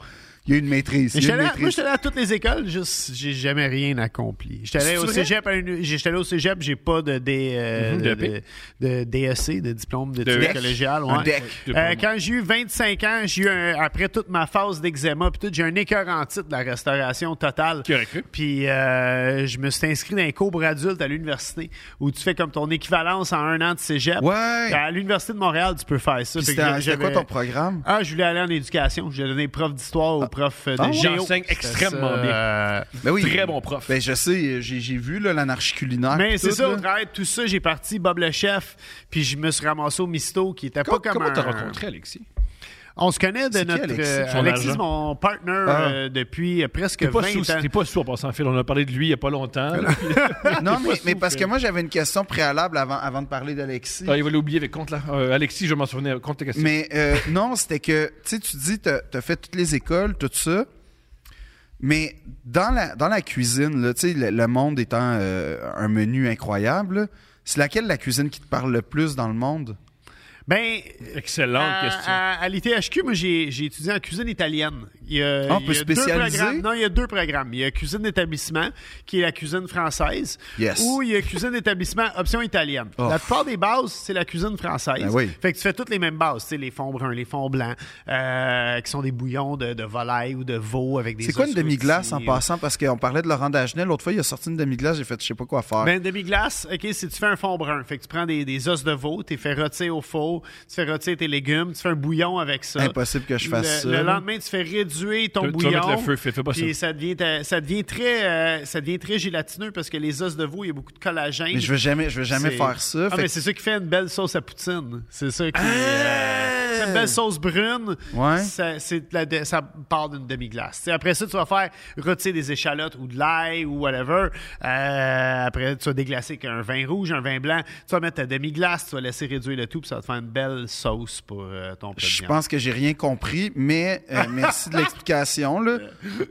S1: Il y a une maîtrise.
S3: Mais
S1: Il y
S3: j'étais
S1: a une
S3: allé à- moi,
S1: maîtrise.
S3: j'étais allé à toutes les écoles, juste, j'ai jamais rien accompli. J'étais allé
S1: C'est
S3: au
S1: vrai?
S3: cégep, à une- j'étais allé au cégep, j'ai pas de, D, euh,
S2: Mhm,
S3: de,
S2: DEP.
S3: de- de DEC, de diplôme d'études
S2: DEC.
S3: collégiales.
S1: E Un
S3: ouais.
S1: DEC.
S3: Euh, quand j'ai eu 25 ans, j'ai eu un- après toute ma phase d'eczéma, puis tout, j'ai un écœur en titre de la restauration totale.
S2: Qui aurait cru?
S3: Puis euh, je me suis inscrit dans un cours pour adultes à l'université où tu fais comme ton équivalence en un an de cégep.
S1: Ouais.
S3: À l'université de Montréal, tu peux faire ça.
S1: Puis
S3: Fait que
S1: c'était- c'était
S3: j'avais-
S1: quoi ton programme?
S3: ah, je voulais aller en éducation. Je voulais donner prof d'histoire au prof euh, de
S1: Ah ouais?
S3: géo.
S2: J'enseigne
S3: C'était
S2: extrêmement
S3: ça,
S2: bien.
S3: euh,
S1: Ben oui.
S2: Très bon prof.
S1: Ben, je sais, j'ai j'ai vu là, l'anarchie culinaire.
S3: Mais
S1: puis
S3: c'est
S1: tout,
S3: ça,
S1: là.
S3: au travers de tout ça, j'ai parti Bob le chef, puis je me suis ramassé au Misto, qui était
S2: Comment
S3: pas comme
S2: comment t'as
S3: un-
S2: rencontré Alexis?
S3: On se connaît de
S1: C'est qui,
S3: notre...
S1: Alexis?
S3: euh,
S2: Son
S3: Alexis,
S2: agent?
S3: mon partner,
S1: Ah.
S3: euh, depuis euh, presque
S2: T'es pas
S3: 20
S2: sous,
S3: ans.
S2: t'es pas sous en passant Phil. On a parlé de lui il n'y a pas longtemps.
S1: Non, mais,
S2: pas
S1: mais parce que
S2: souffle.
S1: moi, j'avais une question préalable avant, avant de parler d'Alexis.
S2: Ah, il va l'oublier avec compte là. Euh, Alexis, je m'en souvenais. Compte tes questions.
S1: Mais euh, non, c'était que, tu sais, tu dis, t'as as fait toutes les écoles, tout ça. Mais dans la, dans la cuisine, là, tu sais, le, le monde étant euh, un menu incroyable, là, c'est laquelle la cuisine qui te parle le plus dans le monde?
S3: Ben,
S2: Excellente
S3: à,
S2: question.
S3: À, à l'ITHQ, moi, j'ai, j'ai étudié en cuisine italienne. Il y a,
S1: Ah, on
S3: il
S1: peut
S3: y a deux
S1: spécialiser?
S3: programmes. Non, il y a deux programmes. Il y a cuisine d'établissement, qui est la cuisine française,
S1: Yes.
S3: ou il y a cuisine d'établissement, option italienne.
S1: Oh.
S3: La plupart des bases, c'est la cuisine française.
S1: Ben oui.
S3: Fait que tu fais toutes les mêmes bases, tu sais, les fonds bruns, les fonds blancs, euh, qui sont des bouillons de, de volaille ou de veau avec des
S1: C'est quoi
S3: os
S1: une demi-glace en
S3: rôtis.
S1: passant? Parce qu'on parlait de Laurent Dagenet. L'autre fois, il a sorti une demi-glace. J'ai fait, je sais pas quoi faire.
S3: Ben, demi-glace, OK, si tu fais un fond brun, fait que tu prends des, des os de veau, tu les fais rôtir au four, tu fais rôtir tes légumes, tu fais un bouillon avec ça.
S1: Impossible que je fasse
S3: le,
S1: ça.
S3: Le lendemain, tu fais réduire ton
S2: Tu- tu vas
S3: bouillon.
S2: mettre le feu, fais- fais pas ça.
S3: puis ça. devient, ta- ça, devient très, euh, ça devient très gélatineux parce que les os de veau, il y a beaucoup de collagène.
S1: mais je veux jamais, je veux jamais
S3: C'est-
S1: faire ça.
S3: Ah,
S1: Fait
S3: mais
S1: que-
S3: c'est ça qui fait une belle sauce à poutine. C'est ça qui. euh, c'est une belle sauce brune.
S1: Ah! Ouais.
S3: Ça, c'est de la de- ça part d'une demi-glace. Tu sais, Après ça, tu vas faire rôtir des échalotes ou de l'ail ou whatever. Euh, après, tu vas déglacer avec un vin rouge, un vin blanc. Tu vas mettre ta demi-glace, tu vas laisser réduire le tout, puis ça va te faire une belle sauce pour euh, ton plat de
S1: Je
S3: viande.
S1: pense que j'ai rien compris, mais euh, merci de l'explication. là.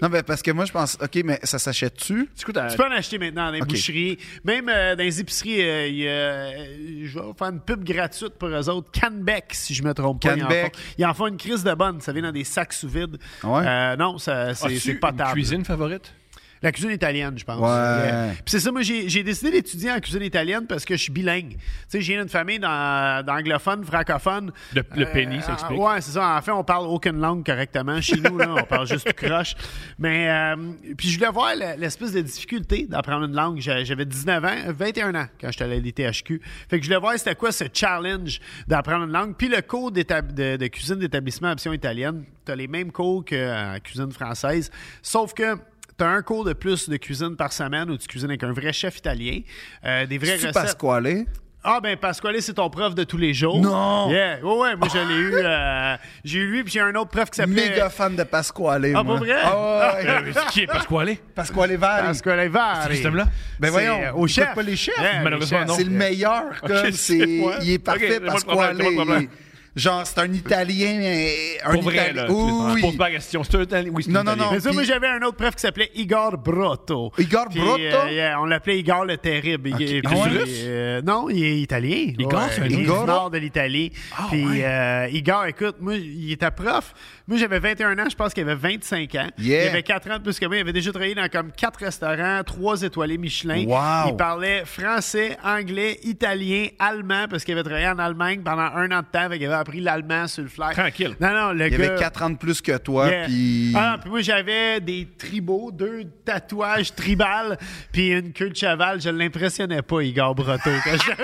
S1: Non, mais parce que moi, je pense, OK, mais ça s'achète-tu?
S2: Tu coûtes à-
S3: Tu peux en acheter maintenant dans les
S1: Ok.
S3: boucheries. Même euh, dans les épiceries, euh, il y a- euh, je vais faire une pub gratuite pour eux autres. Canbec, si je me trompe pas. ils en
S1: Canbec.
S3: font- Ils en font une crise de bonne. Ça vient dans des sacs sous vide.
S1: Ah ouais?
S3: Euh, non, ça- c'est
S2: As-tu
S3: c'est pas
S2: Ah, une
S3: table.
S2: cuisine favorite?
S3: La cuisine italienne, je pense.
S1: Ouais.
S3: Euh, Puis c'est ça, moi, j'ai j'ai décidé d'étudier en cuisine italienne parce que je suis bilingue. Tu sais, j'ai une famille dans- d'anglophones, francophones. Euh,
S2: Le- le penny, ça explique.
S3: Ouais, c'est ça. En fait, on parle aucune langue correctement. Chez nous, là, on parle juste croche. Mais, euh, puis je voulais voir le- l'espèce de difficulté d'apprendre une langue. J'a- J'avais 19 ans, 21 ans quand j'étais allé à l'ITHQ. Fait que je voulais voir c'était quoi ce challenge d'apprendre une langue. Puis le cours d'étab- de, de cuisine d'établissement option italienne, t'as les mêmes cours qu'en cuisine française, sauf que t'as un cours de plus de cuisine par semaine où tu cuisines avec un vrai chef italien, euh, des vraies
S1: Tu
S3: recettes.
S1: Pasquale?
S3: Ah ben Pasquale, c'est ton prof de tous les jours.
S1: Non!
S3: Yeah. Ouais, ouais, moi je l'ai eu. euh, j'ai eu lui puis j'ai un autre prof qui s'appelait
S1: Méga fan de Pasquale.
S3: Ah,
S1: moi.
S3: pour vrai?
S1: Ah, ouais, ouais.
S2: Euh, qui est Pasquale?
S1: Pasquale Valley.
S3: Pasquale Var.
S2: Ce système-là?
S1: Ben voyons,
S3: euh,
S1: on
S3: au chef.
S1: écoute pas les chefs.
S3: Yeah, les
S2: Malheureusement,
S3: chefs.
S2: non.
S1: C'est le meilleur. Comme, c'est,
S2: c'est moi.
S1: il est parfait,
S2: Ok, pas de problème,
S1: Pasquale.
S2: pas de problème.
S1: Il- Genre, c'est un Italien. mais Un
S2: Pour vrai,
S1: Italien-
S2: là.
S1: Oui,
S2: Je
S1: oui.
S2: pose pas la question. C'est un Italien. Oui, c'est
S1: Non,
S2: un
S1: non,
S2: Italien.
S1: non.
S3: Mais ça, moi,
S1: Puis-
S3: j'avais un autre prof qui s'appelait Igor Brotto.
S1: Igor
S3: Puis,
S1: Brotto?
S3: euh, yeah, on l'appelait Igor le Terrible. Il-
S2: Il
S3: puis,
S2: est
S3: euh,
S2: russe?
S3: euh, non, il est italien.
S2: Igor,
S3: Ouais,
S2: c'est un
S3: il est du
S1: Igor?
S3: nord de l'Italie.
S2: Ah,
S3: Puis
S2: ouais.
S3: euh, Igor, écoute, moi, il était prof. Moi, j'avais 21 ans, je pense qu'il avait 25 ans.
S1: Yeah.
S3: Il avait 4 ans de plus que moi. Il avait déjà travaillé dans comme 4 restaurants, 3 étoilés Michelin.
S1: Wow.
S3: Il parlait français, anglais, italien, allemand, parce qu'il avait travaillé en Allemagne pendant un an de temps. Il avait appris l'allemand sur le fly.
S2: Tranquille.
S3: Non, non, le
S1: Il y
S3: gars...
S1: avait 4 ans de plus que toi,
S3: Yeah.
S1: puis...
S3: Ah, non, puis moi, j'avais des tribaux, deux tatouages tribales, puis une queue de cheval. Je l'impressionnais pas, Igor Brotto, quand j'avais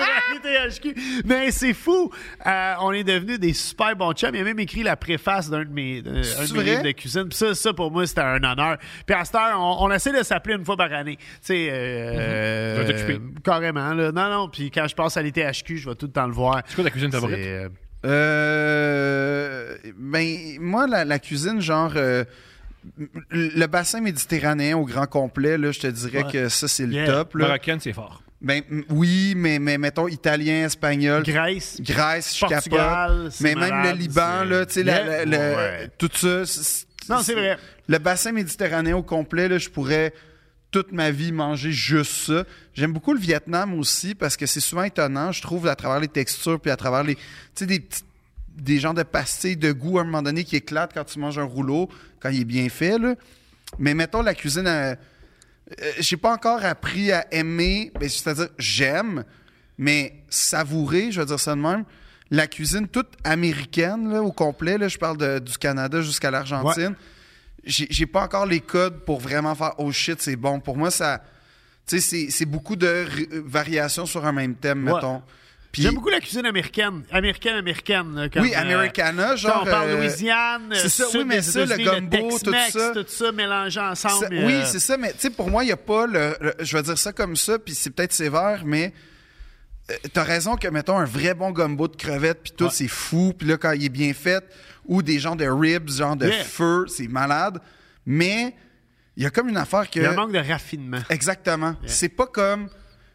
S3: à l'ITHQ. Mais c'est fou. Euh, on est devenus des super bons chums. Il a même écrit la préface d'un de mes, euh, un de mes
S1: vrai?
S3: livres de cuisine. Puis ça, ça, pour moi, c'était un honneur. Puis à cette heure, on, on essaie de s'appeler une fois par année. Tu sais, euh,
S2: Tu vas Mhm. t'occuper.
S3: carrément. Là. Non, non. Puis quand je passe à l'ITHQ, je vais tout le temps le voir.
S2: C'est quoi ta cuisine favorite?
S3: C'est, euh,
S1: Euh, ben, moi, la, la cuisine, genre. euh, le bassin méditerranéen au grand complet, là, je te dirais que ça, c'est le
S3: Yeah.
S1: top. Là.
S2: Marocaine, c'est fort.
S1: Ben, m- oui, mais, mais mettons italien, espagnol.
S3: Grèce.
S1: Grèce, je
S3: Portugal,
S1: capote.
S3: c'est
S1: Mais même
S3: malade,
S1: le Liban,
S3: c'est-
S1: là, tu sais, la-
S3: Yeah.
S1: la- la-
S3: Ouais.
S1: tout ça. c'est-
S3: Non, c'est vrai.
S1: Le bassin méditerranéen au complet, là, je pourrais toute ma vie manger juste ça. J'aime beaucoup le Vietnam aussi parce que c'est souvent étonnant, je trouve, à travers les textures puis à travers les, tu sais, des petites- des genres de pastilles de goût à un moment donné qui éclatent quand tu manges un rouleau, quand il est bien fait, là. Mais mettons la cuisine à- euh, j'ai pas encore appris à aimer, ben, c'est-à-dire j'aime, mais savourer, je vais dire ça de même. La cuisine toute américaine là, au complet, là, je parle de- du Canada jusqu'à l'Argentine. J'ai j'ai pas encore les codes pour vraiment faire oh shit, c'est bon. Pour moi, ça. Tu sais, c'est- c'est beaucoup de r- variations sur un même thème,
S3: Ouais.
S1: mettons. Puis-
S3: J'aime beaucoup la cuisine américaine. Américaine, américaine. là, comme,
S1: Oui,
S3: euh,
S1: Americana,
S3: quand
S1: genre.
S3: on parle
S1: euh,
S3: Louisiane,
S1: c'est ça,
S3: sud
S1: oui, mais
S3: des
S1: ça, le
S3: États-Unis,
S1: gumbo,
S3: Tex-Mex,
S1: tout ça.
S3: tout ça mélangé ensemble.
S1: Ça-
S3: mais,
S1: oui,
S3: euh,
S1: c'est ça, mais tu sais, pour moi, il n'y a pas le, le- Je vais dire ça comme ça, puis c'est peut-être sévère, mais. euh, T'as raison que, mettons, un vrai bon gumbo de crevettes, puis tout, c'est fou. Puis là, quand il est bien fait, ou des genres de ribs, genre de
S3: Yeah.
S1: feu, c'est malade. Mais il y a comme une affaire que...
S3: Il y a un manque de raffinement.
S1: Exactement. C'est pas comme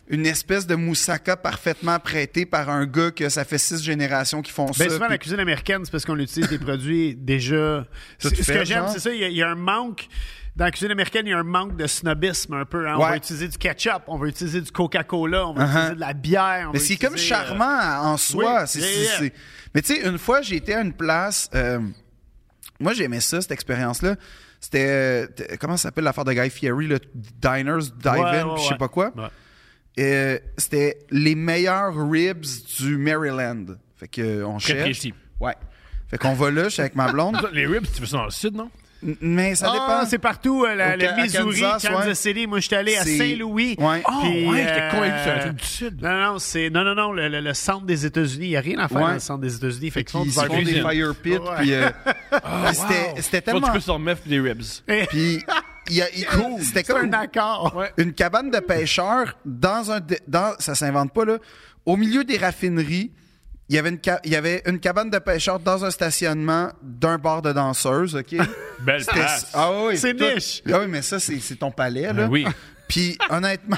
S1: une espèce de moussaka parfaitement apprêtée par un gars que ça fait six générations qui font
S3: Ben,
S1: ça.
S3: souvent, la
S1: puis-
S3: cuisine américaine, c'est parce qu'on utilise des produits déjà.
S1: Tout
S3: C'est- Ce
S1: fait,
S3: que j'aime,
S1: genre.
S3: c'est ça, il y, a- il y a un manque dans la cuisine américaine, il y a un manque de snobisme un peu. hein. On
S1: Ouais.
S3: va utiliser du ketchup, on va utiliser du Coca-Cola, on va
S1: Uh-huh.
S3: utiliser de la bière. on
S1: Mais
S3: va
S1: c'est comme
S3: utiliser, euh,
S1: charmant en soi.
S3: oui,
S1: c'est-
S3: yeah,
S1: c'est-
S3: yeah.
S1: c'est- Mais tu sais, une fois, j'ai été à une place. euh, moi, j'aimais ça, cette expérience-là. C'était. euh, t- comment ça s'appelle l'affaire de Guy Fieri, le Diners, Dive-In,
S3: Ouais,
S1: puis
S3: ouais,
S1: je sais
S3: ouais.
S1: pas quoi.
S3: Ouais.
S1: Euh, C'était les meilleurs ribs du Maryland. Fait que, euh, on
S2: Très
S1: cherche.
S2: précis.
S1: Ouais. Fait qu'on va là, je suis avec ma blonde.
S2: Les ribs, tu fais ça dans le sud, non?
S1: N- Mais ça
S3: Ah,
S1: dépend.
S3: c'est partout. euh, la-
S1: Au
S3: le
S1: Ca- à
S3: Missouri,
S1: Kansas,
S3: Kansas,
S1: ouais.
S3: City. Moi, j'étais allé à
S1: C'est-
S3: Saint-Louis.
S1: Ouais.
S2: Ah,
S3: puis,
S2: ouais, j'étais
S3: euh,
S2: convaincu que c'était un truc du Sud.
S3: Non, non, c'est. Non, non, non. Le, le- le centre des États-Unis, il n'y a rien à faire
S1: Ouais.
S3: dans le centre des États-Unis. Fait
S1: Fait
S3: qu'ils font
S1: qu'ils
S3: du
S1: se font
S3: barbecue.
S1: des
S2: barbecue.
S1: fire pits.
S3: Ouais.
S1: Puis,
S3: Ah,
S1: euh, c'était- c'était tellement.
S2: Tu peux sortir meuf des ribs.
S1: Puis, il y a- il- c'était
S3: C'est
S1: comme
S3: un accord.
S2: Ouais.
S1: une cabane de pêcheurs dans un dé- dans ça s'invente pas là au milieu des raffineries il y avait une ca- il y avait une cabane de pêcheurs dans un stationnement d'un bar de danseuses ok
S2: Belle
S1: C'était-
S2: place.
S1: ah oui
S3: C'est
S1: tout-
S3: niche.
S1: ah oui mais ça c'est c'est ton palais là
S2: Ben oui.
S1: puis honnêtement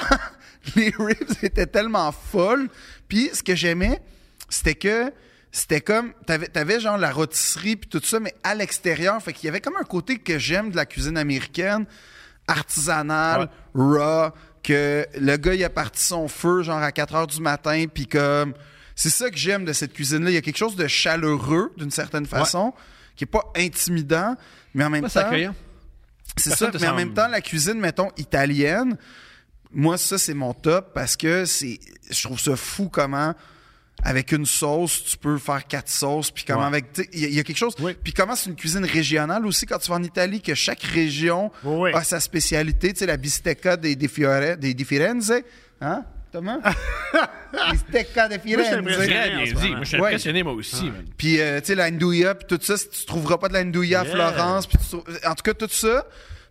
S1: les ribs étaient tellement folles puis ce que j'aimais c'était que c'était comme t'avais t'avais genre la rôtisserie puis tout ça mais à l'extérieur fait qu'il y avait comme un côté que j'aime de la cuisine américaine artisanale, raw, que le gars, il a parti son feu genre à 4 heures du matin, puis comme... C'est ça que j'aime de cette cuisine-là. Il y a quelque chose de chaleureux, d'une certaine façon, qui est pas intimidant, mais en même
S2: Moi, c'est
S1: temps...
S2: accueillant.
S1: C'est ça,
S2: Personne
S1: mais
S2: te
S1: en
S2: semble-
S1: même temps, la cuisine, mettons, italienne, moi, ça, c'est mon top parce que c'est, je trouve ça fou comment, avec une sauce, tu peux faire quatre sauces, puis comment
S2: Ouais.
S1: avec, tu sais, il y, a- il y a quelque chose.
S3: Oui.
S1: Puis comment c'est une cuisine régionale aussi quand tu vas en Italie, que chaque région
S3: Oui, oui.
S1: a sa spécialité, tu sais, la bistecca des, des, Fiore- des, des Firenze, hein, Thomas? bistecca des
S3: Moi, j'étais
S1: Firenze.
S3: impressionné.
S2: Très
S3: en
S2: bien
S3: ce
S2: dit.
S3: moment.
S2: Moi, je suis
S1: Ouais.
S2: impressionné, moi aussi. man.
S1: Puis, euh, tu sais, la Ndouya, puis tout ça, si tu trouveras pas de la Ndouya à
S3: Yeah.
S1: Florence. Puis tu trou- euh, En tout cas, tout ça,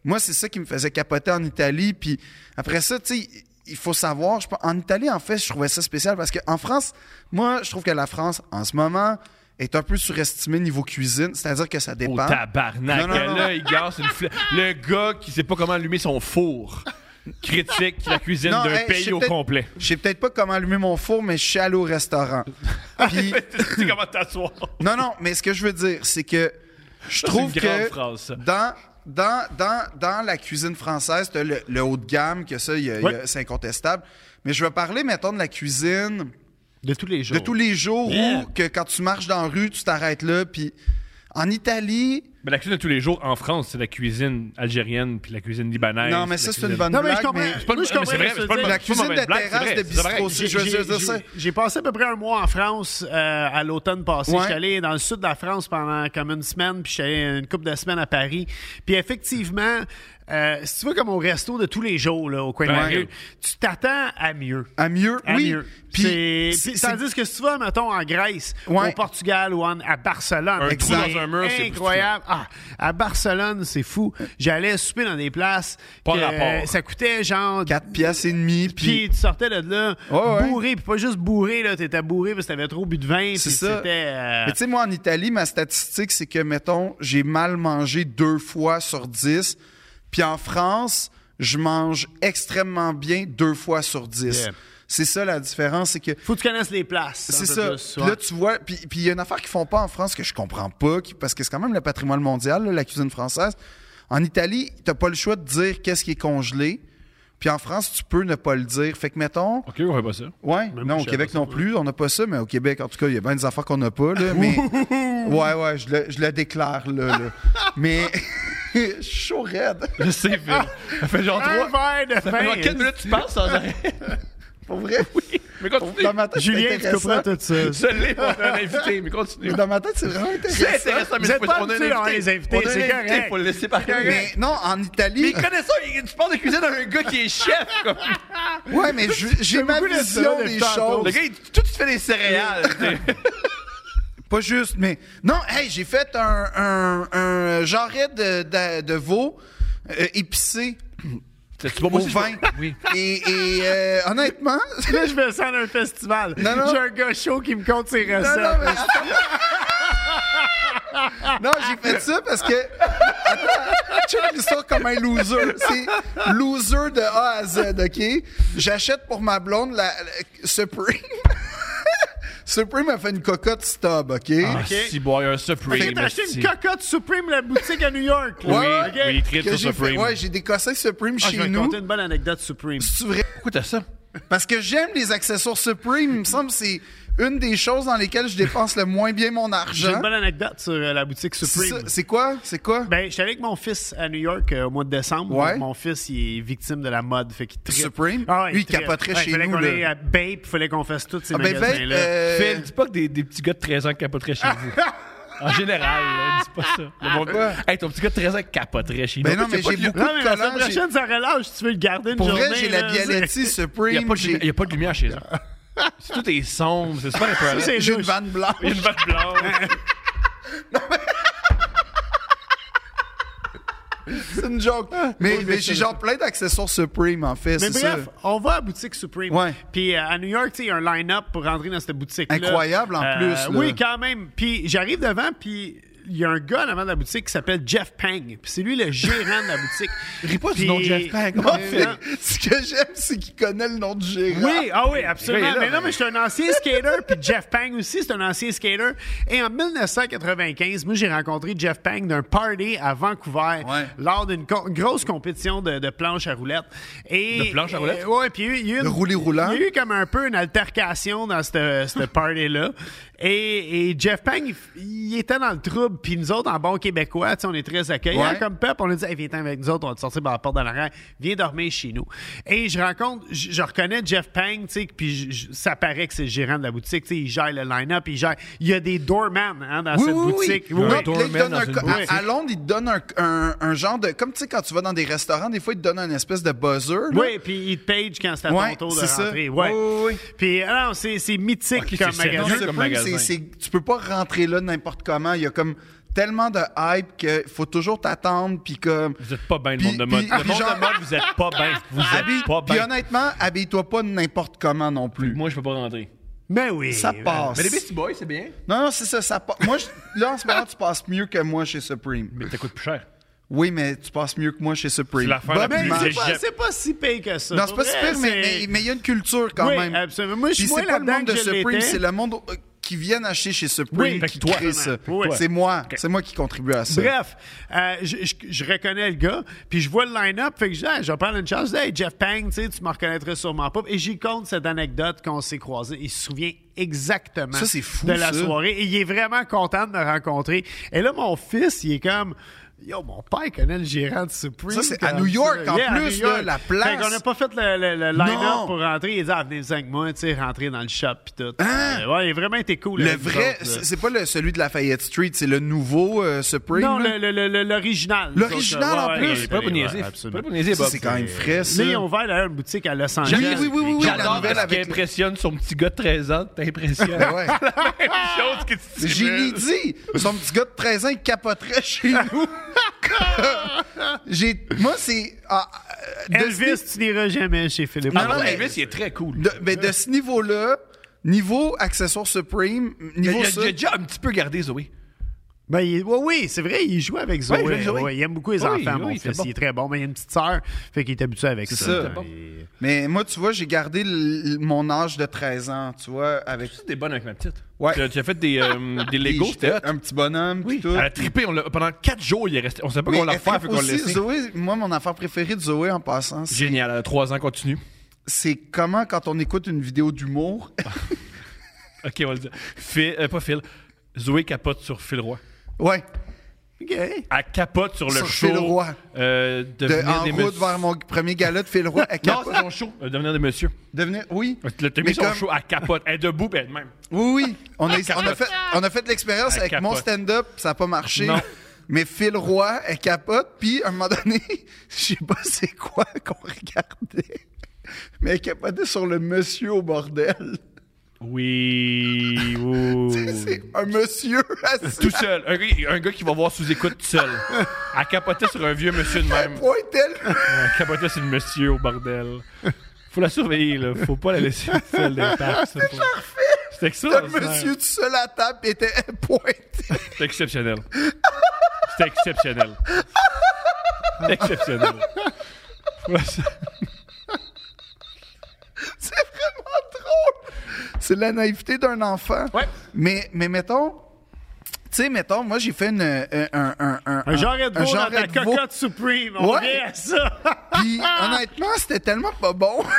S1: moi, c'est ça qui me faisait capoter en Italie. Puis après ça, tu sais, il faut savoir, je pense- en Italie, en fait, je trouvais ça spécial parce qu'en France, moi, je trouve que la France, en ce moment, est un peu surestimée niveau cuisine. C'est-à-dire que ça
S2: Au
S1: dépend.
S2: tabarnak.
S1: Hein? Non, non, non.
S2: Là, il gasse une flèche. Le gars qui sait pas comment allumer son four critique la cuisine
S1: Non,
S2: d'un
S1: hey, je sais
S2: pays au
S1: peut-être-
S2: complet.
S1: Je sais peut-être pas comment allumer mon four, mais je suis allé au restaurant. Puis,
S2: tu sais comment t'asseoir.
S1: non, non, mais ce que je veux dire, c'est que je
S2: C'est
S1: trouve
S2: une grande
S1: que.
S2: phrase, ça.
S1: dans, dans, dans, dans la cuisine française, t'as le, le haut de gamme, que ça, il y a- il y a-
S3: Ouais.
S1: c'est incontestable. Mais je veux parler, mettons, de la cuisine
S3: De tous les jours.
S1: de tous les jours
S2: Oh. Yeah.
S1: où, que quand tu marches dans la rue, tu t'arrêtes là. Puis en Italie,
S2: Mais la cuisine de tous les jours en France, c'est la cuisine algérienne puis la cuisine libanaise.
S1: non, mais
S2: la
S1: ça, c'est une
S2: cuisine-
S1: bonne
S3: Non, mais
S1: blague.
S3: je comprends.
S1: mais-
S2: pas une-
S3: Moi, je
S2: non, mais
S3: comprends
S2: c'est vrai,
S3: ce que
S2: c'est pas
S3: tu
S2: une bonne-
S3: veux
S1: la
S3: dire.
S2: c'est
S1: cuisine
S2: pas une
S1: de
S2: mauvaise blague,
S1: terrasse
S2: c'est
S1: de
S2: vrai, c'est vrai.
S1: bistrot, si je veux
S3: J'ai-
S1: dire ça.
S3: j'ai- J'ai passé à peu près un mois en France euh, à l'automne passé.
S1: Ouais.
S3: J'étais allé dans le sud de la France pendant comme une semaine, puis j'étais allé une couple de semaines à Paris. Puis effectivement, euh, si tu veux, comme au resto de tous les jours là, au coin de la
S2: Ouais.
S3: rue, tu t'attends à mieux.
S1: À mieux,
S3: À
S1: oui.
S3: mieux.
S1: Puis
S3: C'est-
S1: c'est- c'est-
S3: Tandis que si tu vas, mettons, en Grèce,
S1: Ouais.
S3: au Portugal ou en- à Barcelone,
S2: Un
S1: trou
S3: c'est
S2: dans un mur, c'est plus
S3: incroyable. Ah, à Barcelone, c'est fou. J'allais souper dans des places.
S2: Pas
S3: que,
S2: rapport.
S3: euh, Ça coûtait genre
S1: quatre pièces et demie, puis
S3: puis tu sortais de là
S1: Ouais, ouais.
S3: bourré, puis pas juste bourré, là, t'étais bourré parce que t'avais trop bu de vin, puis
S1: C'est ça.
S3: c'était... euh,
S1: Mais tu sais, moi, en Italie, ma statistique, c'est que, mettons, j'ai mal mangé deux fois sur dix. Puis en France, je mange extrêmement bien deux fois sur dix.
S3: Yeah.
S1: C'est ça la différence, c'est que.
S3: Faut que tu connaisses les places. un
S1: C'est
S3: peu
S1: ça.
S3: plus,
S1: Puis
S3: ouais.
S1: là, tu vois, puis puis il y a une affaire qu'ils font pas en France que je comprends pas, qui- parce que c'est quand même le patrimoine mondial, là, la cuisine française. En Italie, t'as pas le choix de dire qu'est-ce qui est congelé. Puis en France, tu peux ne pas le dire. Fait que, mettons,
S2: Ok, on fait pas ça.
S1: Ouais,
S3: Même
S1: non,
S3: plus
S1: au
S3: cher,
S1: Québec
S3: ça,
S1: non
S3: ouais.
S1: plus, on n'a pas ça, mais au Québec, en tout cas, il y a bien des affaires qu'on n'a pas, là, mais... ouais, ouais, je le, je le déclare, là, là. mais je suis chaud raide.
S2: Je sais, Phil. Ça fait genre
S3: Un
S2: trois.
S3: verre de
S2: Ça fait genre quatre
S3: vin!
S2: minutes que tu passes sans arrêt.
S1: Pour vrai,
S2: Mais continue.
S1: dans ma tête,
S3: Julien,
S1: c'est
S3: tu
S1: intéressant.
S3: comprends tout ça.
S2: Je l'ai, on a un invité, mais continue.
S1: Dans ma tête, c'est vraiment
S2: C'est
S1: intéressant.
S2: intéressant, mais
S3: Vous êtes
S2: c'est
S3: pas
S2: on a
S3: habitués
S2: un
S3: à les
S2: invité. On
S3: inviter,
S2: a un invité,
S3: c'est correct.
S2: Faut le laisser parler.
S1: Mais non, en
S2: Mais
S1: Italie,
S2: il connaît ça, il- tu parles de cuisine à un gars qui est chef. Comme...
S1: ouais, mais je- j'ai ma
S3: beaucoup laissé
S1: vision
S3: ça,
S1: des
S3: les tantôt.
S2: Le
S1: choses.
S2: gars, il, tout tu fais des céréales. tu sais.
S1: Pas juste, mais. Non, hey, j'ai fait un, un, un jarret de, de, de veau euh, épicé
S2: C'est bon,
S1: au
S2: moi aussi, je-
S1: vin.
S2: Oui.
S1: Et, et, euh, honnêtement.
S3: Là, je me sens d'un festival.
S1: Non, non.
S3: J'ai un gars chaud qui me compte ses
S1: Non,
S3: recettes.
S1: non, mais attends. Non, j'ai fait ça parce que. Attends, check l'histoire comme un loser. C'est loser de A à Z, OK? J'achète pour ma blonde la, la- ce prix. Supreme a fait une cocotte stub, OK?
S2: Ah, si, boy, un Supreme.
S3: T'as acheté
S2: esti.
S3: une cocotte Supreme, la boutique à New York. là.
S2: Oui,
S1: Ouais,
S2: oui, il crée
S1: Que
S2: sur
S1: j'ai fait-
S2: Supreme.
S1: ouais, j'ai des cossins Supreme
S3: Ah, je
S1: chez
S3: vais
S1: nous.
S3: compter une bonne anecdote Supreme.
S1: C'est vrai.
S2: Pourquoi t'as ça?
S1: Parce que j'aime les accessoires Supreme. Il me semble que c'est une des choses dans lesquelles je dépense le moins bien mon
S3: J'ai
S1: argent.
S3: une bonne anecdote sur euh, la boutique
S1: C'est ça.
S3: Supreme.
S1: C'est quoi? C'est quoi?
S3: Ben, j'étais avec mon fils à New York euh, au mois de décembre.
S1: Ouais.
S3: Donc, Mon fils, il est victime de la mode, fait qu'il Ah tripe.
S1: Supreme? Lui, il
S3: tripe.
S1: capoterait chez
S3: fallait
S1: nous,
S3: qu'on
S1: là.
S3: aille à Bape, fallait qu'on fasse tous ces
S1: Ah, ben, Bape,
S3: magasins-là.
S1: euh,
S2: Phil, dis pas que des, des petits gars de 13 ans capoteraient chez vous. En général, là, dis pas ça. Le monde-
S1: Pourquoi?
S2: Hey, ton petit gars de 13 ans capoterait chez nous.
S1: Ben Euh, non, mais j'ai beaucoup
S3: Non, mais
S1: de
S3: la semaine
S1: collants. j'ai-
S3: prochaine, ça relâche. Tu veux le garder une
S1: Pour
S3: journée.
S1: vrai, j'ai la
S3: là,
S1: Bialetti
S2: Il n'y a,
S1: Supreme.
S2: pas de
S1: j'ai-
S2: lumière- y a pas de lumière chez eux. C'est tout est sombre, c'est super
S3: c'est-
S2: épeurant.
S3: c'est
S1: J'ai une
S3: louche.
S1: vanne blanche.
S2: Il y a une vague blanche.
S1: C'est une joke. Mais, mais j'ai genre plein d'accessoires Supreme, en fait.
S3: Mais
S1: C'est ça.
S3: bref, on va à la boutique Supreme.
S1: Ouais.
S3: Puis euh, à New York, tu sais, il y a un line-up pour rentrer dans cette boutique-là. Euh,
S1: Incroyable, en plus, là.
S3: Oui, quand même. Puis j'arrive devant, puis il y a un gars devant la boutique qui s'appelle Jeff Pang. Puis c'est lui le gérant de la boutique.
S2: Ris pas du
S3: Puis-
S2: nom de Jeff Pang.
S1: Non, mais ce que j'aime, c'est qu'il connaît le nom du gérant.
S3: Oui, ah oui, absolument.
S2: Le gars, il est là,
S3: mais non, mais je suis un ancien skater, puis Jeff Pang aussi, c'est un ancien skater. Et en 1995, moi, j'ai rencontré Jeff Pang d'un party à Vancouver
S1: Ouais.
S3: lors d'une co- grosse compétition de, de planche à roulettes. Et,
S2: De planche à roulettes?
S3: Oui, puis il y a eu- il y a eu
S1: De
S3: une-
S1: rouler roulant?
S3: Il y a eu comme un peu une altercation dans cette, cette party-là. Et, et Jeff Pang, il, f- il était dans le trouble, puis nous autres, en bon québécois, tu sais, on est très accueillants
S1: Ouais.
S3: comme peuple, on a dit, hey, viens avec nous autres, on va te sortir par la porte de l'arrière, viens dormir chez nous. Et je rencontre, je, je reconnais Jeff Pang, tu sais, puis je- je- ça paraît que c'est le gérant de la boutique, tu sais, il gère le line-up, il gère. Il y a des doormen hein, dans
S1: Oui,
S3: cette
S1: oui, oui.
S3: boutique.
S1: Non,
S2: Un
S1: puis là, il
S2: doorman
S1: donne
S2: dans
S1: un
S2: une
S1: co- à-
S2: boutique.
S1: à, Londres, il te donne un, un- un genre de. Comme tu sais, quand tu vas dans des restaurants, des fois, ils te donnent une espèce de buzzer. là.
S3: Oui, puis il te page quand c'est à
S1: Ouais,
S3: ton tour de
S1: c'est ça.
S3: rentrer. Ouais.
S1: Oui, oui, oui.
S3: Puis ah non, c'est c'est mythique
S2: Ok,
S3: comme
S2: c'est
S1: Non,
S2: sérieux.
S3: magasin.
S2: Dieu, comme
S1: Supreme, c'est-
S2: magasin.
S1: c'est- tu peux pas rentrer là n'importe comment. Il y a comme tellement de hype qu'il faut toujours t'attendre. Puis comme.
S2: Vous êtes pas bien le
S1: Puis-
S2: monde de mode.
S1: puis-
S2: Le
S1: puis
S2: monde
S1: genre-
S2: de mode, vous êtes pas bien. Vous
S1: Habille-
S2: êtes pas
S1: puis
S2: bien.
S1: honnêtement, habille-toi pas n'importe comment non plus.
S2: Moi, je peux pas rentrer.
S3: Mais oui.
S1: Ça passe.
S2: Boys, c'est bien.
S1: Non, non, c'est ça, ça passe. Moi, je- là, en ce moment, tu passes mieux que moi chez Supreme.
S2: Mais ça coûte plus cher.
S1: Oui, mais tu passes mieux que moi chez Supreme.
S2: C'est l'affaire la
S1: Bob,
S2: plus
S1: il mange-
S3: C'est
S2: légère.
S3: pas, c'est pas si pire que ça.
S1: Non, c'est
S3: Pour
S1: pas si
S3: vrai,
S1: pire, mais- mais mais
S3: c'est-
S1: il y a une culture quand
S3: Oui,
S1: même.
S3: absolument. Moi, je
S1: Puis
S3: suis
S1: c'est
S3: moins
S1: pas le
S3: là-dedans
S1: monde
S3: que
S1: de
S3: je
S1: Supreme,
S3: l'étais.
S1: c'est le monde euh, qui vient acheter chez Supreme
S3: Oui,
S1: qui
S2: fait que toi,
S1: crée ça.
S3: oui.
S1: C'est moi, c'est moi qui contribue à ça.
S3: Bref, euh, je, je- je reconnais le gars, puis je vois le line-up, fait que je dis, Ah, je vais prendre une chance. Je dis, Hey, Jeff Pang, tu sais, tu me reconnaîtrais sûrement pas. Et j'y compte cette anecdote qu'on s'est croisés. Il se souvient exactement
S1: Ça, c'est fou,
S3: de la
S1: ça.
S3: soirée. Et il est vraiment content de me rencontrer. Et là, mon fils, il est comme. Yo, mon père connaît le gérant de Supreme.
S1: Ça, c'est à
S3: Comme
S1: New York,
S3: ça.
S1: en
S3: à
S1: plus,
S3: New
S1: là,
S3: York.
S1: la place.
S3: Fait qu'on n'a pas fait le, le- le line-up
S1: Non.
S3: pour rentrer. Il dit, ah, venez avec moi, tu sais, rentrer dans le shop, puis tout.
S1: Hein?
S3: Euh, ouais, il a vraiment été cool.
S1: Le
S3: avec nous
S1: vrai,
S3: autres, là.
S1: c'est c'est pas le, celui de Lafayette Street, c'est le nouveau euh, Supreme.
S3: Non,
S1: là.
S3: le- le- le- le- l'original.
S1: L'original, en plus.
S2: C'est pas pour niaiser. C'est pas pour niaiser,
S1: Ça,
S2: Bob.
S1: c'est quand même frais, ça.
S3: Mais ils ont ouvert d'ailleurs une boutique à Los
S1: Oui,
S3: Angeles.
S1: oui, oui, oui, oui, la
S2: J'adore
S1: nouvelle
S2: ce qui
S1: avec...
S2: impressionne son petit gars de 13 ans. T'impressionnes.
S1: Ah ouais.
S2: Même chose que tu dis,
S1: J'ai
S2: mais-
S1: ni dit. Son petit gars de 13 ans, il capoterait chez nous. J'ai- Moi, c'est... ah, euh, de ce
S3: Elvis, tu n'iras jamais chez Philippe.
S2: Non, non,
S1: mais-
S2: Ah, Elvis, il est très cool.
S1: De, ben, de ce niveau-là, niveau accessoires Supreme,
S2: Il a,
S1: niveau
S2: il a-
S1: ça,
S2: il a déjà un petit peu gardé Zoé.
S3: Ben, il- ouais, oui, c'est vrai, il joue avec Zoé.
S2: Ouais, il joue avec Zoé.
S3: Ouais, il aime beaucoup les
S2: Oui,
S3: enfants,
S2: oui,
S3: mon
S2: il fait
S3: fils.
S2: bon.
S3: Il est très bon, mais il a une petite sœur, fait qu'il est habitué avec ça.
S1: c'est ça.
S3: Il-
S1: Mais moi, tu vois, j'ai gardé l- l- mon âge de 13 ans, tu vois, avec
S2: Tu des bonnes avec ma petite.
S1: Ouais.
S2: Tu as- tu as fait des, euh,
S1: des-
S2: des Legos, c'était hot.
S1: un petit bonhomme, puis
S2: Oui.
S1: tout.
S2: Elle a trippé. on l'a- pendant 4 jours, il est resté. On savait pas
S1: Mais
S2: qu'on l'a
S1: elle
S2: refait,
S1: tripe
S2: fait qu'on l'a
S1: aussi,
S2: laissé.
S1: Zoé, moi, mon affaire préférée de Zoé en passant, c'est-
S2: Génial, elle a 3 ans, continue.
S1: c'est comment quand on écoute une vidéo d'humour,
S2: Ok, on va le dire. Phil, euh, pas Phil. Zoé capote sur Phil Roy.
S1: ouais,
S3: OK.
S2: Elle capote sur le
S1: Sur
S2: show.
S1: Phil Roy.
S2: euh,
S1: de-
S2: devenir
S1: en
S2: des
S1: route
S2: messieurs.
S1: vers mon premier galop de Phil Roy, à
S2: Non,
S1: capote.
S2: c'est son show. euh, devenir des messieurs.
S1: Devenir- oui,
S2: Le
S1: Mais
S2: mis son
S1: comme-
S2: show, elle capote. Elle est debout, ben elle-même.
S1: Oui, oui. On a, on a
S2: capote.
S1: fait, on a fait l'expérience
S2: Elle
S1: avec
S2: capote.
S1: mon stand-up, ça n'a pas marché.
S2: Non.
S1: Mais Phil Roy, elle capote, puis à un moment donné, je sais pas c'est quoi qu'on regardait, mais elle capotait sur le monsieur au bordel.
S2: Oui.
S1: C'est un monsieur assis.
S2: tout seul. Un gars, un gars qui va voir sous écoute tout seul. Elle capotait sur un vieux monsieur de
S1: Elle
S2: même.
S1: pointait le-
S2: Elle capotait sur le monsieur au bordel. Faut la surveiller, là. Faut pas la laisser seule dans les parcs, ça, faut- C'était
S1: le
S2: extraordinaire.
S1: monsieur tout seul à table, puis était elle pointait.
S2: C'était exceptionnel. C'était exceptionnel. exceptionnel. Faut la-
S1: C'est vraiment drôle. c'est la naïveté d'un enfant.
S3: Ouais.
S1: Mais, mais mettons, tu sais, mettons, moi, j'ai fait une, un, un, un,
S3: Un genre de
S1: Ah, un
S3: veau dans
S1: jarret
S3: ta
S1: de veau.
S3: cocotte supreme. On
S1: Ouais.
S3: vient à ça.
S1: Puis, honnêtement, c'était tellement pas bon.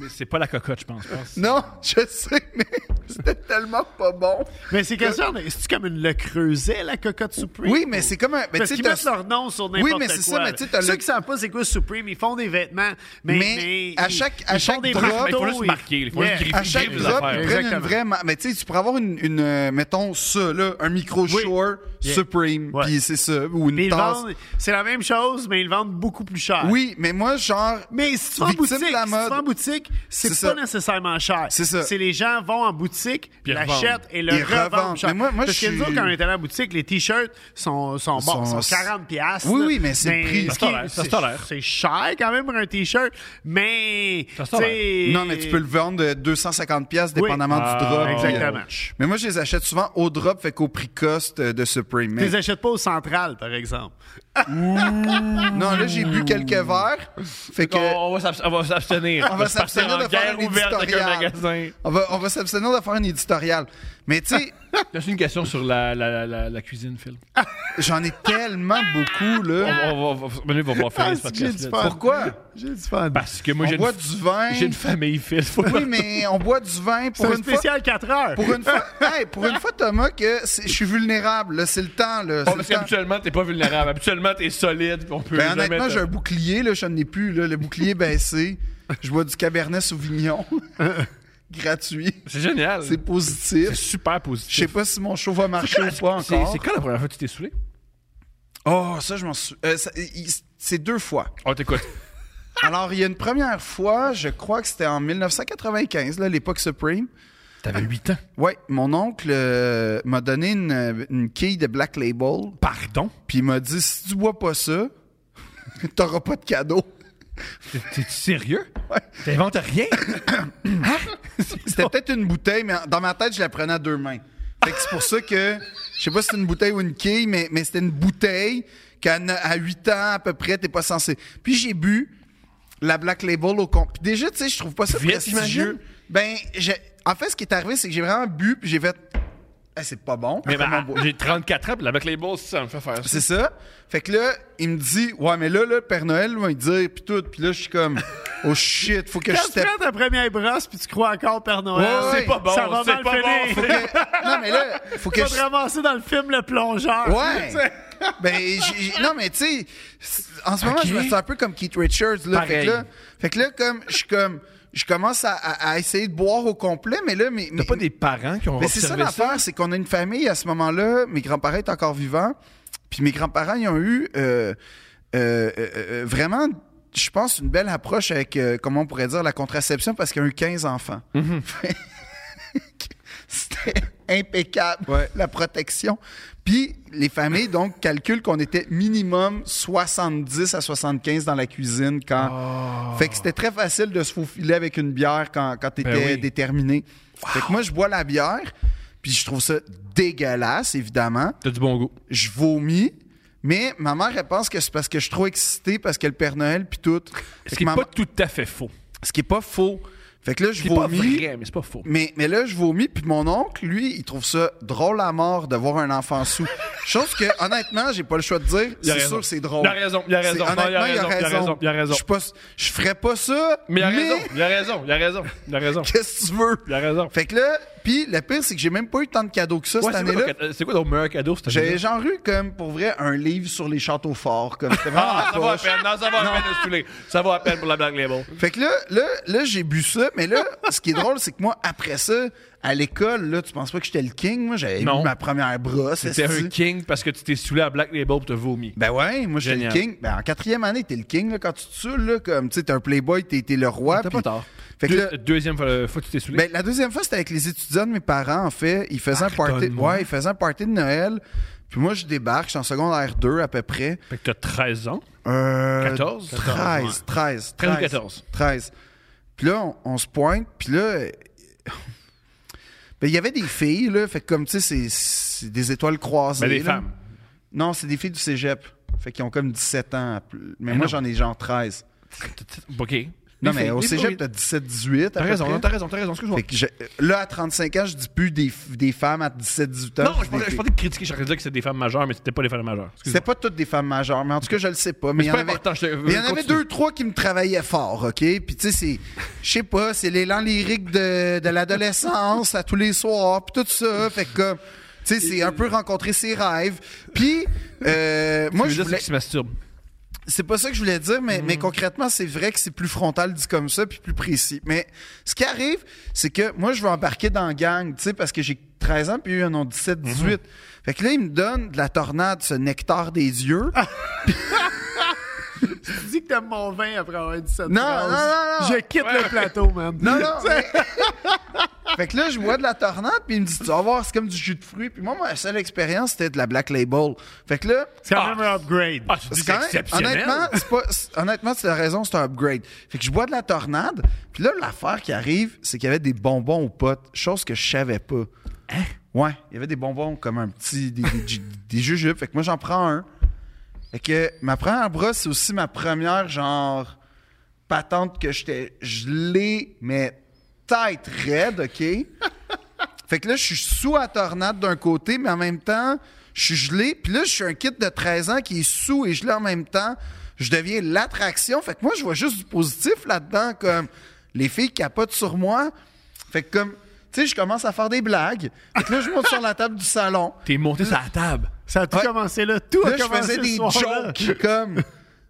S2: Mais c'est pas la cocotte, je pense. je pense.
S1: non, je sais, mais c'était tellement pas bon.
S3: Mais c'est question de. C'est-tu comme une Le Creuset, la cocotte supreme?
S1: Oui, mais c'est comme un. mais
S3: Parce
S1: tu sais,
S3: qu'ils
S1: t'as-
S3: mettent leur nom sur n'importe quoi.
S1: Oui, mais c'est ça,
S3: là.
S1: mais tu sais, t'as
S3: Ceux
S1: le-
S3: qui savent pas c'est quoi Supreme, ils font des vêtements, mais,
S1: Mais à
S3: ils-
S1: chaque-
S3: ils
S1: à
S3: font
S1: chaque
S3: des
S1: drop-
S3: marteaux,
S1: Mais
S2: il faut juste
S3: ils-
S2: marquer, il faut juste griffer.
S1: à chaque
S2: des
S1: drop,
S2: affaires.
S1: ils prennent une
S3: Exactement.
S1: vraie. ma- Mais tu sais, tu pourrais avoir une, une, euh, mettons, ça, là, un micro
S3: Oui.
S1: shore
S3: Yeah.
S1: Supreme,
S3: Ouais.
S1: puis c'est ça, ou une
S3: Puis ils le
S1: tasse.
S3: vendent- C'est la même chose, mais ils le vendent beaucoup plus cher.
S1: Oui, mais moi, genre,
S3: Mais si tu vas en
S1: Victime
S3: boutique,
S1: de la
S3: si
S1: mode.
S3: tu vas en boutique, c'est
S1: C'est
S3: pas
S1: ça.
S3: nécessairement cher.
S1: C'est ça.
S3: C'est les gens vont en boutique,
S2: Puis ils
S3: l'achètent
S2: revendent.
S3: et le
S1: Ils revendent.
S3: revendent. cher.
S1: Mais moi- moi,
S3: Parce
S1: je
S3: que nous autres,
S1: suis-
S3: quand on était allés en boutique, les t-shirts sont, sont bons,
S1: Sont-
S3: sont 40 piastres.
S1: Oui, oui, mais c'est le prix.
S3: ce
S2: Ça se
S3: qui-
S2: tolère, ça se
S3: c'est-
S2: tolère.
S3: C'est cher quand même pour un t-shirt, mais...
S2: Ça se tolère.
S3: t'sais-
S1: Non, mais tu peux le vendre de 250 pièces dépendamment
S2: Ah,
S1: du drop.
S3: exactement.
S1: Puis, euh, Mais moi, je les achète souvent au drop, fait qu'au prix cost euh, de Supreme.
S3: Tu
S1: Mais-
S3: les achètes pas au central, par exemple.
S1: non, là, j'ai bu quelques verres, fait que...
S2: On, on va s'abs- on va s'abstenir.
S1: On va
S2: se partir
S1: s'abstenir
S2: en
S1: de faire
S2: guerre
S1: un
S2: ouverte avec un
S1: éditorial.
S2: magasin.
S1: On va, on va s'abstenir de faire un éditorial. Mais tu sais,
S2: J'ai une question sur la, la, la, la, la cuisine, Phil.
S1: j'en ai tellement beaucoup,
S2: On
S1: là.
S2: va, on va, on va- Manu va pouvoir faire
S3: Ah,
S2: ce
S3: c'est que j'ai du
S2: podcast-là.
S3: fun.
S1: Pourquoi?
S3: J'ai du fun.
S2: Parce que moi,
S1: On
S2: j'ai
S1: boit
S2: une,
S1: du vin.
S2: j'ai une famille, Phil. Faut pas-
S1: Oui, mais on boit du vin
S3: C'est
S1: pour
S3: un
S1: une fois.
S3: spécial 4 heures.
S1: Pour une fois, Hey, pour une fois, Thomas, que c'est- je suis vulnérable. là, C'est le temps. Là,
S2: Bon,
S1: c'est
S2: parce
S1: le temps.
S2: qu'habituellement, t'es pas vulnérable. Habituellement, t'es solide. puis On peut
S1: Ben,
S2: jamais
S1: honnêtement,
S2: te-
S1: j'ai un bouclier, là, je n'en ai plus. Là, le bouclier baissé. Je bois du Cabernet Sauvignon. Gratuit.
S2: C'est génial.
S1: C'est
S2: C'est
S1: positif.
S2: super
S1: Je sais
S2: positif.
S1: pas si mon show va marcher ou pas
S2: C'est
S1: encore.
S2: c'est quand la première fois que tu t'es saoulé?
S1: Oh, ça, je m'en souviens. c'est deux fois.
S2: On t'écoute.
S1: Alors, il y a une première fois, je crois que c'était en 1995, là, l'époque Supreme.
S2: T'avais 8 ans.
S1: Ouais, mon oncle euh, m'a donné une, une quille de Black Label.
S2: Pardon?
S1: Puis il m'a dit si tu bois pas ça, t'auras pas de cadeau.
S2: T'es- T'es-tu sérieux? T'inventes rien?
S1: C'était peut-être une bouteille, mais en- dans ma tête, je la prenais à deux mains. Fait que c'est pour ça que je sais pas si c'est une bouteille ou une quille, mais, mais c'était une bouteille qu'à ne- à 8 ans à peu près, t'es pas censé. Puis j'ai bu la Black Label au compte. Puis déjà, tu sais, je trouve pas ça
S2: Vite,
S1: prestigieux.
S2: j'imagine?
S1: Ben, j'ai- en fait, ce qui est arrivé, c'est que j'ai vraiment bu, puis j'ai fait. Eh, c'est pas bon.
S2: Mais
S1: Comment
S2: ben,
S1: boire?
S2: j'ai 34 ans, puis avec les balls, ça me fait faire ça.
S1: C'est ça. Fait que là, il me dit, ouais, mais là, là, le Père Noël va me dire, puis tout. Puis là, je suis comme, oh shit, faut que je
S3: Quand tu
S1: step.
S3: prends ta première brosse puis tu crois encore au Père Noël,
S1: Ouais, ouais.
S2: C'est pas bon,
S3: ça va
S2: c'est
S3: mal
S2: pas
S3: finir.
S2: bon.
S1: Faut que- Non, mais là, faut
S3: Tu
S1: que
S3: vas
S1: je.
S3: te ramasser dans le film Le Plongeur. Tu
S1: Ouais.
S3: sais.
S1: ben, j'ai- j'ai- non, mais tu sais, c'est- en ce moment,
S2: Ok.
S1: je me sens un peu comme Keith Richards. Là, fait, que
S2: Pareil.
S1: là, fait que là, comme, je suis comme, je commence à, à- à essayer de boire au complet, mais là, mais.
S2: T'as pas des parents qui ont
S1: Mais c'est ça
S2: observé ça?
S1: l'affaire, c'est qu'on a une famille à ce moment-là. Mes grands-parents étaient encore vivants. Puis mes grands-parents, ils ont eu euh, euh, euh, euh, vraiment, je pense, une belle approche avec, euh, comment on pourrait dire, la contraception parce qu'ils ont eu 15 enfants. C'était impeccable, la protection. Puis les familles, donc, calculent qu'on était minimum 70 à 75 dans la cuisine quand.
S2: Ah.
S1: Fait que c'était très facile de se faufiler avec une bière quand, quand t'étais
S2: Ben oui.
S1: déterminé. Fait que moi, je bois la bière, puis je trouve ça dégueulasse, évidemment.
S2: T'as du bon goût.
S1: Je vomis. Mais ma mère, elle pense que c'est parce que je suis trop excité, parce que le Père Noël, puis tout. Fait
S2: Ce
S1: que
S2: qui est
S1: ma
S2: pas
S1: ma-
S2: tout à fait faux.
S1: ce qui est pas faux. Fait que là, je
S2: C'est pas
S1: vomis.
S2: vrai, mais c'est pas faux.
S1: Mais, mais là, je vomis, puis mon oncle, lui, il trouve ça drôle à mort de voir un enfant sous. Chose que, honnêtement, j'ai pas le choix de dire.
S2: Il a
S1: C'est
S2: raison.
S1: sûr que c'est drôle.
S2: Il a raison, il a
S1: C'est-
S2: raison. Non,
S1: honnêtement,
S2: il a raison, il a raison, il a raison.
S1: Je, suis pas- je ferais pas ça,
S2: Mais
S1: mais,
S2: il a raison, il a raison, il a raison, il a raison.
S1: qu'est-ce que tu veux?
S2: Il a raison.
S1: Fait que là, puis le pire, c'est que j'ai même pas eu tant de cadeaux que ça
S2: Ouais,
S1: cette
S2: c'est quoi ton
S1: année-là.
S2: cade- euh, C'est quoi ton meilleur cadeau cette année-là?
S1: J'ai genre eu, comme, pour vrai, un livre sur les châteaux forts. Comme, c'était vraiment
S2: Ah,
S1: ma
S2: ça va à
S1: poche.
S2: peine, non, ça va à peine de se saouler. Ça va à peine pour la blague label.
S1: Fait que là, là, là j'ai bu ça, mais là, ce qui est drôle, c'est que moi, après ça, à l'école, là, tu penses pas que j'étais le king? Moi, j'avais eu
S2: Non.
S1: ma première brosse.
S2: C'était
S1: esti.
S2: un king parce que tu t'es saoulé à black label pour te vomi.
S1: Ben ouais, moi j'étais le
S2: Génial.
S1: king. Ben en quatrième année, t'es le king là, quand tu te saoules, là, comme tu sais, t'es un playboy, t'es t'es le roi.
S2: T'as
S1: puis-
S2: pas tort.
S1: Fait que
S2: Deux-
S1: là-
S2: Deuxième fois euh, fois que tu t'es saoulé.
S1: ben, la deuxième fois, c'était avec les étudiants de mes parents, en fait. Ils faisaient un party.
S2: Pardonne-moi.
S1: Ouais, ils faisaient un party de Noël. Puis moi, je débarque, je suis en secondaire 2 à peu près.
S2: Fait que t'as 13 ans.
S1: Euh,
S2: 14?
S1: 13, 13, 13.
S2: 13 ou 14.
S1: 13. Puis là, on, on se pointe, puis là. euh, Ben, il y avait des filles, là. Fait que comme, tu sais, c'est- c'est des étoles croisées.
S2: Ben, des
S1: là.
S2: femmes.
S1: Non, c'est des filles du cégep. Fait qu'ils ont comme 17 ans. à plus. Mais
S2: Mais
S1: moi,
S2: non.
S1: j'en ai genre 13.
S2: OK.
S1: Non,
S2: Les
S1: mais
S2: Ben filles,
S1: au
S2: les
S1: cégep,
S2: filles.
S1: t'as hein. 17-18.
S2: T'as raison, non, t'as raison, t'as raison, excuse-moi.
S1: là, à 35 ans, je dis plus des, f- des femmes à 17-18 ans.
S2: Non,
S1: dis
S2: je pensais,
S1: des
S2: je pensais que critiquer, je dire que c'était des femmes majeures, mais c'était pas des femmes majeures.
S1: C'était pas toutes des femmes majeures, mais en tout cas, je le sais pas. Mais, il
S2: c'est
S1: y en
S2: pas
S1: avait-
S2: important, je te-
S1: mais il y en avait
S2: continue.
S1: deux, trois qui me travaillaient fort, OK? Puis, tu sais, c'est. Je sais pas, c'est l'élan lyrique de, de l'adolescence à tous les soirs, puis tout ça. Fait que, comme, tu sais, c'est un peu rencontrer ses rêves. Puis, euh, moi, je voulais.
S2: qui se masturbe.
S1: C'est pas ça que je voulais dire, mais,
S2: Mm.
S1: mais concrètement, c'est vrai que c'est plus frontal dit comme ça, puis plus précis. Mais ce qui arrive, c'est que moi, je veux embarquer dans la gang, tu sais, parce que j'ai 13 ans, puis eux, ils en ont 17, 18.
S2: Mm-hmm.
S1: Fait que là, ils me donnent de la tornade, ce nectar des yeux.
S3: Tu dis que t'aimes mon vin après avoir dit cette
S1: Non,
S3: phrase.
S1: non, non, non.
S3: Je quitte le plateau, man.
S1: Non, non. mais- fait que là, je bois de la tornade, puis il me dit, tu vas voir, c'est comme du jus de fruits. Puis moi, ma seule expérience, c'était de la Black Label. Fait que là,
S3: C'est quand
S2: Ah.
S3: même un upgrade.
S2: Ah, c'est
S1: C'est quand même-
S2: exceptionnel.
S1: honnêtement, c'est pas, c'est- honnêtement, tu as raison, c'est un upgrade. Fait que je bois de la tornade, puis là, l'affaire qui arrive, c'est qu'il y avait des bonbons aux potes, chose que je savais pas.
S2: Hein?
S1: Ouais, il y avait des bonbons comme un petit, des, des, ju- des jujubes. Fait que moi, j'en prends un. Fait que ma première brosse, c'est aussi ma première, genre, patente que j'étais gelé, mais tête raide, OK? Fait que là, je suis sous à tornade d'un côté, mais en même temps, je suis gelé. Puis là, je suis un kid de 13 ans qui est sous et gelé en même temps. Je deviens l'attraction. Fait que moi, je vois juste du positif là-dedans, comme les filles capotent sur moi. Fait que comme, tu sais, je commence à faire des blagues. Fait que là, je monte sur la table du salon.
S2: T'es monté sur la table.
S3: Ça a tout
S1: Ouais.
S3: commencé là. Tout
S1: Là,
S3: a
S1: je
S3: commencé
S1: faisais
S3: ce
S1: des
S3: soir-là.
S1: jokes, comme,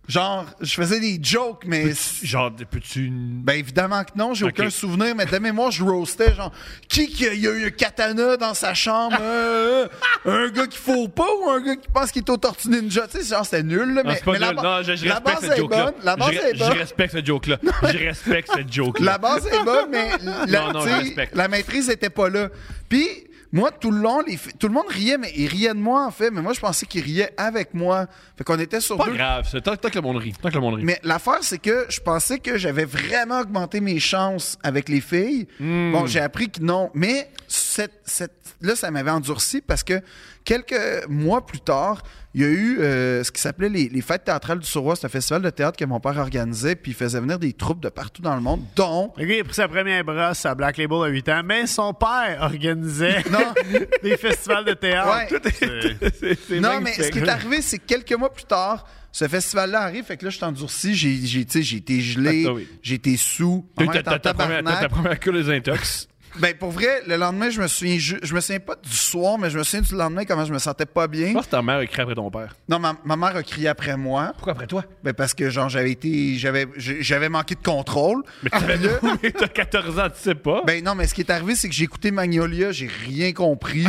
S1: genre, je faisais des jokes, mais...
S2: Genre, peux-tu. une-
S1: Ben évidemment que non, j'ai
S2: Ok.
S1: aucun souvenir, mais de mémoire, je roastais genre qui qui a, il y a eu un katana dans sa chambre, Euh, euh, un gars qui faut pas ou un gars qui pense qu'il est au Tortue Ninja, tu sais genre c'était nul là,
S2: Non,
S1: mais,
S2: Ah, c'est pas
S1: mais la,
S2: nul.
S1: ba-
S2: Non, je, je
S1: la
S2: respecte
S1: base
S2: cette
S1: est
S2: joke-là.
S1: bonne, la base
S2: je,
S1: est
S2: je
S1: bonne.
S2: respecte cette joke-là. Je respecte cette joke-là.
S1: La base est bonne, mais la,
S2: Non, non, je
S1: tu sais,
S2: respecte.
S1: la maîtrise était pas là. Puis moi, tout le long, les fi- tout le monde riait, mais ils riaient de moi en fait, mais moi je pensais qu'ils riaient avec moi. Fait qu'on était sur
S2: Pas
S1: deux
S2: grave, ça. Tant, tant que le monde rit. Tant que le monde rit.
S1: Mais l'affaire, c'est que je pensais que j'avais vraiment augmenté mes chances avec les filles.
S2: Hmm.
S1: Bon, j'ai appris que non. Mais cette, cette- là, ça m'avait endurci parce que quelques mois plus tard, il y a eu euh, ce qui s'appelait les, les Fêtes théâtrales du Saurois. C'est un festival de théâtre que mon père organisait, puis il faisait venir des troupes de partout dans le monde, dont.
S3: Le gars, il a pris sa première brosse à Black Label à 8 ans, mais son père organisait
S1: Non.
S3: des festivals de théâtre.
S1: Ouais.
S3: C'est-
S1: Non, mais ce qui est arrivé, c'est que quelques mois plus tard, ce festival-là arrive, fait que là, je suis endurci, j'ai j'ai- tu sais, j'ai été gelé,
S2: Ah, oui.
S1: j'ai été sous.
S2: T'as eu
S1: Maman
S2: ta,
S1: était en
S2: ta- ta première,
S1: tabarnak.
S2: t'as ta première queue des intox.
S1: Ben pour vrai, le lendemain, je me souviens ju- je me souviens pas du soir, mais je me souviens du lendemain comment je me sentais pas bien.
S2: Je pense que ta mère écrit après ton père.
S1: Non, ma, ma mère a crié après moi,
S2: Pourquoi après toi?
S1: ben parce que genre j'avais été j'avais j'- j'avais manqué de contrôle.
S2: Mais t'avais- mais t'as 14 ans, tu sais pas.
S1: Ah, Ben non, mais ce qui est arrivé c'est que j'ai écouté Magnolia, j'ai rien compris.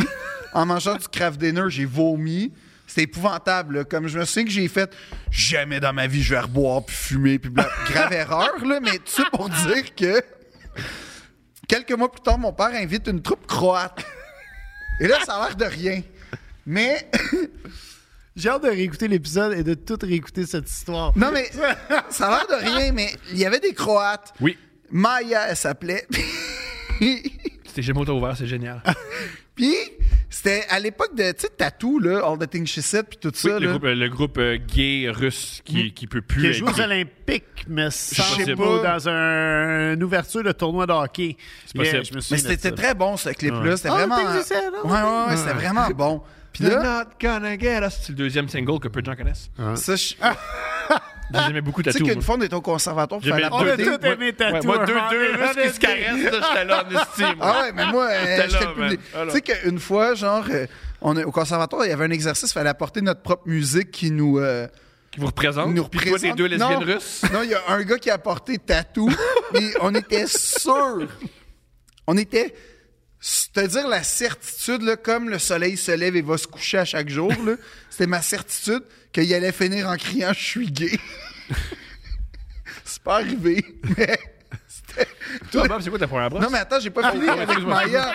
S1: en mangeant du Kraft Dinner, j'ai vomi. C'était épouvantable. là. Comme je me souviens que j'ai fait jamais dans ma vie je vais reboire puis fumer puis bla. grave erreur là, mais tu sais pour dire que quelques mois plus tard, mon père invite une troupe croate. Et là, ça a l'air de rien. Mais
S3: J'ai hâte de réécouter l'épisode et de tout réécouter cette histoire.
S1: non, mais ça a l'air de rien. Mais il y avait des Croates.
S2: Oui.
S1: Maya, elle s'appelait.
S2: C'était jamais autant ouvert, c'est génial.
S1: Ah, Puis c'était à l'époque de tu sais Tatou là, All the Things She Said puis tout
S2: Oui,
S1: ça
S2: le
S1: là. Mm.
S2: groupe, euh, le groupe, euh, gay russe qui, qui peut plus.
S3: Qui a
S2: être
S3: joué aux
S2: gay.
S3: Olympiques, mais sans
S2: possible.
S3: pas dans un, une ouverture de tournoi de hockey.
S2: C'est possible.
S3: Mais je me
S1: Mais
S3: souviens de
S1: c'était
S3: ça.
S1: très bon ce clip là, c'était
S3: All the
S1: vraiment.
S3: Things She Said, All the
S1: ouais ouais, ouais, c'était vraiment bon. Puis
S2: They're
S1: là,
S2: not gonna get us. C'est le deuxième single que peu de gens connaissent.
S1: ça, je-
S2: J'aimais beaucoup
S1: Ah. tu sais
S2: Tattoo.
S1: qu'une fois on était au conservatoire, il
S2: J'aimais
S1: fallait
S2: deux-
S3: On a
S1: apporter-
S3: tout aimé
S2: Ouais,
S3: Tatou.
S2: moi, deux,
S3: hein,
S2: deux
S3: on est
S2: Russes qui se
S3: honnête.
S2: caressent, Ah, là, j'étais là en estime.
S1: Ah ouais, mais moi, euh,
S2: T'es là,
S1: j'étais le public.
S2: man. Alors.
S1: Tu sais qu'une fois, genre, euh, on, est- au conservatoire, il y avait un exercice, il fallait apporter notre propre musique qui nous, euh,
S2: Qui vous représente.
S1: nous
S2: Puis
S1: représente.
S2: toi, t'es deux lesbiennes
S1: non,
S2: russes.
S1: Non, il y a un gars qui a apporté Tatou, puis on était sûrs. On était, c'est-à-dire la certitude, là, comme le soleil se lève et va se coucher à chaque jour, là, c'était ma certitude qu'il allait finir en criant « je suis gay ». C'est pas arrivé, mais c'était...
S2: Toi, Bob, Ah, bah, c'est quoi ta première brosse?
S1: Non, mais attends, j'ai pas fini
S2: pardon,
S1: avec
S2: excuse-moi.
S1: Maya.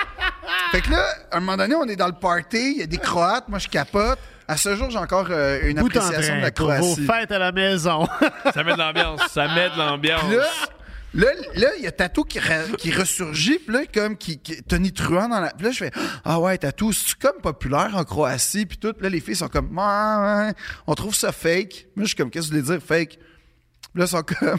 S1: Fait que là, à un moment donné, on est dans le party, il y a des Croates, moi je capote. À ce jour, j'ai encore euh, une
S3: Bout en
S1: appréciation de
S3: train
S1: la
S3: pour vos
S1: Croatie.
S3: fêtes à la maison.
S2: Ça met de l'ambiance. Ça met de l'ambiance.
S1: Là, là, là, il y a Tatou qui, re- qui ressurgit, puis là, comme qui, qui Tony Truant dans la. Puis là, je fais Ah ouais, Tatou, c'est comme populaire en Croatie, puis tout. Là, les filles sont comme Ah, ouais, on trouve ça fake. Moi, je suis comme Qu'est-ce que vous voulez dire fake? Puis là, ils sont comme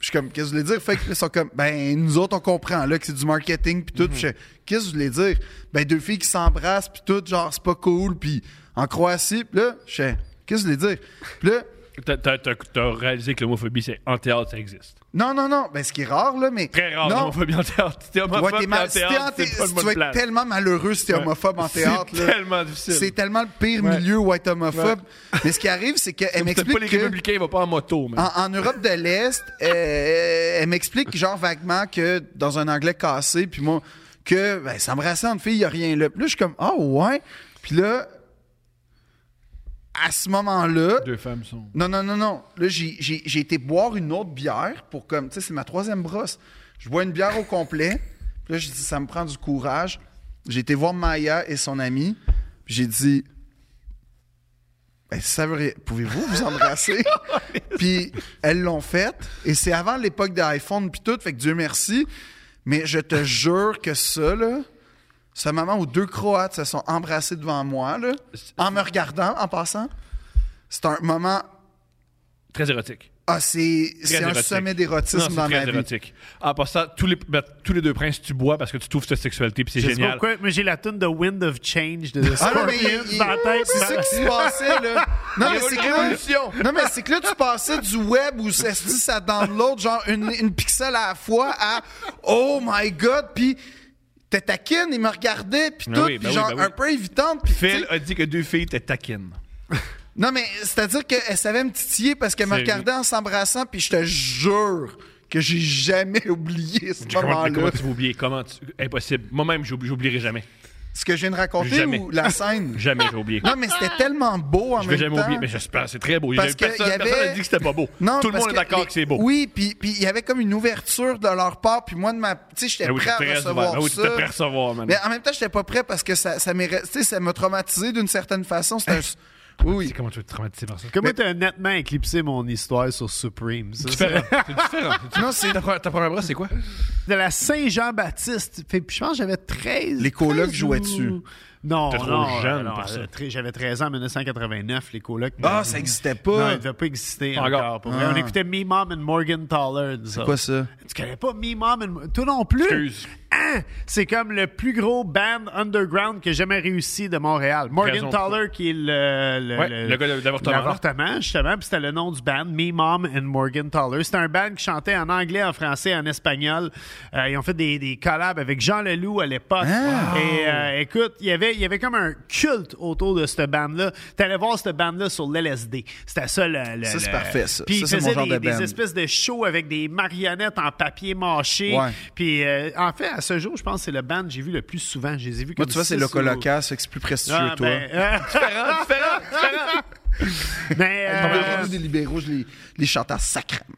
S1: je suis comme, qu'est-ce que je voulais dire? Fait que ils sont comme, ben, nous autres, on comprend, là, que c'est du marketing, puis tout. Puis je fais, qu'est-ce que je voulais dire? Ben, deux filles qui s'embrassent, puis tout, genre, c'est pas cool, puis en Croatie, puis là, je fais, qu'est-ce que je voulais dire? Puis là,
S2: T'as- T'as t'as- t'as réalisé que l'homophobie, c'est en théâtre, ça existe.
S1: non, non, non, ben, ce qui est rare, là, mais.
S2: Très rare,
S1: non.
S2: l'homophobie en théâtre. Si T'es
S1: Ouais,
S2: homophobe
S1: t'es
S2: puis
S1: mal-
S2: en
S1: si t'es en
S2: théâtre,
S1: thé-
S2: c'est pas
S1: si tu
S2: le
S1: vas
S2: bonne
S1: être
S2: place.
S1: tellement malheureux si t'es homophobe en théâtre.
S2: C'est
S1: là.
S2: tellement difficile.
S1: C'est tellement le pire
S2: Ouais.
S1: milieu où être homophobe. Mais ce qui arrive, c'est qu'elle
S2: Peut-être pas
S1: m'explique
S2: les
S1: que...
S2: républicains, il va pas en moto, mais.
S1: En, en Europe de l'Est, euh, elle m'explique genre vaguement que dans un anglais cassé, puis moi, que ben, s'embrasser entre filles, il n'y a rien là. Puis là, je suis comme, ah ouais. Puis là, à ce moment-là,
S2: Deux femmes sont.
S1: non, non, non, non. Là, j'ai- j'ai j'ai été boire une autre bière pour comme, tu sais, c'est ma troisième brosse. Je bois une bière au complet. Puis là, j'ai dit, ça me prend du courage. J'ai été voir Maya et son ami. Puis j'ai dit, ben, si ça veut rien- pouvez-vous vous embrasser? puis elles l'ont fait. Et c'est avant l'époque d'iPhone, puis tout. Fait que Dieu merci. Mais je te jure que ça, là, ce moment où deux Croates se sont embrassés devant moi, là, en me regardant, en passant, c'est un moment
S2: Très érotiques.
S1: ah, c'est
S2: Très
S1: c'est un
S2: érotique.
S1: sommet
S2: Non,
S1: d'érotisme
S2: c'est
S1: dans
S2: très
S1: ma vie.
S2: érotique. En passant, tous les, ben, tous les deux princes, tu bois parce que tu trouves ta sexualité, puis c'est
S3: Je sais pas
S2: génial.
S3: pourquoi, mais j'ai la tune de Wind of Change de
S1: Ah non,
S3: Scorpions
S1: mais il- il-
S3: dans la tête.
S1: c'est ça qui se passait, là. Non, mais c'est que
S2: Révolution.
S1: là, non, mais c'est que là, tu passais du web où ça se dit, ça download, genre une, une pixel à la fois, à Oh my God, puis t'es taquine, il me regardait, puis
S2: Ben
S1: tout,
S2: oui, ben
S1: puis
S2: oui,
S1: genre
S2: ben oui.
S1: un peu évitante. Puis, tu
S2: Phil
S1: sais,
S2: a dit que deux filles étaient taquines.
S1: Non, mais c'est-à-dire qu'elle savait me titiller parce qu'elle me
S2: C'est-
S1: regardait en s'embrassant, puis je te jure que j'ai jamais oublié ce
S2: Comment, comment
S1: moment-là.
S2: tu vas oublier? Comment tu- Impossible. Moi-même, j'oublie- j'oublierai jamais.
S1: Ce que je viens de raconter
S2: Jamais.
S1: ou la scène?
S2: Jamais j'ai oublié.
S1: Non, mais c'était tellement beau en
S2: Je vais
S1: même
S2: jamais
S1: temps.
S2: oublier, mais j'espère. C'est très beau.
S1: Parce
S2: J'ai- personne
S1: que y
S2: n'a
S1: avait-
S2: dit que c'était pas beau.
S1: Non,
S2: Tout le
S1: parce
S2: monde est
S1: que
S2: d'accord
S1: les-
S2: que c'est beau.
S1: Oui, puis puis il y avait comme une ouverture de leur part, puis moi de ma, tu sais, j'étais
S2: Ben oui,
S1: prêt
S2: t'es
S1: à
S2: très ouvert.
S1: recevoir
S2: Ben oui,
S1: ça.
S2: t'es prêt à recevoir, man.
S1: Mais en même temps, j'étais pas prêt parce que ça ça m'est- tu sais, ça m'a traumatisé d'une certaine façon. C'était un-
S2: Tu
S1: Oui.
S2: sais Eh, comment tu veux te traumatiser par ça?
S3: Bah, Comment t'as nettement éclipsé mon histoire sur Supreme? ça, c'est-
S2: Différent. C'est différent.
S1: Non, c'est
S2: Ta première- Ta première brosse, c'est quoi?
S3: de la Saint-Jean-Baptiste. Fait- Je pense que j'avais 13
S1: Les colocs
S3: 13
S1: jouaient
S3: ou-
S1: dessus.
S3: Non,
S2: T'es trop
S3: non,
S2: jeune
S3: non,
S2: pour ça.
S3: euh, très- J'avais 13 ans en 1989, les colocs.
S1: Ah, ça existait
S3: Non,
S1: pas.
S3: il devait pas exister
S2: Encore.
S3: encore. pour vrai.
S1: Ah.
S3: On écoutait Me Mom and Morgan Tollard. ça.
S1: Quoi ça
S3: Tu connais pas Me Mom and Mo- Toi non plus?
S2: Excuse.
S3: Hein? C'est comme le plus gros band underground que j'ai jamais réussi de Montréal.
S2: Raison
S3: Morgan
S2: pour-
S3: Toller, qui est le, le,
S2: Ouais, le gars de- d'avortement.
S3: l'avortement, justement, puis c'était le nom du band, Me Mom and Morgan Toller. C'était un band qui chantait en anglais, en français, en espagnol. Euh, ils ont fait des, des collabs avec Jean Leloup à l'époque.
S1: Ah.
S3: Et euh, écoute, il y avait- il y avait comme un culte autour de cette band-là. T'allais voir cette band-là sur l'LSD. C'était ça le. le-
S1: Ça, c'est
S3: le-
S1: parfait, ça.
S3: Puis
S1: Ça,
S3: ils
S1: c'est mon
S3: faisaient
S1: genre
S3: des,
S1: de band.
S3: des espèces de shows avec des marionnettes en papier mâché.
S1: Ouais.
S3: Puis euh, en fait, à ce jour, je pense que c'est le band que j'ai vu le plus souvent. J'ai vu
S1: Moi,
S3: comme
S1: tu vois, c'est
S3: six
S1: le
S3: ou-
S1: colocasse, fait que c'est plus prestigieux,
S3: Ah,
S1: toi.
S3: ben, euh, mais,
S1: Dans le
S3: euh,
S1: reste des libéraux, je les, les chante en sacrament.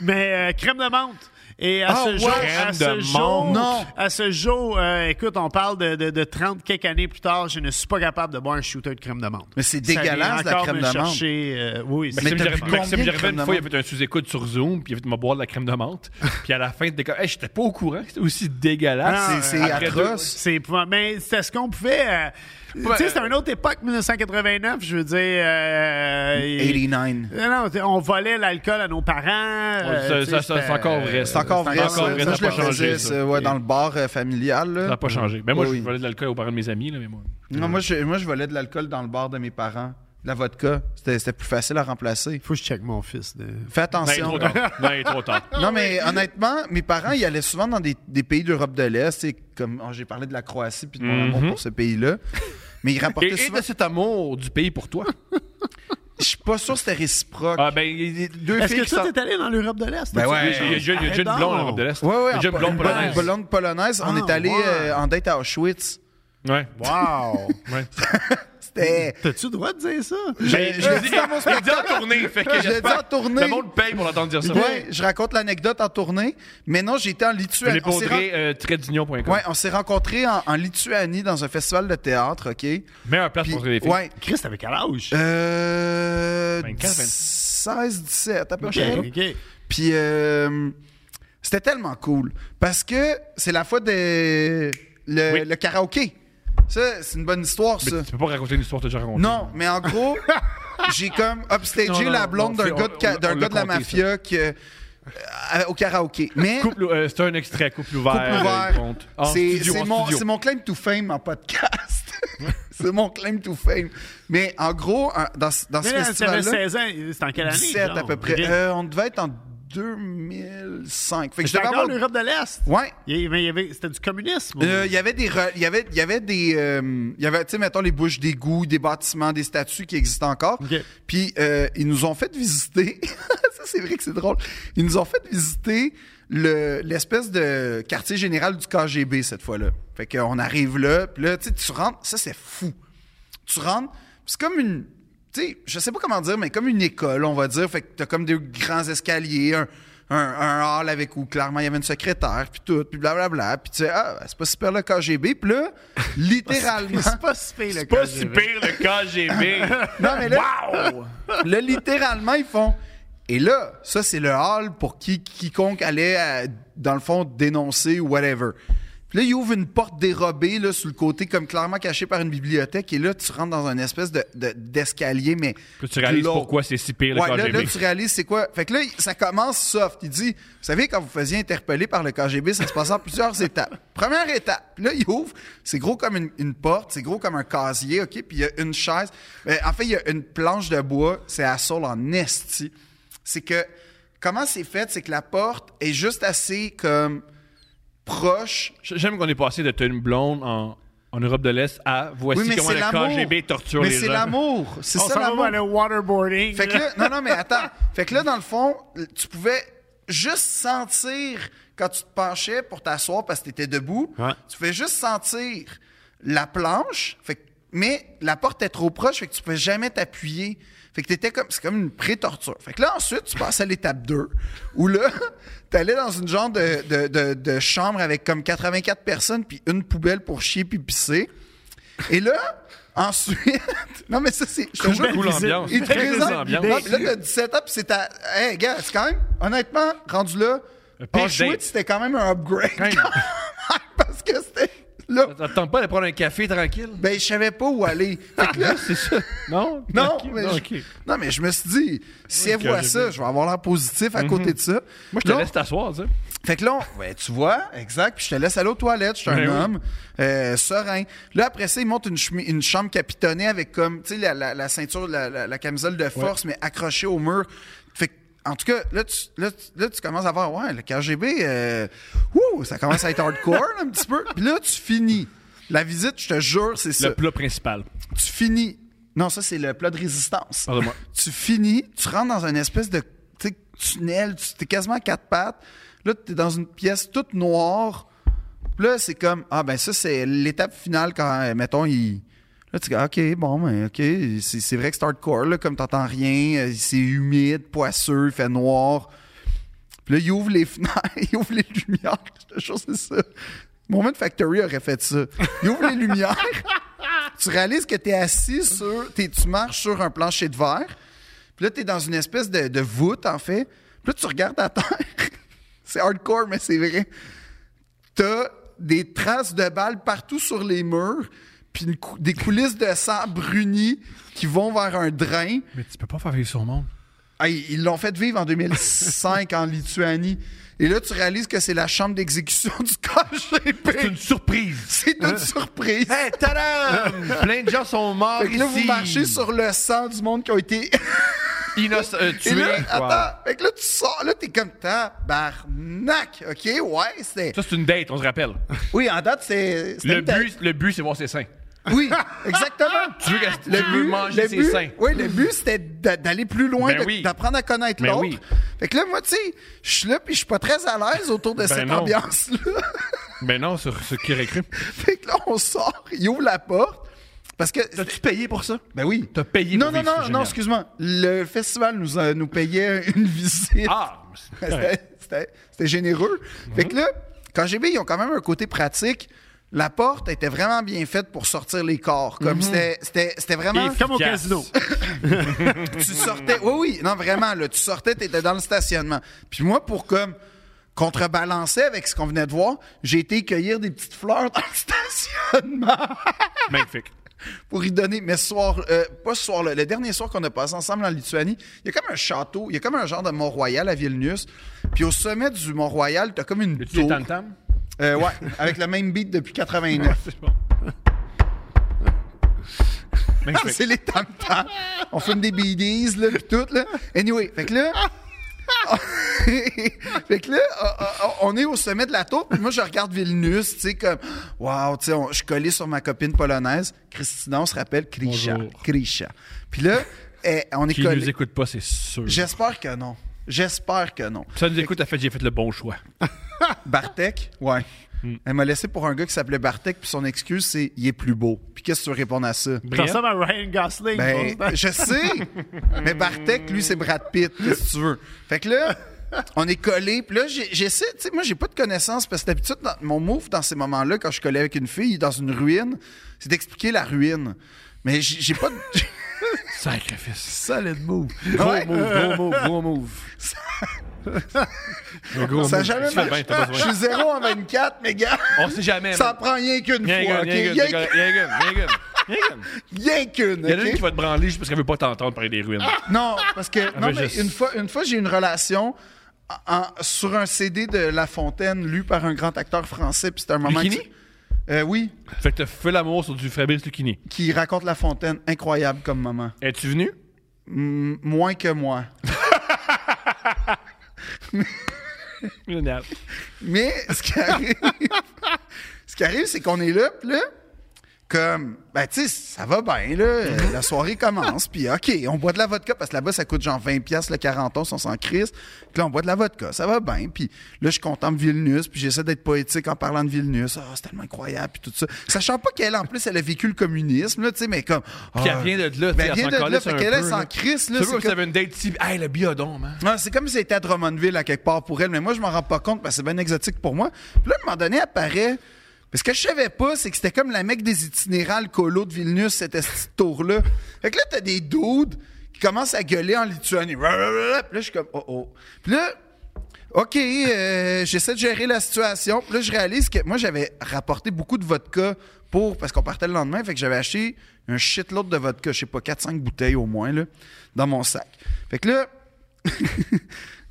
S3: mais euh, crème de menthe. Et à
S1: Ah,
S3: ce
S1: ouais.
S3: jour,
S2: Crème
S3: à ce
S2: de
S3: jour,
S1: menthe. Non.
S3: à ce jour euh, écoute, on parle de, de, de 30 quelques années plus tard, je ne suis pas capable de boire un shooter de crème de menthe.
S1: Mais c'est
S3: Ça vient
S1: dégueulasse, la
S3: encore
S1: crème
S3: me
S1: de menthe.
S3: chercher, euh, oui, c'est-
S1: Mais
S2: Maxime
S1: t'as
S2: Gervais,
S1: bu combien
S2: Maxime
S1: de
S2: Gervais,
S1: crème
S2: une
S1: de
S2: fois, il a
S1: menthe?
S2: fait un sous-écoute sur Zoom, puis il a fait de me boire de la crème de menthe. puis à la fin, t'es comme, hey, j'étais pas au courant, que c'était aussi dégueulasse.
S1: C'est- c'est
S2: Après
S1: atroce.
S3: C'est épouvantable. Mais c'était ce qu'on pouvait. euh, tu sais, c'était une autre époque, 1989. Je veux dire. euh, et-
S1: 89.
S3: Euh, Non, t'sais, on volait l'alcool à nos parents.
S2: ça- ça-
S3: euh, tu sais,
S2: ça-
S3: c'était-
S2: c'est encore vrai,
S1: C'est encore vrai,
S2: encore
S1: ça.
S2: vrai,
S1: Ça,
S2: ça
S1: je
S2: a
S1: le
S2: pas changé,
S1: faisais,
S2: ça.
S1: ça, ouais, dans le bar euh, familial. là.
S2: Ça n'a pas changé. Mais moi,
S1: Oui.
S2: je volais de l'alcool aux parents de mes amis, là, mais moi.
S1: Non, moi, je, moi, je volais de l'alcool dans le bar de mes parents. De la vodka, c'était c'était plus facile à remplacer.
S3: Faut que je check mon fils. de-
S1: Fais
S2: Non, il est
S1: attention.
S2: Ben, trop tard. Non, il est trop tard.
S1: Non, mais honnêtement, mes parents, ils allaient souvent dans des, des pays d'Europe de l'Est. et Comme oh, j'ai parlé de la Croatie puis de mon amour
S2: Mhm.
S1: pour ce pays-là. Mais ils
S2: Et,
S1: rapportaient
S2: et
S1: souvent.
S2: de cet amour du pays pour toi.
S1: Je suis pas sûr que c'était réciproque.
S2: Ah, ben, il y a deux
S3: Est-ce
S2: filles qui
S3: que toi,
S2: sont-
S3: t'es allé dans l'europe de l'Est?
S1: Ben
S3: toi,
S1: ouais.
S2: Il y
S3: tu-
S2: a- il y a une- il y a une jeune
S3: Arrête
S2: blonde en
S3: donc.
S2: Europe de l'Est.
S1: Ouais, ouais,
S2: Une
S1: en
S2: jeune
S1: Pol-
S2: blonde polonaise.
S1: Blonde polonaise. On
S3: Ah,
S1: est allé
S3: ouais.
S1: euh, en date à Auschwitz.
S2: Ouais.
S3: Wow!
S2: Ouais.
S1: C'était.
S3: T'as-tu le droit de dire ça?
S1: J'ai-
S2: Je
S1: je l'ai
S2: dis-
S1: dit dans mon
S2: il dit en tournée. Fait que
S1: Je l'ai dit
S2: j'espère
S1: en tournée.
S2: Le monde paye pour l'entendre dire ça.
S1: Ouais, je raconte l'anecdote en tournée. Mais non, j'étais en
S2: Je
S1: Lituanie.
S2: l'ai
S1: On s'est ren-
S2: pondré euh, traitdignon.com.
S1: Ouais, on s'est rencontrés en, en Lituanie dans un festival de théâtre, OK?
S2: Meilleure place
S1: Puis-
S2: pour les filles.
S1: ouais.
S3: Chris, t'avais quel âge?
S1: Euh,
S2: 24, 25.
S1: 16, 17 à peu
S3: Ok,
S1: près.
S3: ok.
S1: Puis euh, c'était tellement cool parce que c'est la fois de le,
S2: Oui.
S1: le karaoké. Ça, c'est une bonne histoire,
S2: Mais
S1: ça.
S2: tu peux pas raconter une histoire que t'as déjà racontée.
S1: Non, mais en gros, j'ai comme upstagé
S2: Non, non,
S1: la blonde
S2: non,
S1: d'un
S2: on-
S1: gars de, ca-
S2: on-
S1: d'un
S2: on
S1: gars
S2: l'a
S1: de la
S2: compté,
S1: mafia que euh, au karaoké. Mais
S2: Couple, euh, c'est un extrait, couple ouvert.
S1: Couple ouvert.
S2: euh, il compte. En
S1: c'est
S2: studio,
S1: c'est
S2: en
S1: mon,
S2: studio.
S1: c'est mon claim to fame en podcast. c'est mon claim to fame. Mais en gros, en- dans, ce- dans ce
S3: Mais là,
S1: festival-là,
S3: t'avais 16 ans, c'était en quelle année?
S1: 17 à
S3: genre?
S1: peu près.
S3: Ok.
S1: Euh, on devait être en 2005. Fait que je
S3: C'était
S1: devais
S3: encore
S1: avoir-
S3: l'Europe de l'Est.
S1: Ouais.
S3: Il y avait- mais il y avait- c'était du communisme. ou-
S1: Euh, Il y avait des re- il y avait il y avait des euh, il y avait tu sais mettons les bouches d'égouts, des bâtiments, des statues qui existent encore.
S3: Ok.
S1: Puis euh, ils nous ont fait visiter ça c'est vrai que c'est drôle. Ils nous ont fait visiter le l'espèce de quartier général du KGB cette fois-là. Fait qu'on arrive là, puis là tu sais, tu rentres, ça c'est fou. Tu rentres, c'est comme une tu sais, je sais pas comment dire, mais comme une école, on va dire. Fait que t'as comme des grands escaliers, un, un, un hall avec où clairement il y avait une secrétaire, puis tout, puis blablabla. Puis tu sais, ah, c'est pas super le KGB. Puis là, littéralement.
S3: C'est pas si pire, le
S2: Pas
S3: KGB.
S2: si pire le KGB.
S1: non, mais là, là, littéralement, ils font. Et là, ça, c'est le hall pour qui, quiconque allait, à- dans le fond, dénoncer ou whatever. Puis là, ils ouvrent une porte dérobée, là, sur le côté, comme clairement cachée par une bibliothèque. Et là, tu rentres dans une espèce de- de- d'escalier, mais.
S2: Puis tu réalises
S1: glauque.
S2: pourquoi c'est si pire le
S1: Ouais, là,
S2: KGB.
S1: là, tu réalises c'est quoi. Fait que là, ça commence soft. Il dit, vous savez, quand vous faisiez interpeller par le KGB, ça se passait en plusieurs étapes. Première étape, puis là, il ouvre. C'est gros comme une, une porte, c'est gros comme un casier, OK? Puis il y a une chaise. Euh, en fait, il y a une planche de bois. C'est à sol en esti. C'est que, comment c'est fait? C'est que la porte est juste assez, comme, proche.
S2: J'aime qu'on est passé de T'as une blonde en, en Europe de l'Est à voici
S1: Oui, mais
S2: comment
S1: c'est
S2: le
S1: l'amour.
S2: KGB torture
S1: Mais
S2: les gens.
S1: c'est l'amour. C'est
S3: On
S1: ça,
S3: s'en
S1: l'amour.
S3: va à le waterboarding.
S1: Fait que là, non, non, mais attends. Fait que là, dans le fond, tu pouvais juste sentir quand tu te penchais pour t'asseoir parce que tu étais debout.
S3: Ouais.
S1: Tu pouvais juste sentir la planche. Fait que- mais la porte est trop proche, fait que tu pouvais jamais t'appuyer. Fait que t'étais comme, c'est comme une pré-torture. Fait que là, ensuite, tu passes à l'étape 2, où là, t'allais dans une genre de, de- de- de chambre avec comme 84 personnes, puis une poubelle pour chier puis pisser. Et là, ensuite, non, mais ça, c'est, je te jure,
S2: Cool ambiance.
S1: il te
S2: Très
S1: présente.
S2: ambiance.
S1: Non, puis là, t'as 17 ans, puis c'est à. Hey, gars, c'est quand même. Honnêtement, rendu là,
S2: pire
S1: Auschwitz,
S2: date.
S1: c'était quand même un upgrade.
S2: Hey.
S1: quand même, Parce que c'était. Là,
S2: T'attends pas de prendre un café tranquille?
S1: ben, je savais pas où aller. Fait que là,
S2: C'est ça? Non?
S1: non,
S2: Ok,
S1: mais
S2: non,
S1: je,
S2: ok.
S1: non, mais je me suis dit, si elle
S2: Ok,
S1: voit
S2: j'ai
S1: ça,
S2: vu.
S1: je vais avoir l'air positif à côté de ça.
S2: Mhm. Moi, je te
S1: Là,
S2: laisse t'asseoir, tu sais.
S1: fait que là, on- ouais, tu vois, exact. Puis je te laisse aller aux toilettes. Je suis un
S2: Ben oui.
S1: homme euh, serein. Là, après ça, ils montent une, chemi- une chambre capitonnée avec comme, tu sais, la, la- la ceinture, la, la- la camisole de force, mais accrochée au mur. Fait que, en tout cas, là, tu, là, tu- là, tu commences à voir, ouais, le KGB, euh, ouh, ça commence à être hardcore là, un petit peu. Puis là, tu finis. La visite, je te jure, c'est ça
S2: Le plat principal.
S1: tu finis. Non, ça, c'est le plat de résistance.
S2: Pardonne-moi.
S1: Tu finis, tu rentres dans une espèce de tu sais, tunnel, tu es quasiment à quatre pattes. Là, tu es dans une pièce toute noire. Puis Là, c'est comme, ah ben ça, c'est l'étape finale quand, euh, mettons, il... Là, tu dis, OK, bon, ben, OK, c'est c'est vrai que c'est hardcore, là, comme t'entends rien, euh, c'est humide, poisseux, il fait noir. Puis là, il ouvre les fenêtres, il ouvre les lumières. Je te jure, c'est ça. Moment Factory aurait fait ça. Il ouvre les lumières. tu réalises que t'es assis sur. t'es- tu marches sur un plancher de verre. Puis là, t'es dans une espèce de, de voûte, en fait. Puis là, tu regardes à terre. c'est hardcore, mais c'est vrai. T'as des traces de balles partout sur les murs. Puis une cou- des coulisses de sang brunies qui vont vers un drain.
S2: Mais tu peux pas faire vivre sur le monde.
S1: Ah, ils ils l'ont fait vivre en 2005 en Lituanie. Et là, tu réalises que c'est la chambre d'exécution du
S2: C'est une
S1: KGB.
S2: surprise. Hein?
S1: C'est une surprise.
S2: Hey, tadam! Plein de gens sont morts
S1: Fait que là, vous marchez sur le sang du monde qui a été.
S2: Innocent, euh,
S1: Et
S2: tués.
S1: là,
S2: Wow.
S1: attends, fait que là, tu sors, là, t'es comme tabarnak, ok? Ouais, c'était.
S2: Ça, c'est une date, on se rappelle.
S1: Oui, en date, c'est. c'était
S2: Le
S1: une date.
S2: but, le but c'est voir ses seins.
S1: Oui, exactement.
S2: Tu veux, que- tu veux manger
S1: le
S2: ses
S1: but-
S2: seins.
S1: Oui, le but, c'était d'a- d'aller plus loin,
S2: Ben
S1: de-
S2: oui.
S1: d'apprendre à connaître
S2: Ben
S1: l'autre.
S2: oui.
S1: Fait que là, moi, tu sais, je suis là, puis je suis pas très à l'aise autour de
S2: Ben
S1: cette
S2: non.
S1: ambiance-là.
S2: Mais non, sur ce qui aurait cru.
S1: Fait que là, on sort, il ouvre la porte. Parce que.
S2: T'as-tu payé pour ça?
S1: Ben oui.
S2: T'as payé
S1: Non,
S2: pour
S1: non,
S2: vivre,
S1: non,
S2: c'est
S1: non,
S2: génial.
S1: excuse-moi. Le festival nous, a- nous payait une visite.
S2: Ah!
S1: C'était- C'était c'était généreux. Fait que là, quand GB, ils ont quand même un côté pratique. La porte était vraiment bien faite pour sortir les corps.
S2: Mhm.
S1: Comme c'était- c'était c'était vraiment.
S3: comme au
S2: Efficace.
S3: casino.
S1: tu sortais. Oui, oui, non, vraiment, là, tu sortais, tu étais dans le stationnement. Puis moi, pour comme contrebalancer avec ce qu'on venait de voir, j'ai été cueillir des petites fleurs dans le stationnement.
S2: Magnifique.
S1: pour y donner. Mais ce soir, euh, pas ce soir-là, le dernier soir qu'on a passé ensemble en Lituanie, il y a comme un château, il y a comme un genre de Mont-Royal à Vilnius. Puis au sommet du Mont-Royal, t'as comme une
S2: Le tu
S1: tour.
S2: tam tam
S1: Euh, ouais, avec le même beat depuis 89.
S2: C'est bon. Magnifique.
S1: c'est les tam On fume des BDs, là, pis tout, là. Anyway, fait que là... fait que là, euh, euh, on est au sommet de la tour, pis moi, je regarde Vilnius, tu sais, comme... Wow, tu sais, on- je suis collé sur ma copine polonaise. Christina, on se rappelle, Krisha.
S2: Bonjour.
S1: Krisha. Puis là, eh, on est
S2: Qui
S1: collé...
S2: nous écoute pas, c'est sûr.
S1: J'espère que non. J'espère que non.
S2: Ça nous écoute, à fait, j'ai fait le bon choix.
S1: Bartek, ouais.
S2: Hmm.
S1: Elle m'a laissé pour un gars qui s'appelait Bartek, puis son excuse, c'est « il est plus beau ». Puis qu'est-ce que tu veux répondre à ça?
S3: Ça ressemble à Ryan Gosling.
S1: Ben,
S2: Hmm.
S3: bon, c'est-
S1: je sais. mais Bartek, lui, c'est Brad Pitt, qu'est-ce que tu veux. Fait que là, on est collés. Puis là, j'ai- j'essaie, tu sais, moi, j'ai pas de connaissances parce que d'habitude, dans- mon move dans ces moments-là, quand je collais avec une fille dans une ruine, c'est d'expliquer la ruine. Mais j'ai j'ai pas de.
S2: Sacrifice.
S1: Solid move.
S2: Gros
S1: Ouais.
S2: move, gros move, gros move. Le gros
S1: Ça a
S2: move.
S1: jamais
S2: Tu fais bien,
S1: marché.
S2: t'as
S1: Je
S2: besoin.
S1: suis zéro en 24, mais gars.
S2: On sait jamais.
S1: Ça
S2: man.
S1: prend rien qu'une
S2: Y'a
S1: fois,
S2: un
S1: OK?
S2: gun, y'a un gun,
S1: Rien
S2: y'a un
S1: qu'une.
S2: gun, y'a un gun, y'a un gun.
S1: Rien qu'une.
S2: Il y en a
S1: OK?
S2: une qui va te branler juste parce qu'elle veut pas t'entendre parler des ruines.
S1: Non, parce que non,
S2: mais
S1: mais
S2: je-
S1: une fois, une fois j'ai eu une relation en- en- sur un CD de La Fontaine lu par un grand acteur français, puis c'était un moment.
S2: Lucchini?
S1: que- Euh, oui,
S2: Fait que t'as fait l'amour sur du Fabrice Lucchini.
S1: qui raconte La Fontaine, incroyable comme moment.
S2: Es-tu venu?
S1: M- moins que moi.
S2: Génial.
S1: Mais ce qui arrive, ce qui arrive, c'est qu'on est là, puis là, comme, ben, tu sais, ça va bien, là. euh,
S2: Mhm.
S1: La soirée commence, puis OK, on boit de la vodka, parce que là-bas, ça coûte genre 20$ piastres, le 40 si on s'en crisse. Puis là, on boit de la vodka, ça va bien. Puis là, je contemple Vilnius, puis j'essaie d'être poétique en parlant de Vilnius. Ah, c'est tellement incroyable, puis tout ça. Sachant pas qu'elle, en plus, elle a vécu le communisme, là, tu sais, mais comme.
S2: Puis elle
S1: ah,
S2: vient de là, tu sais,
S1: ben,
S2: elle
S1: vient
S2: s'en
S1: de là,
S2: calisse
S1: fait
S2: un
S1: qu'elle, elle
S2: peu,
S1: s'en
S2: là.
S1: crisse, là.
S2: Tu
S1: c'est
S2: veux que
S1: comme-
S2: ça avait une date type. Hey, le hein. biodon, man.
S1: Ouais, Ah, c'est comme si c'était à Drummondville à quelque part pour elle, mais moi, je m'en rends pas compte parce que c'est bien exotique pour moi. Puis là, à un moment donné, apparaît. Parce que je savais pas, c'est que c'était comme la mecque des itinérales colo de Vilnius, cette esti de tour-là. Fait que là, t'as des doudes qui commencent à gueuler en Lituanie. Puis là, je suis comme, oh oh. Puis là, OK, euh, j'essaie de gérer la situation. Puis là, je réalise que moi, j'avais rapporté beaucoup de vodka pour. Parce qu'on partait le lendemain, fait que j'avais acheté un shitload de vodka, je sais pas, 4-5 bouteilles au moins, là, dans mon sac. Fait que là,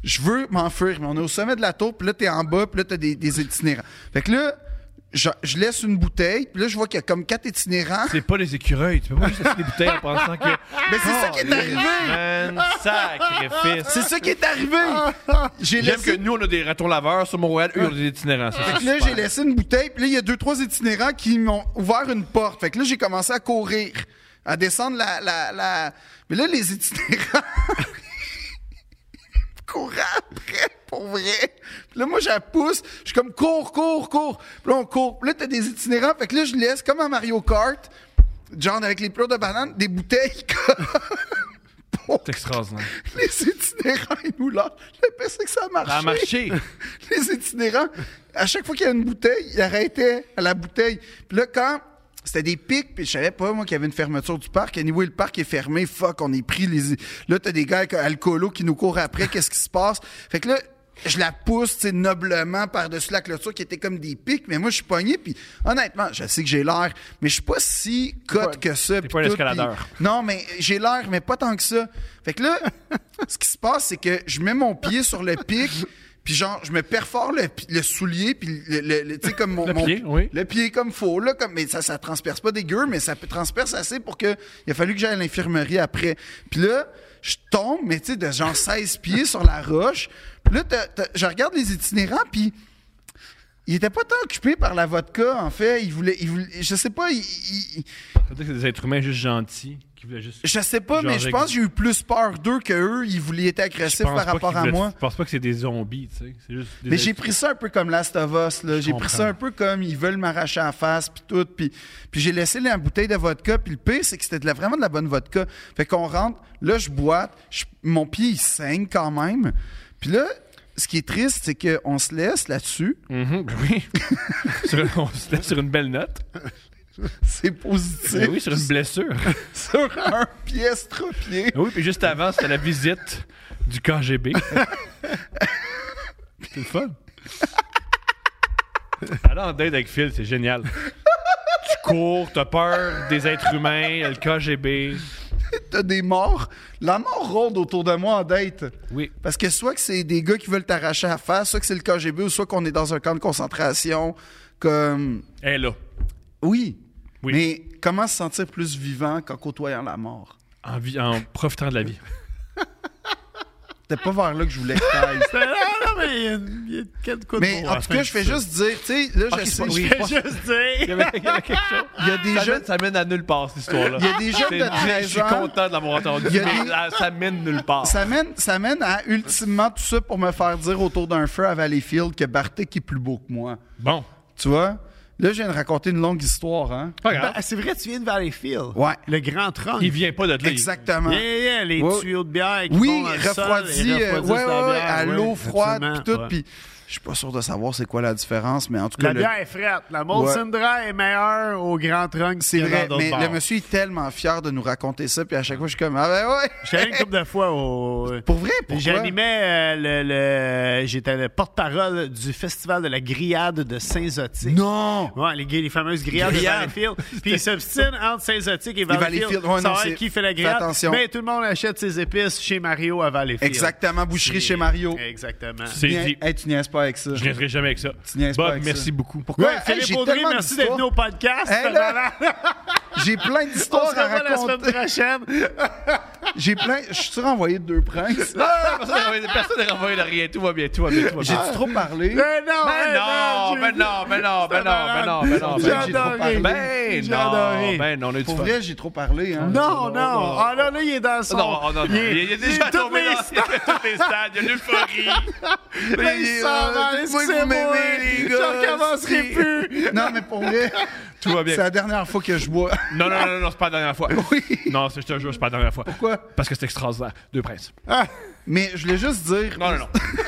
S1: je veux m'enfuir, mais on est au sommet de la tour, puis là, t'es en bas, puis là, t'as des, des itinérants. Fait que là, je, je laisse une bouteille, puis là, je vois qu'il y a comme quatre itinérants.
S2: C'est pas des écureuils. Tu peux pas juste acheter des bouteilles en pensant que.
S1: Mais c'est ça qui est arrivé!
S2: Man, sacrifice.
S1: C'est ça qui est arrivé! Ah, J'ai
S2: J'aime
S1: laissé
S2: que nous, on a des ratons laveurs sur Montréal, eux, ils ont des itinérants. Ça,
S1: Fait
S2: c'est
S1: que là,
S2: super.
S1: j'ai laissé une bouteille, puis là, il y a deux, trois itinérants qui m'ont ouvert une porte. Fait que là, j'ai commencé à courir, à descendre la. la, la... Mais là, les itinérants. couraient après, pour vrai. Puis là, moi, je la pousse. Je suis comme cours, cours, cours. Puis là, on court. Puis là, t'as des itinérants. Fait que là, je laisse, comme à Mario Kart, genre avec les pleurs de bananes, des bouteilles comme
S2: C'est extraordinaire.
S1: les itinérants, ils nous lâchent. Le pire, c'est que ça a marché.
S2: Ça a marché.
S1: les itinérants, à chaque fois qu'il y a une bouteille, ils arrêtaient à la bouteille. Puis là, quand c'était des pics, puis je savais pas, moi, qu'il y avait une fermeture du parc. Anyway, le parc est fermé. Fuck, on est pris. Les... Là, t'as des gars avec- alcoolos qui nous courent après. Qu'est-ce qui se passe? Fait que là, je la pousse, tu sais, noblement par-dessus la clôture qui était comme des pics. Mais moi, je suis pogné. Puis honnêtement, je sais que j'ai l'air, mais je suis pas si cote que ça. puis
S2: pas un
S1: tout,
S2: escaladeur.
S1: puis- non, mais j'ai l'air, mais pas tant que ça. Fait que là, ce qui se passe, c'est que je mets mon pied sur le pic, puis genre, je me perfore le, pi- le soulier, puis le, le- le- tu sais, comme mon...
S2: Le
S1: mon-
S2: pied, oui.
S1: Le pied comme faux, là, comme, mais ça, ça transperce pas dégueu, mais ça peut- transperce assez pour que... Il a fallu que j'aille à l'infirmerie après. Puis là, je tombe, mais tu sais, de genre 16 pieds sur la roche. Puis là, t'as- t'as- je regarde les itinérants, puis... Il était pas tant occupé par la vodka, en fait. Il voulait, il voulait- je sais pas, il- il-
S2: Ça veut dire que c'est des êtres humains juste gentils qui voulaient juste.
S1: je sais pas,
S2: Genre
S1: mais je
S2: avec-
S1: pense que j'ai eu plus peur d'eux que eux. Ils voulaient être agressifs
S2: pense
S1: par
S2: pas
S1: rapport
S2: qu'ils
S1: à
S2: voulaient-
S1: moi.
S2: Je pense pas que c'est des zombies, tu sais. C'est juste des
S1: Mais
S2: êtres-
S1: j'ai pris ça un peu comme Last of Us. là. J'ai pris
S2: comprends.
S1: ça un peu comme ils veulent m'arracher la face, puis tout. Puis, puis j'ai laissé la bouteille de vodka. Puis le pire, c'est que c'était de la- vraiment de la bonne vodka. Fait qu'on rentre, là, je boite. je- mon pied, il saigne quand même. Puis là, ce qui est triste, c'est qu'on se laisse là-dessus.
S2: Mhm, ben oui. Sur- on se laisse sur une belle note.
S1: C'est positif.
S2: Ben oui, sur une blessure.
S1: Sur un pied estropié.
S2: Ben oui, puis juste avant, c'était la visite du KGB. C'était le fun. Aller en date avec Phil, c'est génial. Tu cours, t'as peur des êtres humains, le KGB.
S1: T'as des morts. La mort rôde autour de moi en date.
S2: Oui.
S1: Parce que soit que c'est des gars qui veulent t'arracher à face, soit que c'est le KGB, ou soit qu'on est dans un camp de concentration. Comme.
S2: Elle est là.
S1: Oui.
S2: Oui.
S1: Mais comment se sentir plus vivant qu'en côtoyant la mort?
S2: En, vi- en profitant de la vie.
S1: C'était pas vers là que je voulais que t'ailles.
S3: Ah, non, mais il y a, il y a quelque chose de
S1: Mais
S3: bon à
S1: en
S3: la
S1: tout
S3: fin
S1: cas,
S3: de
S1: je fais
S3: ça.
S1: juste dire, tu sais, là, je
S2: c'est
S1: sais,
S2: pas-
S1: je
S2: oui.
S3: Je fais juste
S2: Il y
S3: dire.
S2: avait, il y avait quelque chose.
S1: Il y a des
S2: ça,
S1: jeunes-
S2: mène, ça mène à nulle part, cette histoire-là.
S1: Il y a des jeunes
S2: C'est
S1: de
S2: vrai, Je
S1: 13
S2: suis
S1: ans.
S2: content de l'avoir entendu,
S1: Il y a
S2: mais
S1: des-
S2: ah, ça mène nulle part.
S1: Ça mène, ça mène à ultimement tout ça pour me faire dire autour d'un feu à Valleyfield que Bartek est plus beau que moi.
S2: Bon.
S1: Tu vois? Là, je viens de raconter une longue histoire, hein?
S2: Pas grave.
S3: Ben, c'est vrai, tu viens de Valleyfield.
S1: Ouais.
S3: Le grand tronc.
S2: Il vient pas de là. il-
S1: Exactement.
S3: Yeah, yeah, les
S1: Ouais.
S3: tuyaux de bière qui
S1: Oui,
S3: font dans le sol,
S1: refroidi,
S3: ils
S1: euh,
S3: refroidissent
S1: ouais, ouais,
S3: la bière,
S1: à
S3: oui,
S1: l'eau froide,
S3: absolument,
S1: puis tout,
S3: ouais.
S1: puis je suis pas sûr de savoir c'est quoi la différence, mais en tout cas,
S3: La
S1: le-
S3: bière est frette. La Molson Dry est meilleure au Grand Trunk.
S1: c'est
S3: que
S1: vrai,
S3: dans d'autres
S1: mais
S3: bars.
S1: le monsieur est tellement fier de nous raconter ça, puis à chaque fois, je suis comme, ah ben ouais!
S3: J'étais allé une couple de fois au.
S1: Pour vrai, pourquoi?
S3: J'animais euh, le, le- J'étais le porte-parole du festival de la grillade de Saint-Zotique.
S1: Non!
S3: Ouais, les, gui- les fameuses grillades
S1: Grillades.
S3: de Valleyfield. Puis ils s'obstinent entre Saint-Zotique et Valleyfield.
S1: Valleyfield, ouais, non,
S3: savoir
S1: c'est-
S3: qui fait la
S1: fais
S3: grillade.
S1: attention.
S3: Mais tout le monde achète ses épices chez Mario à Valleyfield.
S1: Exactement, boucherie chez Mario.
S3: Exactement.
S2: C'est
S1: Bien-
S2: dit.
S1: Hey, tu niaises pas avec ça.
S2: Je resterai jamais avec ça.
S1: Tu niaises pas
S2: Bob,
S1: avec ça.
S2: merci beaucoup.
S1: Pourquoi?
S3: Ouais, Philippe
S1: Hey, j'ai
S3: Audrey,
S1: tellement
S3: merci d'être
S1: d'histoires.
S3: venu au podcast.
S1: Hey, là, J'ai plein
S3: on se
S1: d'histoires à
S3: revoit la
S1: raconter.
S3: semaine prochaine.
S1: J'ai plein. Je suis renvoyé de deux pranks.
S2: Ah, Personne n'a renvoyé de rien. Tout va bien, tout va bien, tout va
S1: J'ai
S2: bien.
S1: trop parlé.
S3: Mais Euh, non,
S2: Ben non, ben non, ben non, ben non, ben non, ben non, ben non.
S1: J'ai
S3: J'ai adoré.
S2: Ben
S3: J'ai
S2: non,
S3: adoré.
S2: ben non, on a eu du
S1: Pour
S2: fun.
S1: vrai, j'ai trop parlé. Hein.
S3: Non, non. Ah là, là, il est dans son...
S2: Non, non, non. Il,
S3: est-
S2: est, il est déjà
S3: est toutes
S2: tombé
S3: mes-
S2: dans il fait tous les stades. Il y a l'euphorie.
S3: Là, il
S1: est,
S3: s'en
S1: euh,
S3: va,
S1: dites-moi que vous
S3: excusez-moi,
S1: m'aimez, les gars.
S3: Je recommencerai
S1: Si.
S3: plus.
S1: Non, mais pour vrai,
S2: Tout va bien.
S1: c'est la dernière fois que je bois.
S2: Non, non, non, non, non, c'est pas la dernière fois.
S1: Oui.
S2: Non, c'est- je te jure, c'est pas la dernière fois.
S1: Pourquoi?
S2: Parce que c'est extraordinaire. Deux princes.
S3: Ah.
S1: Mais je voulais juste dire.
S2: Non, non, non.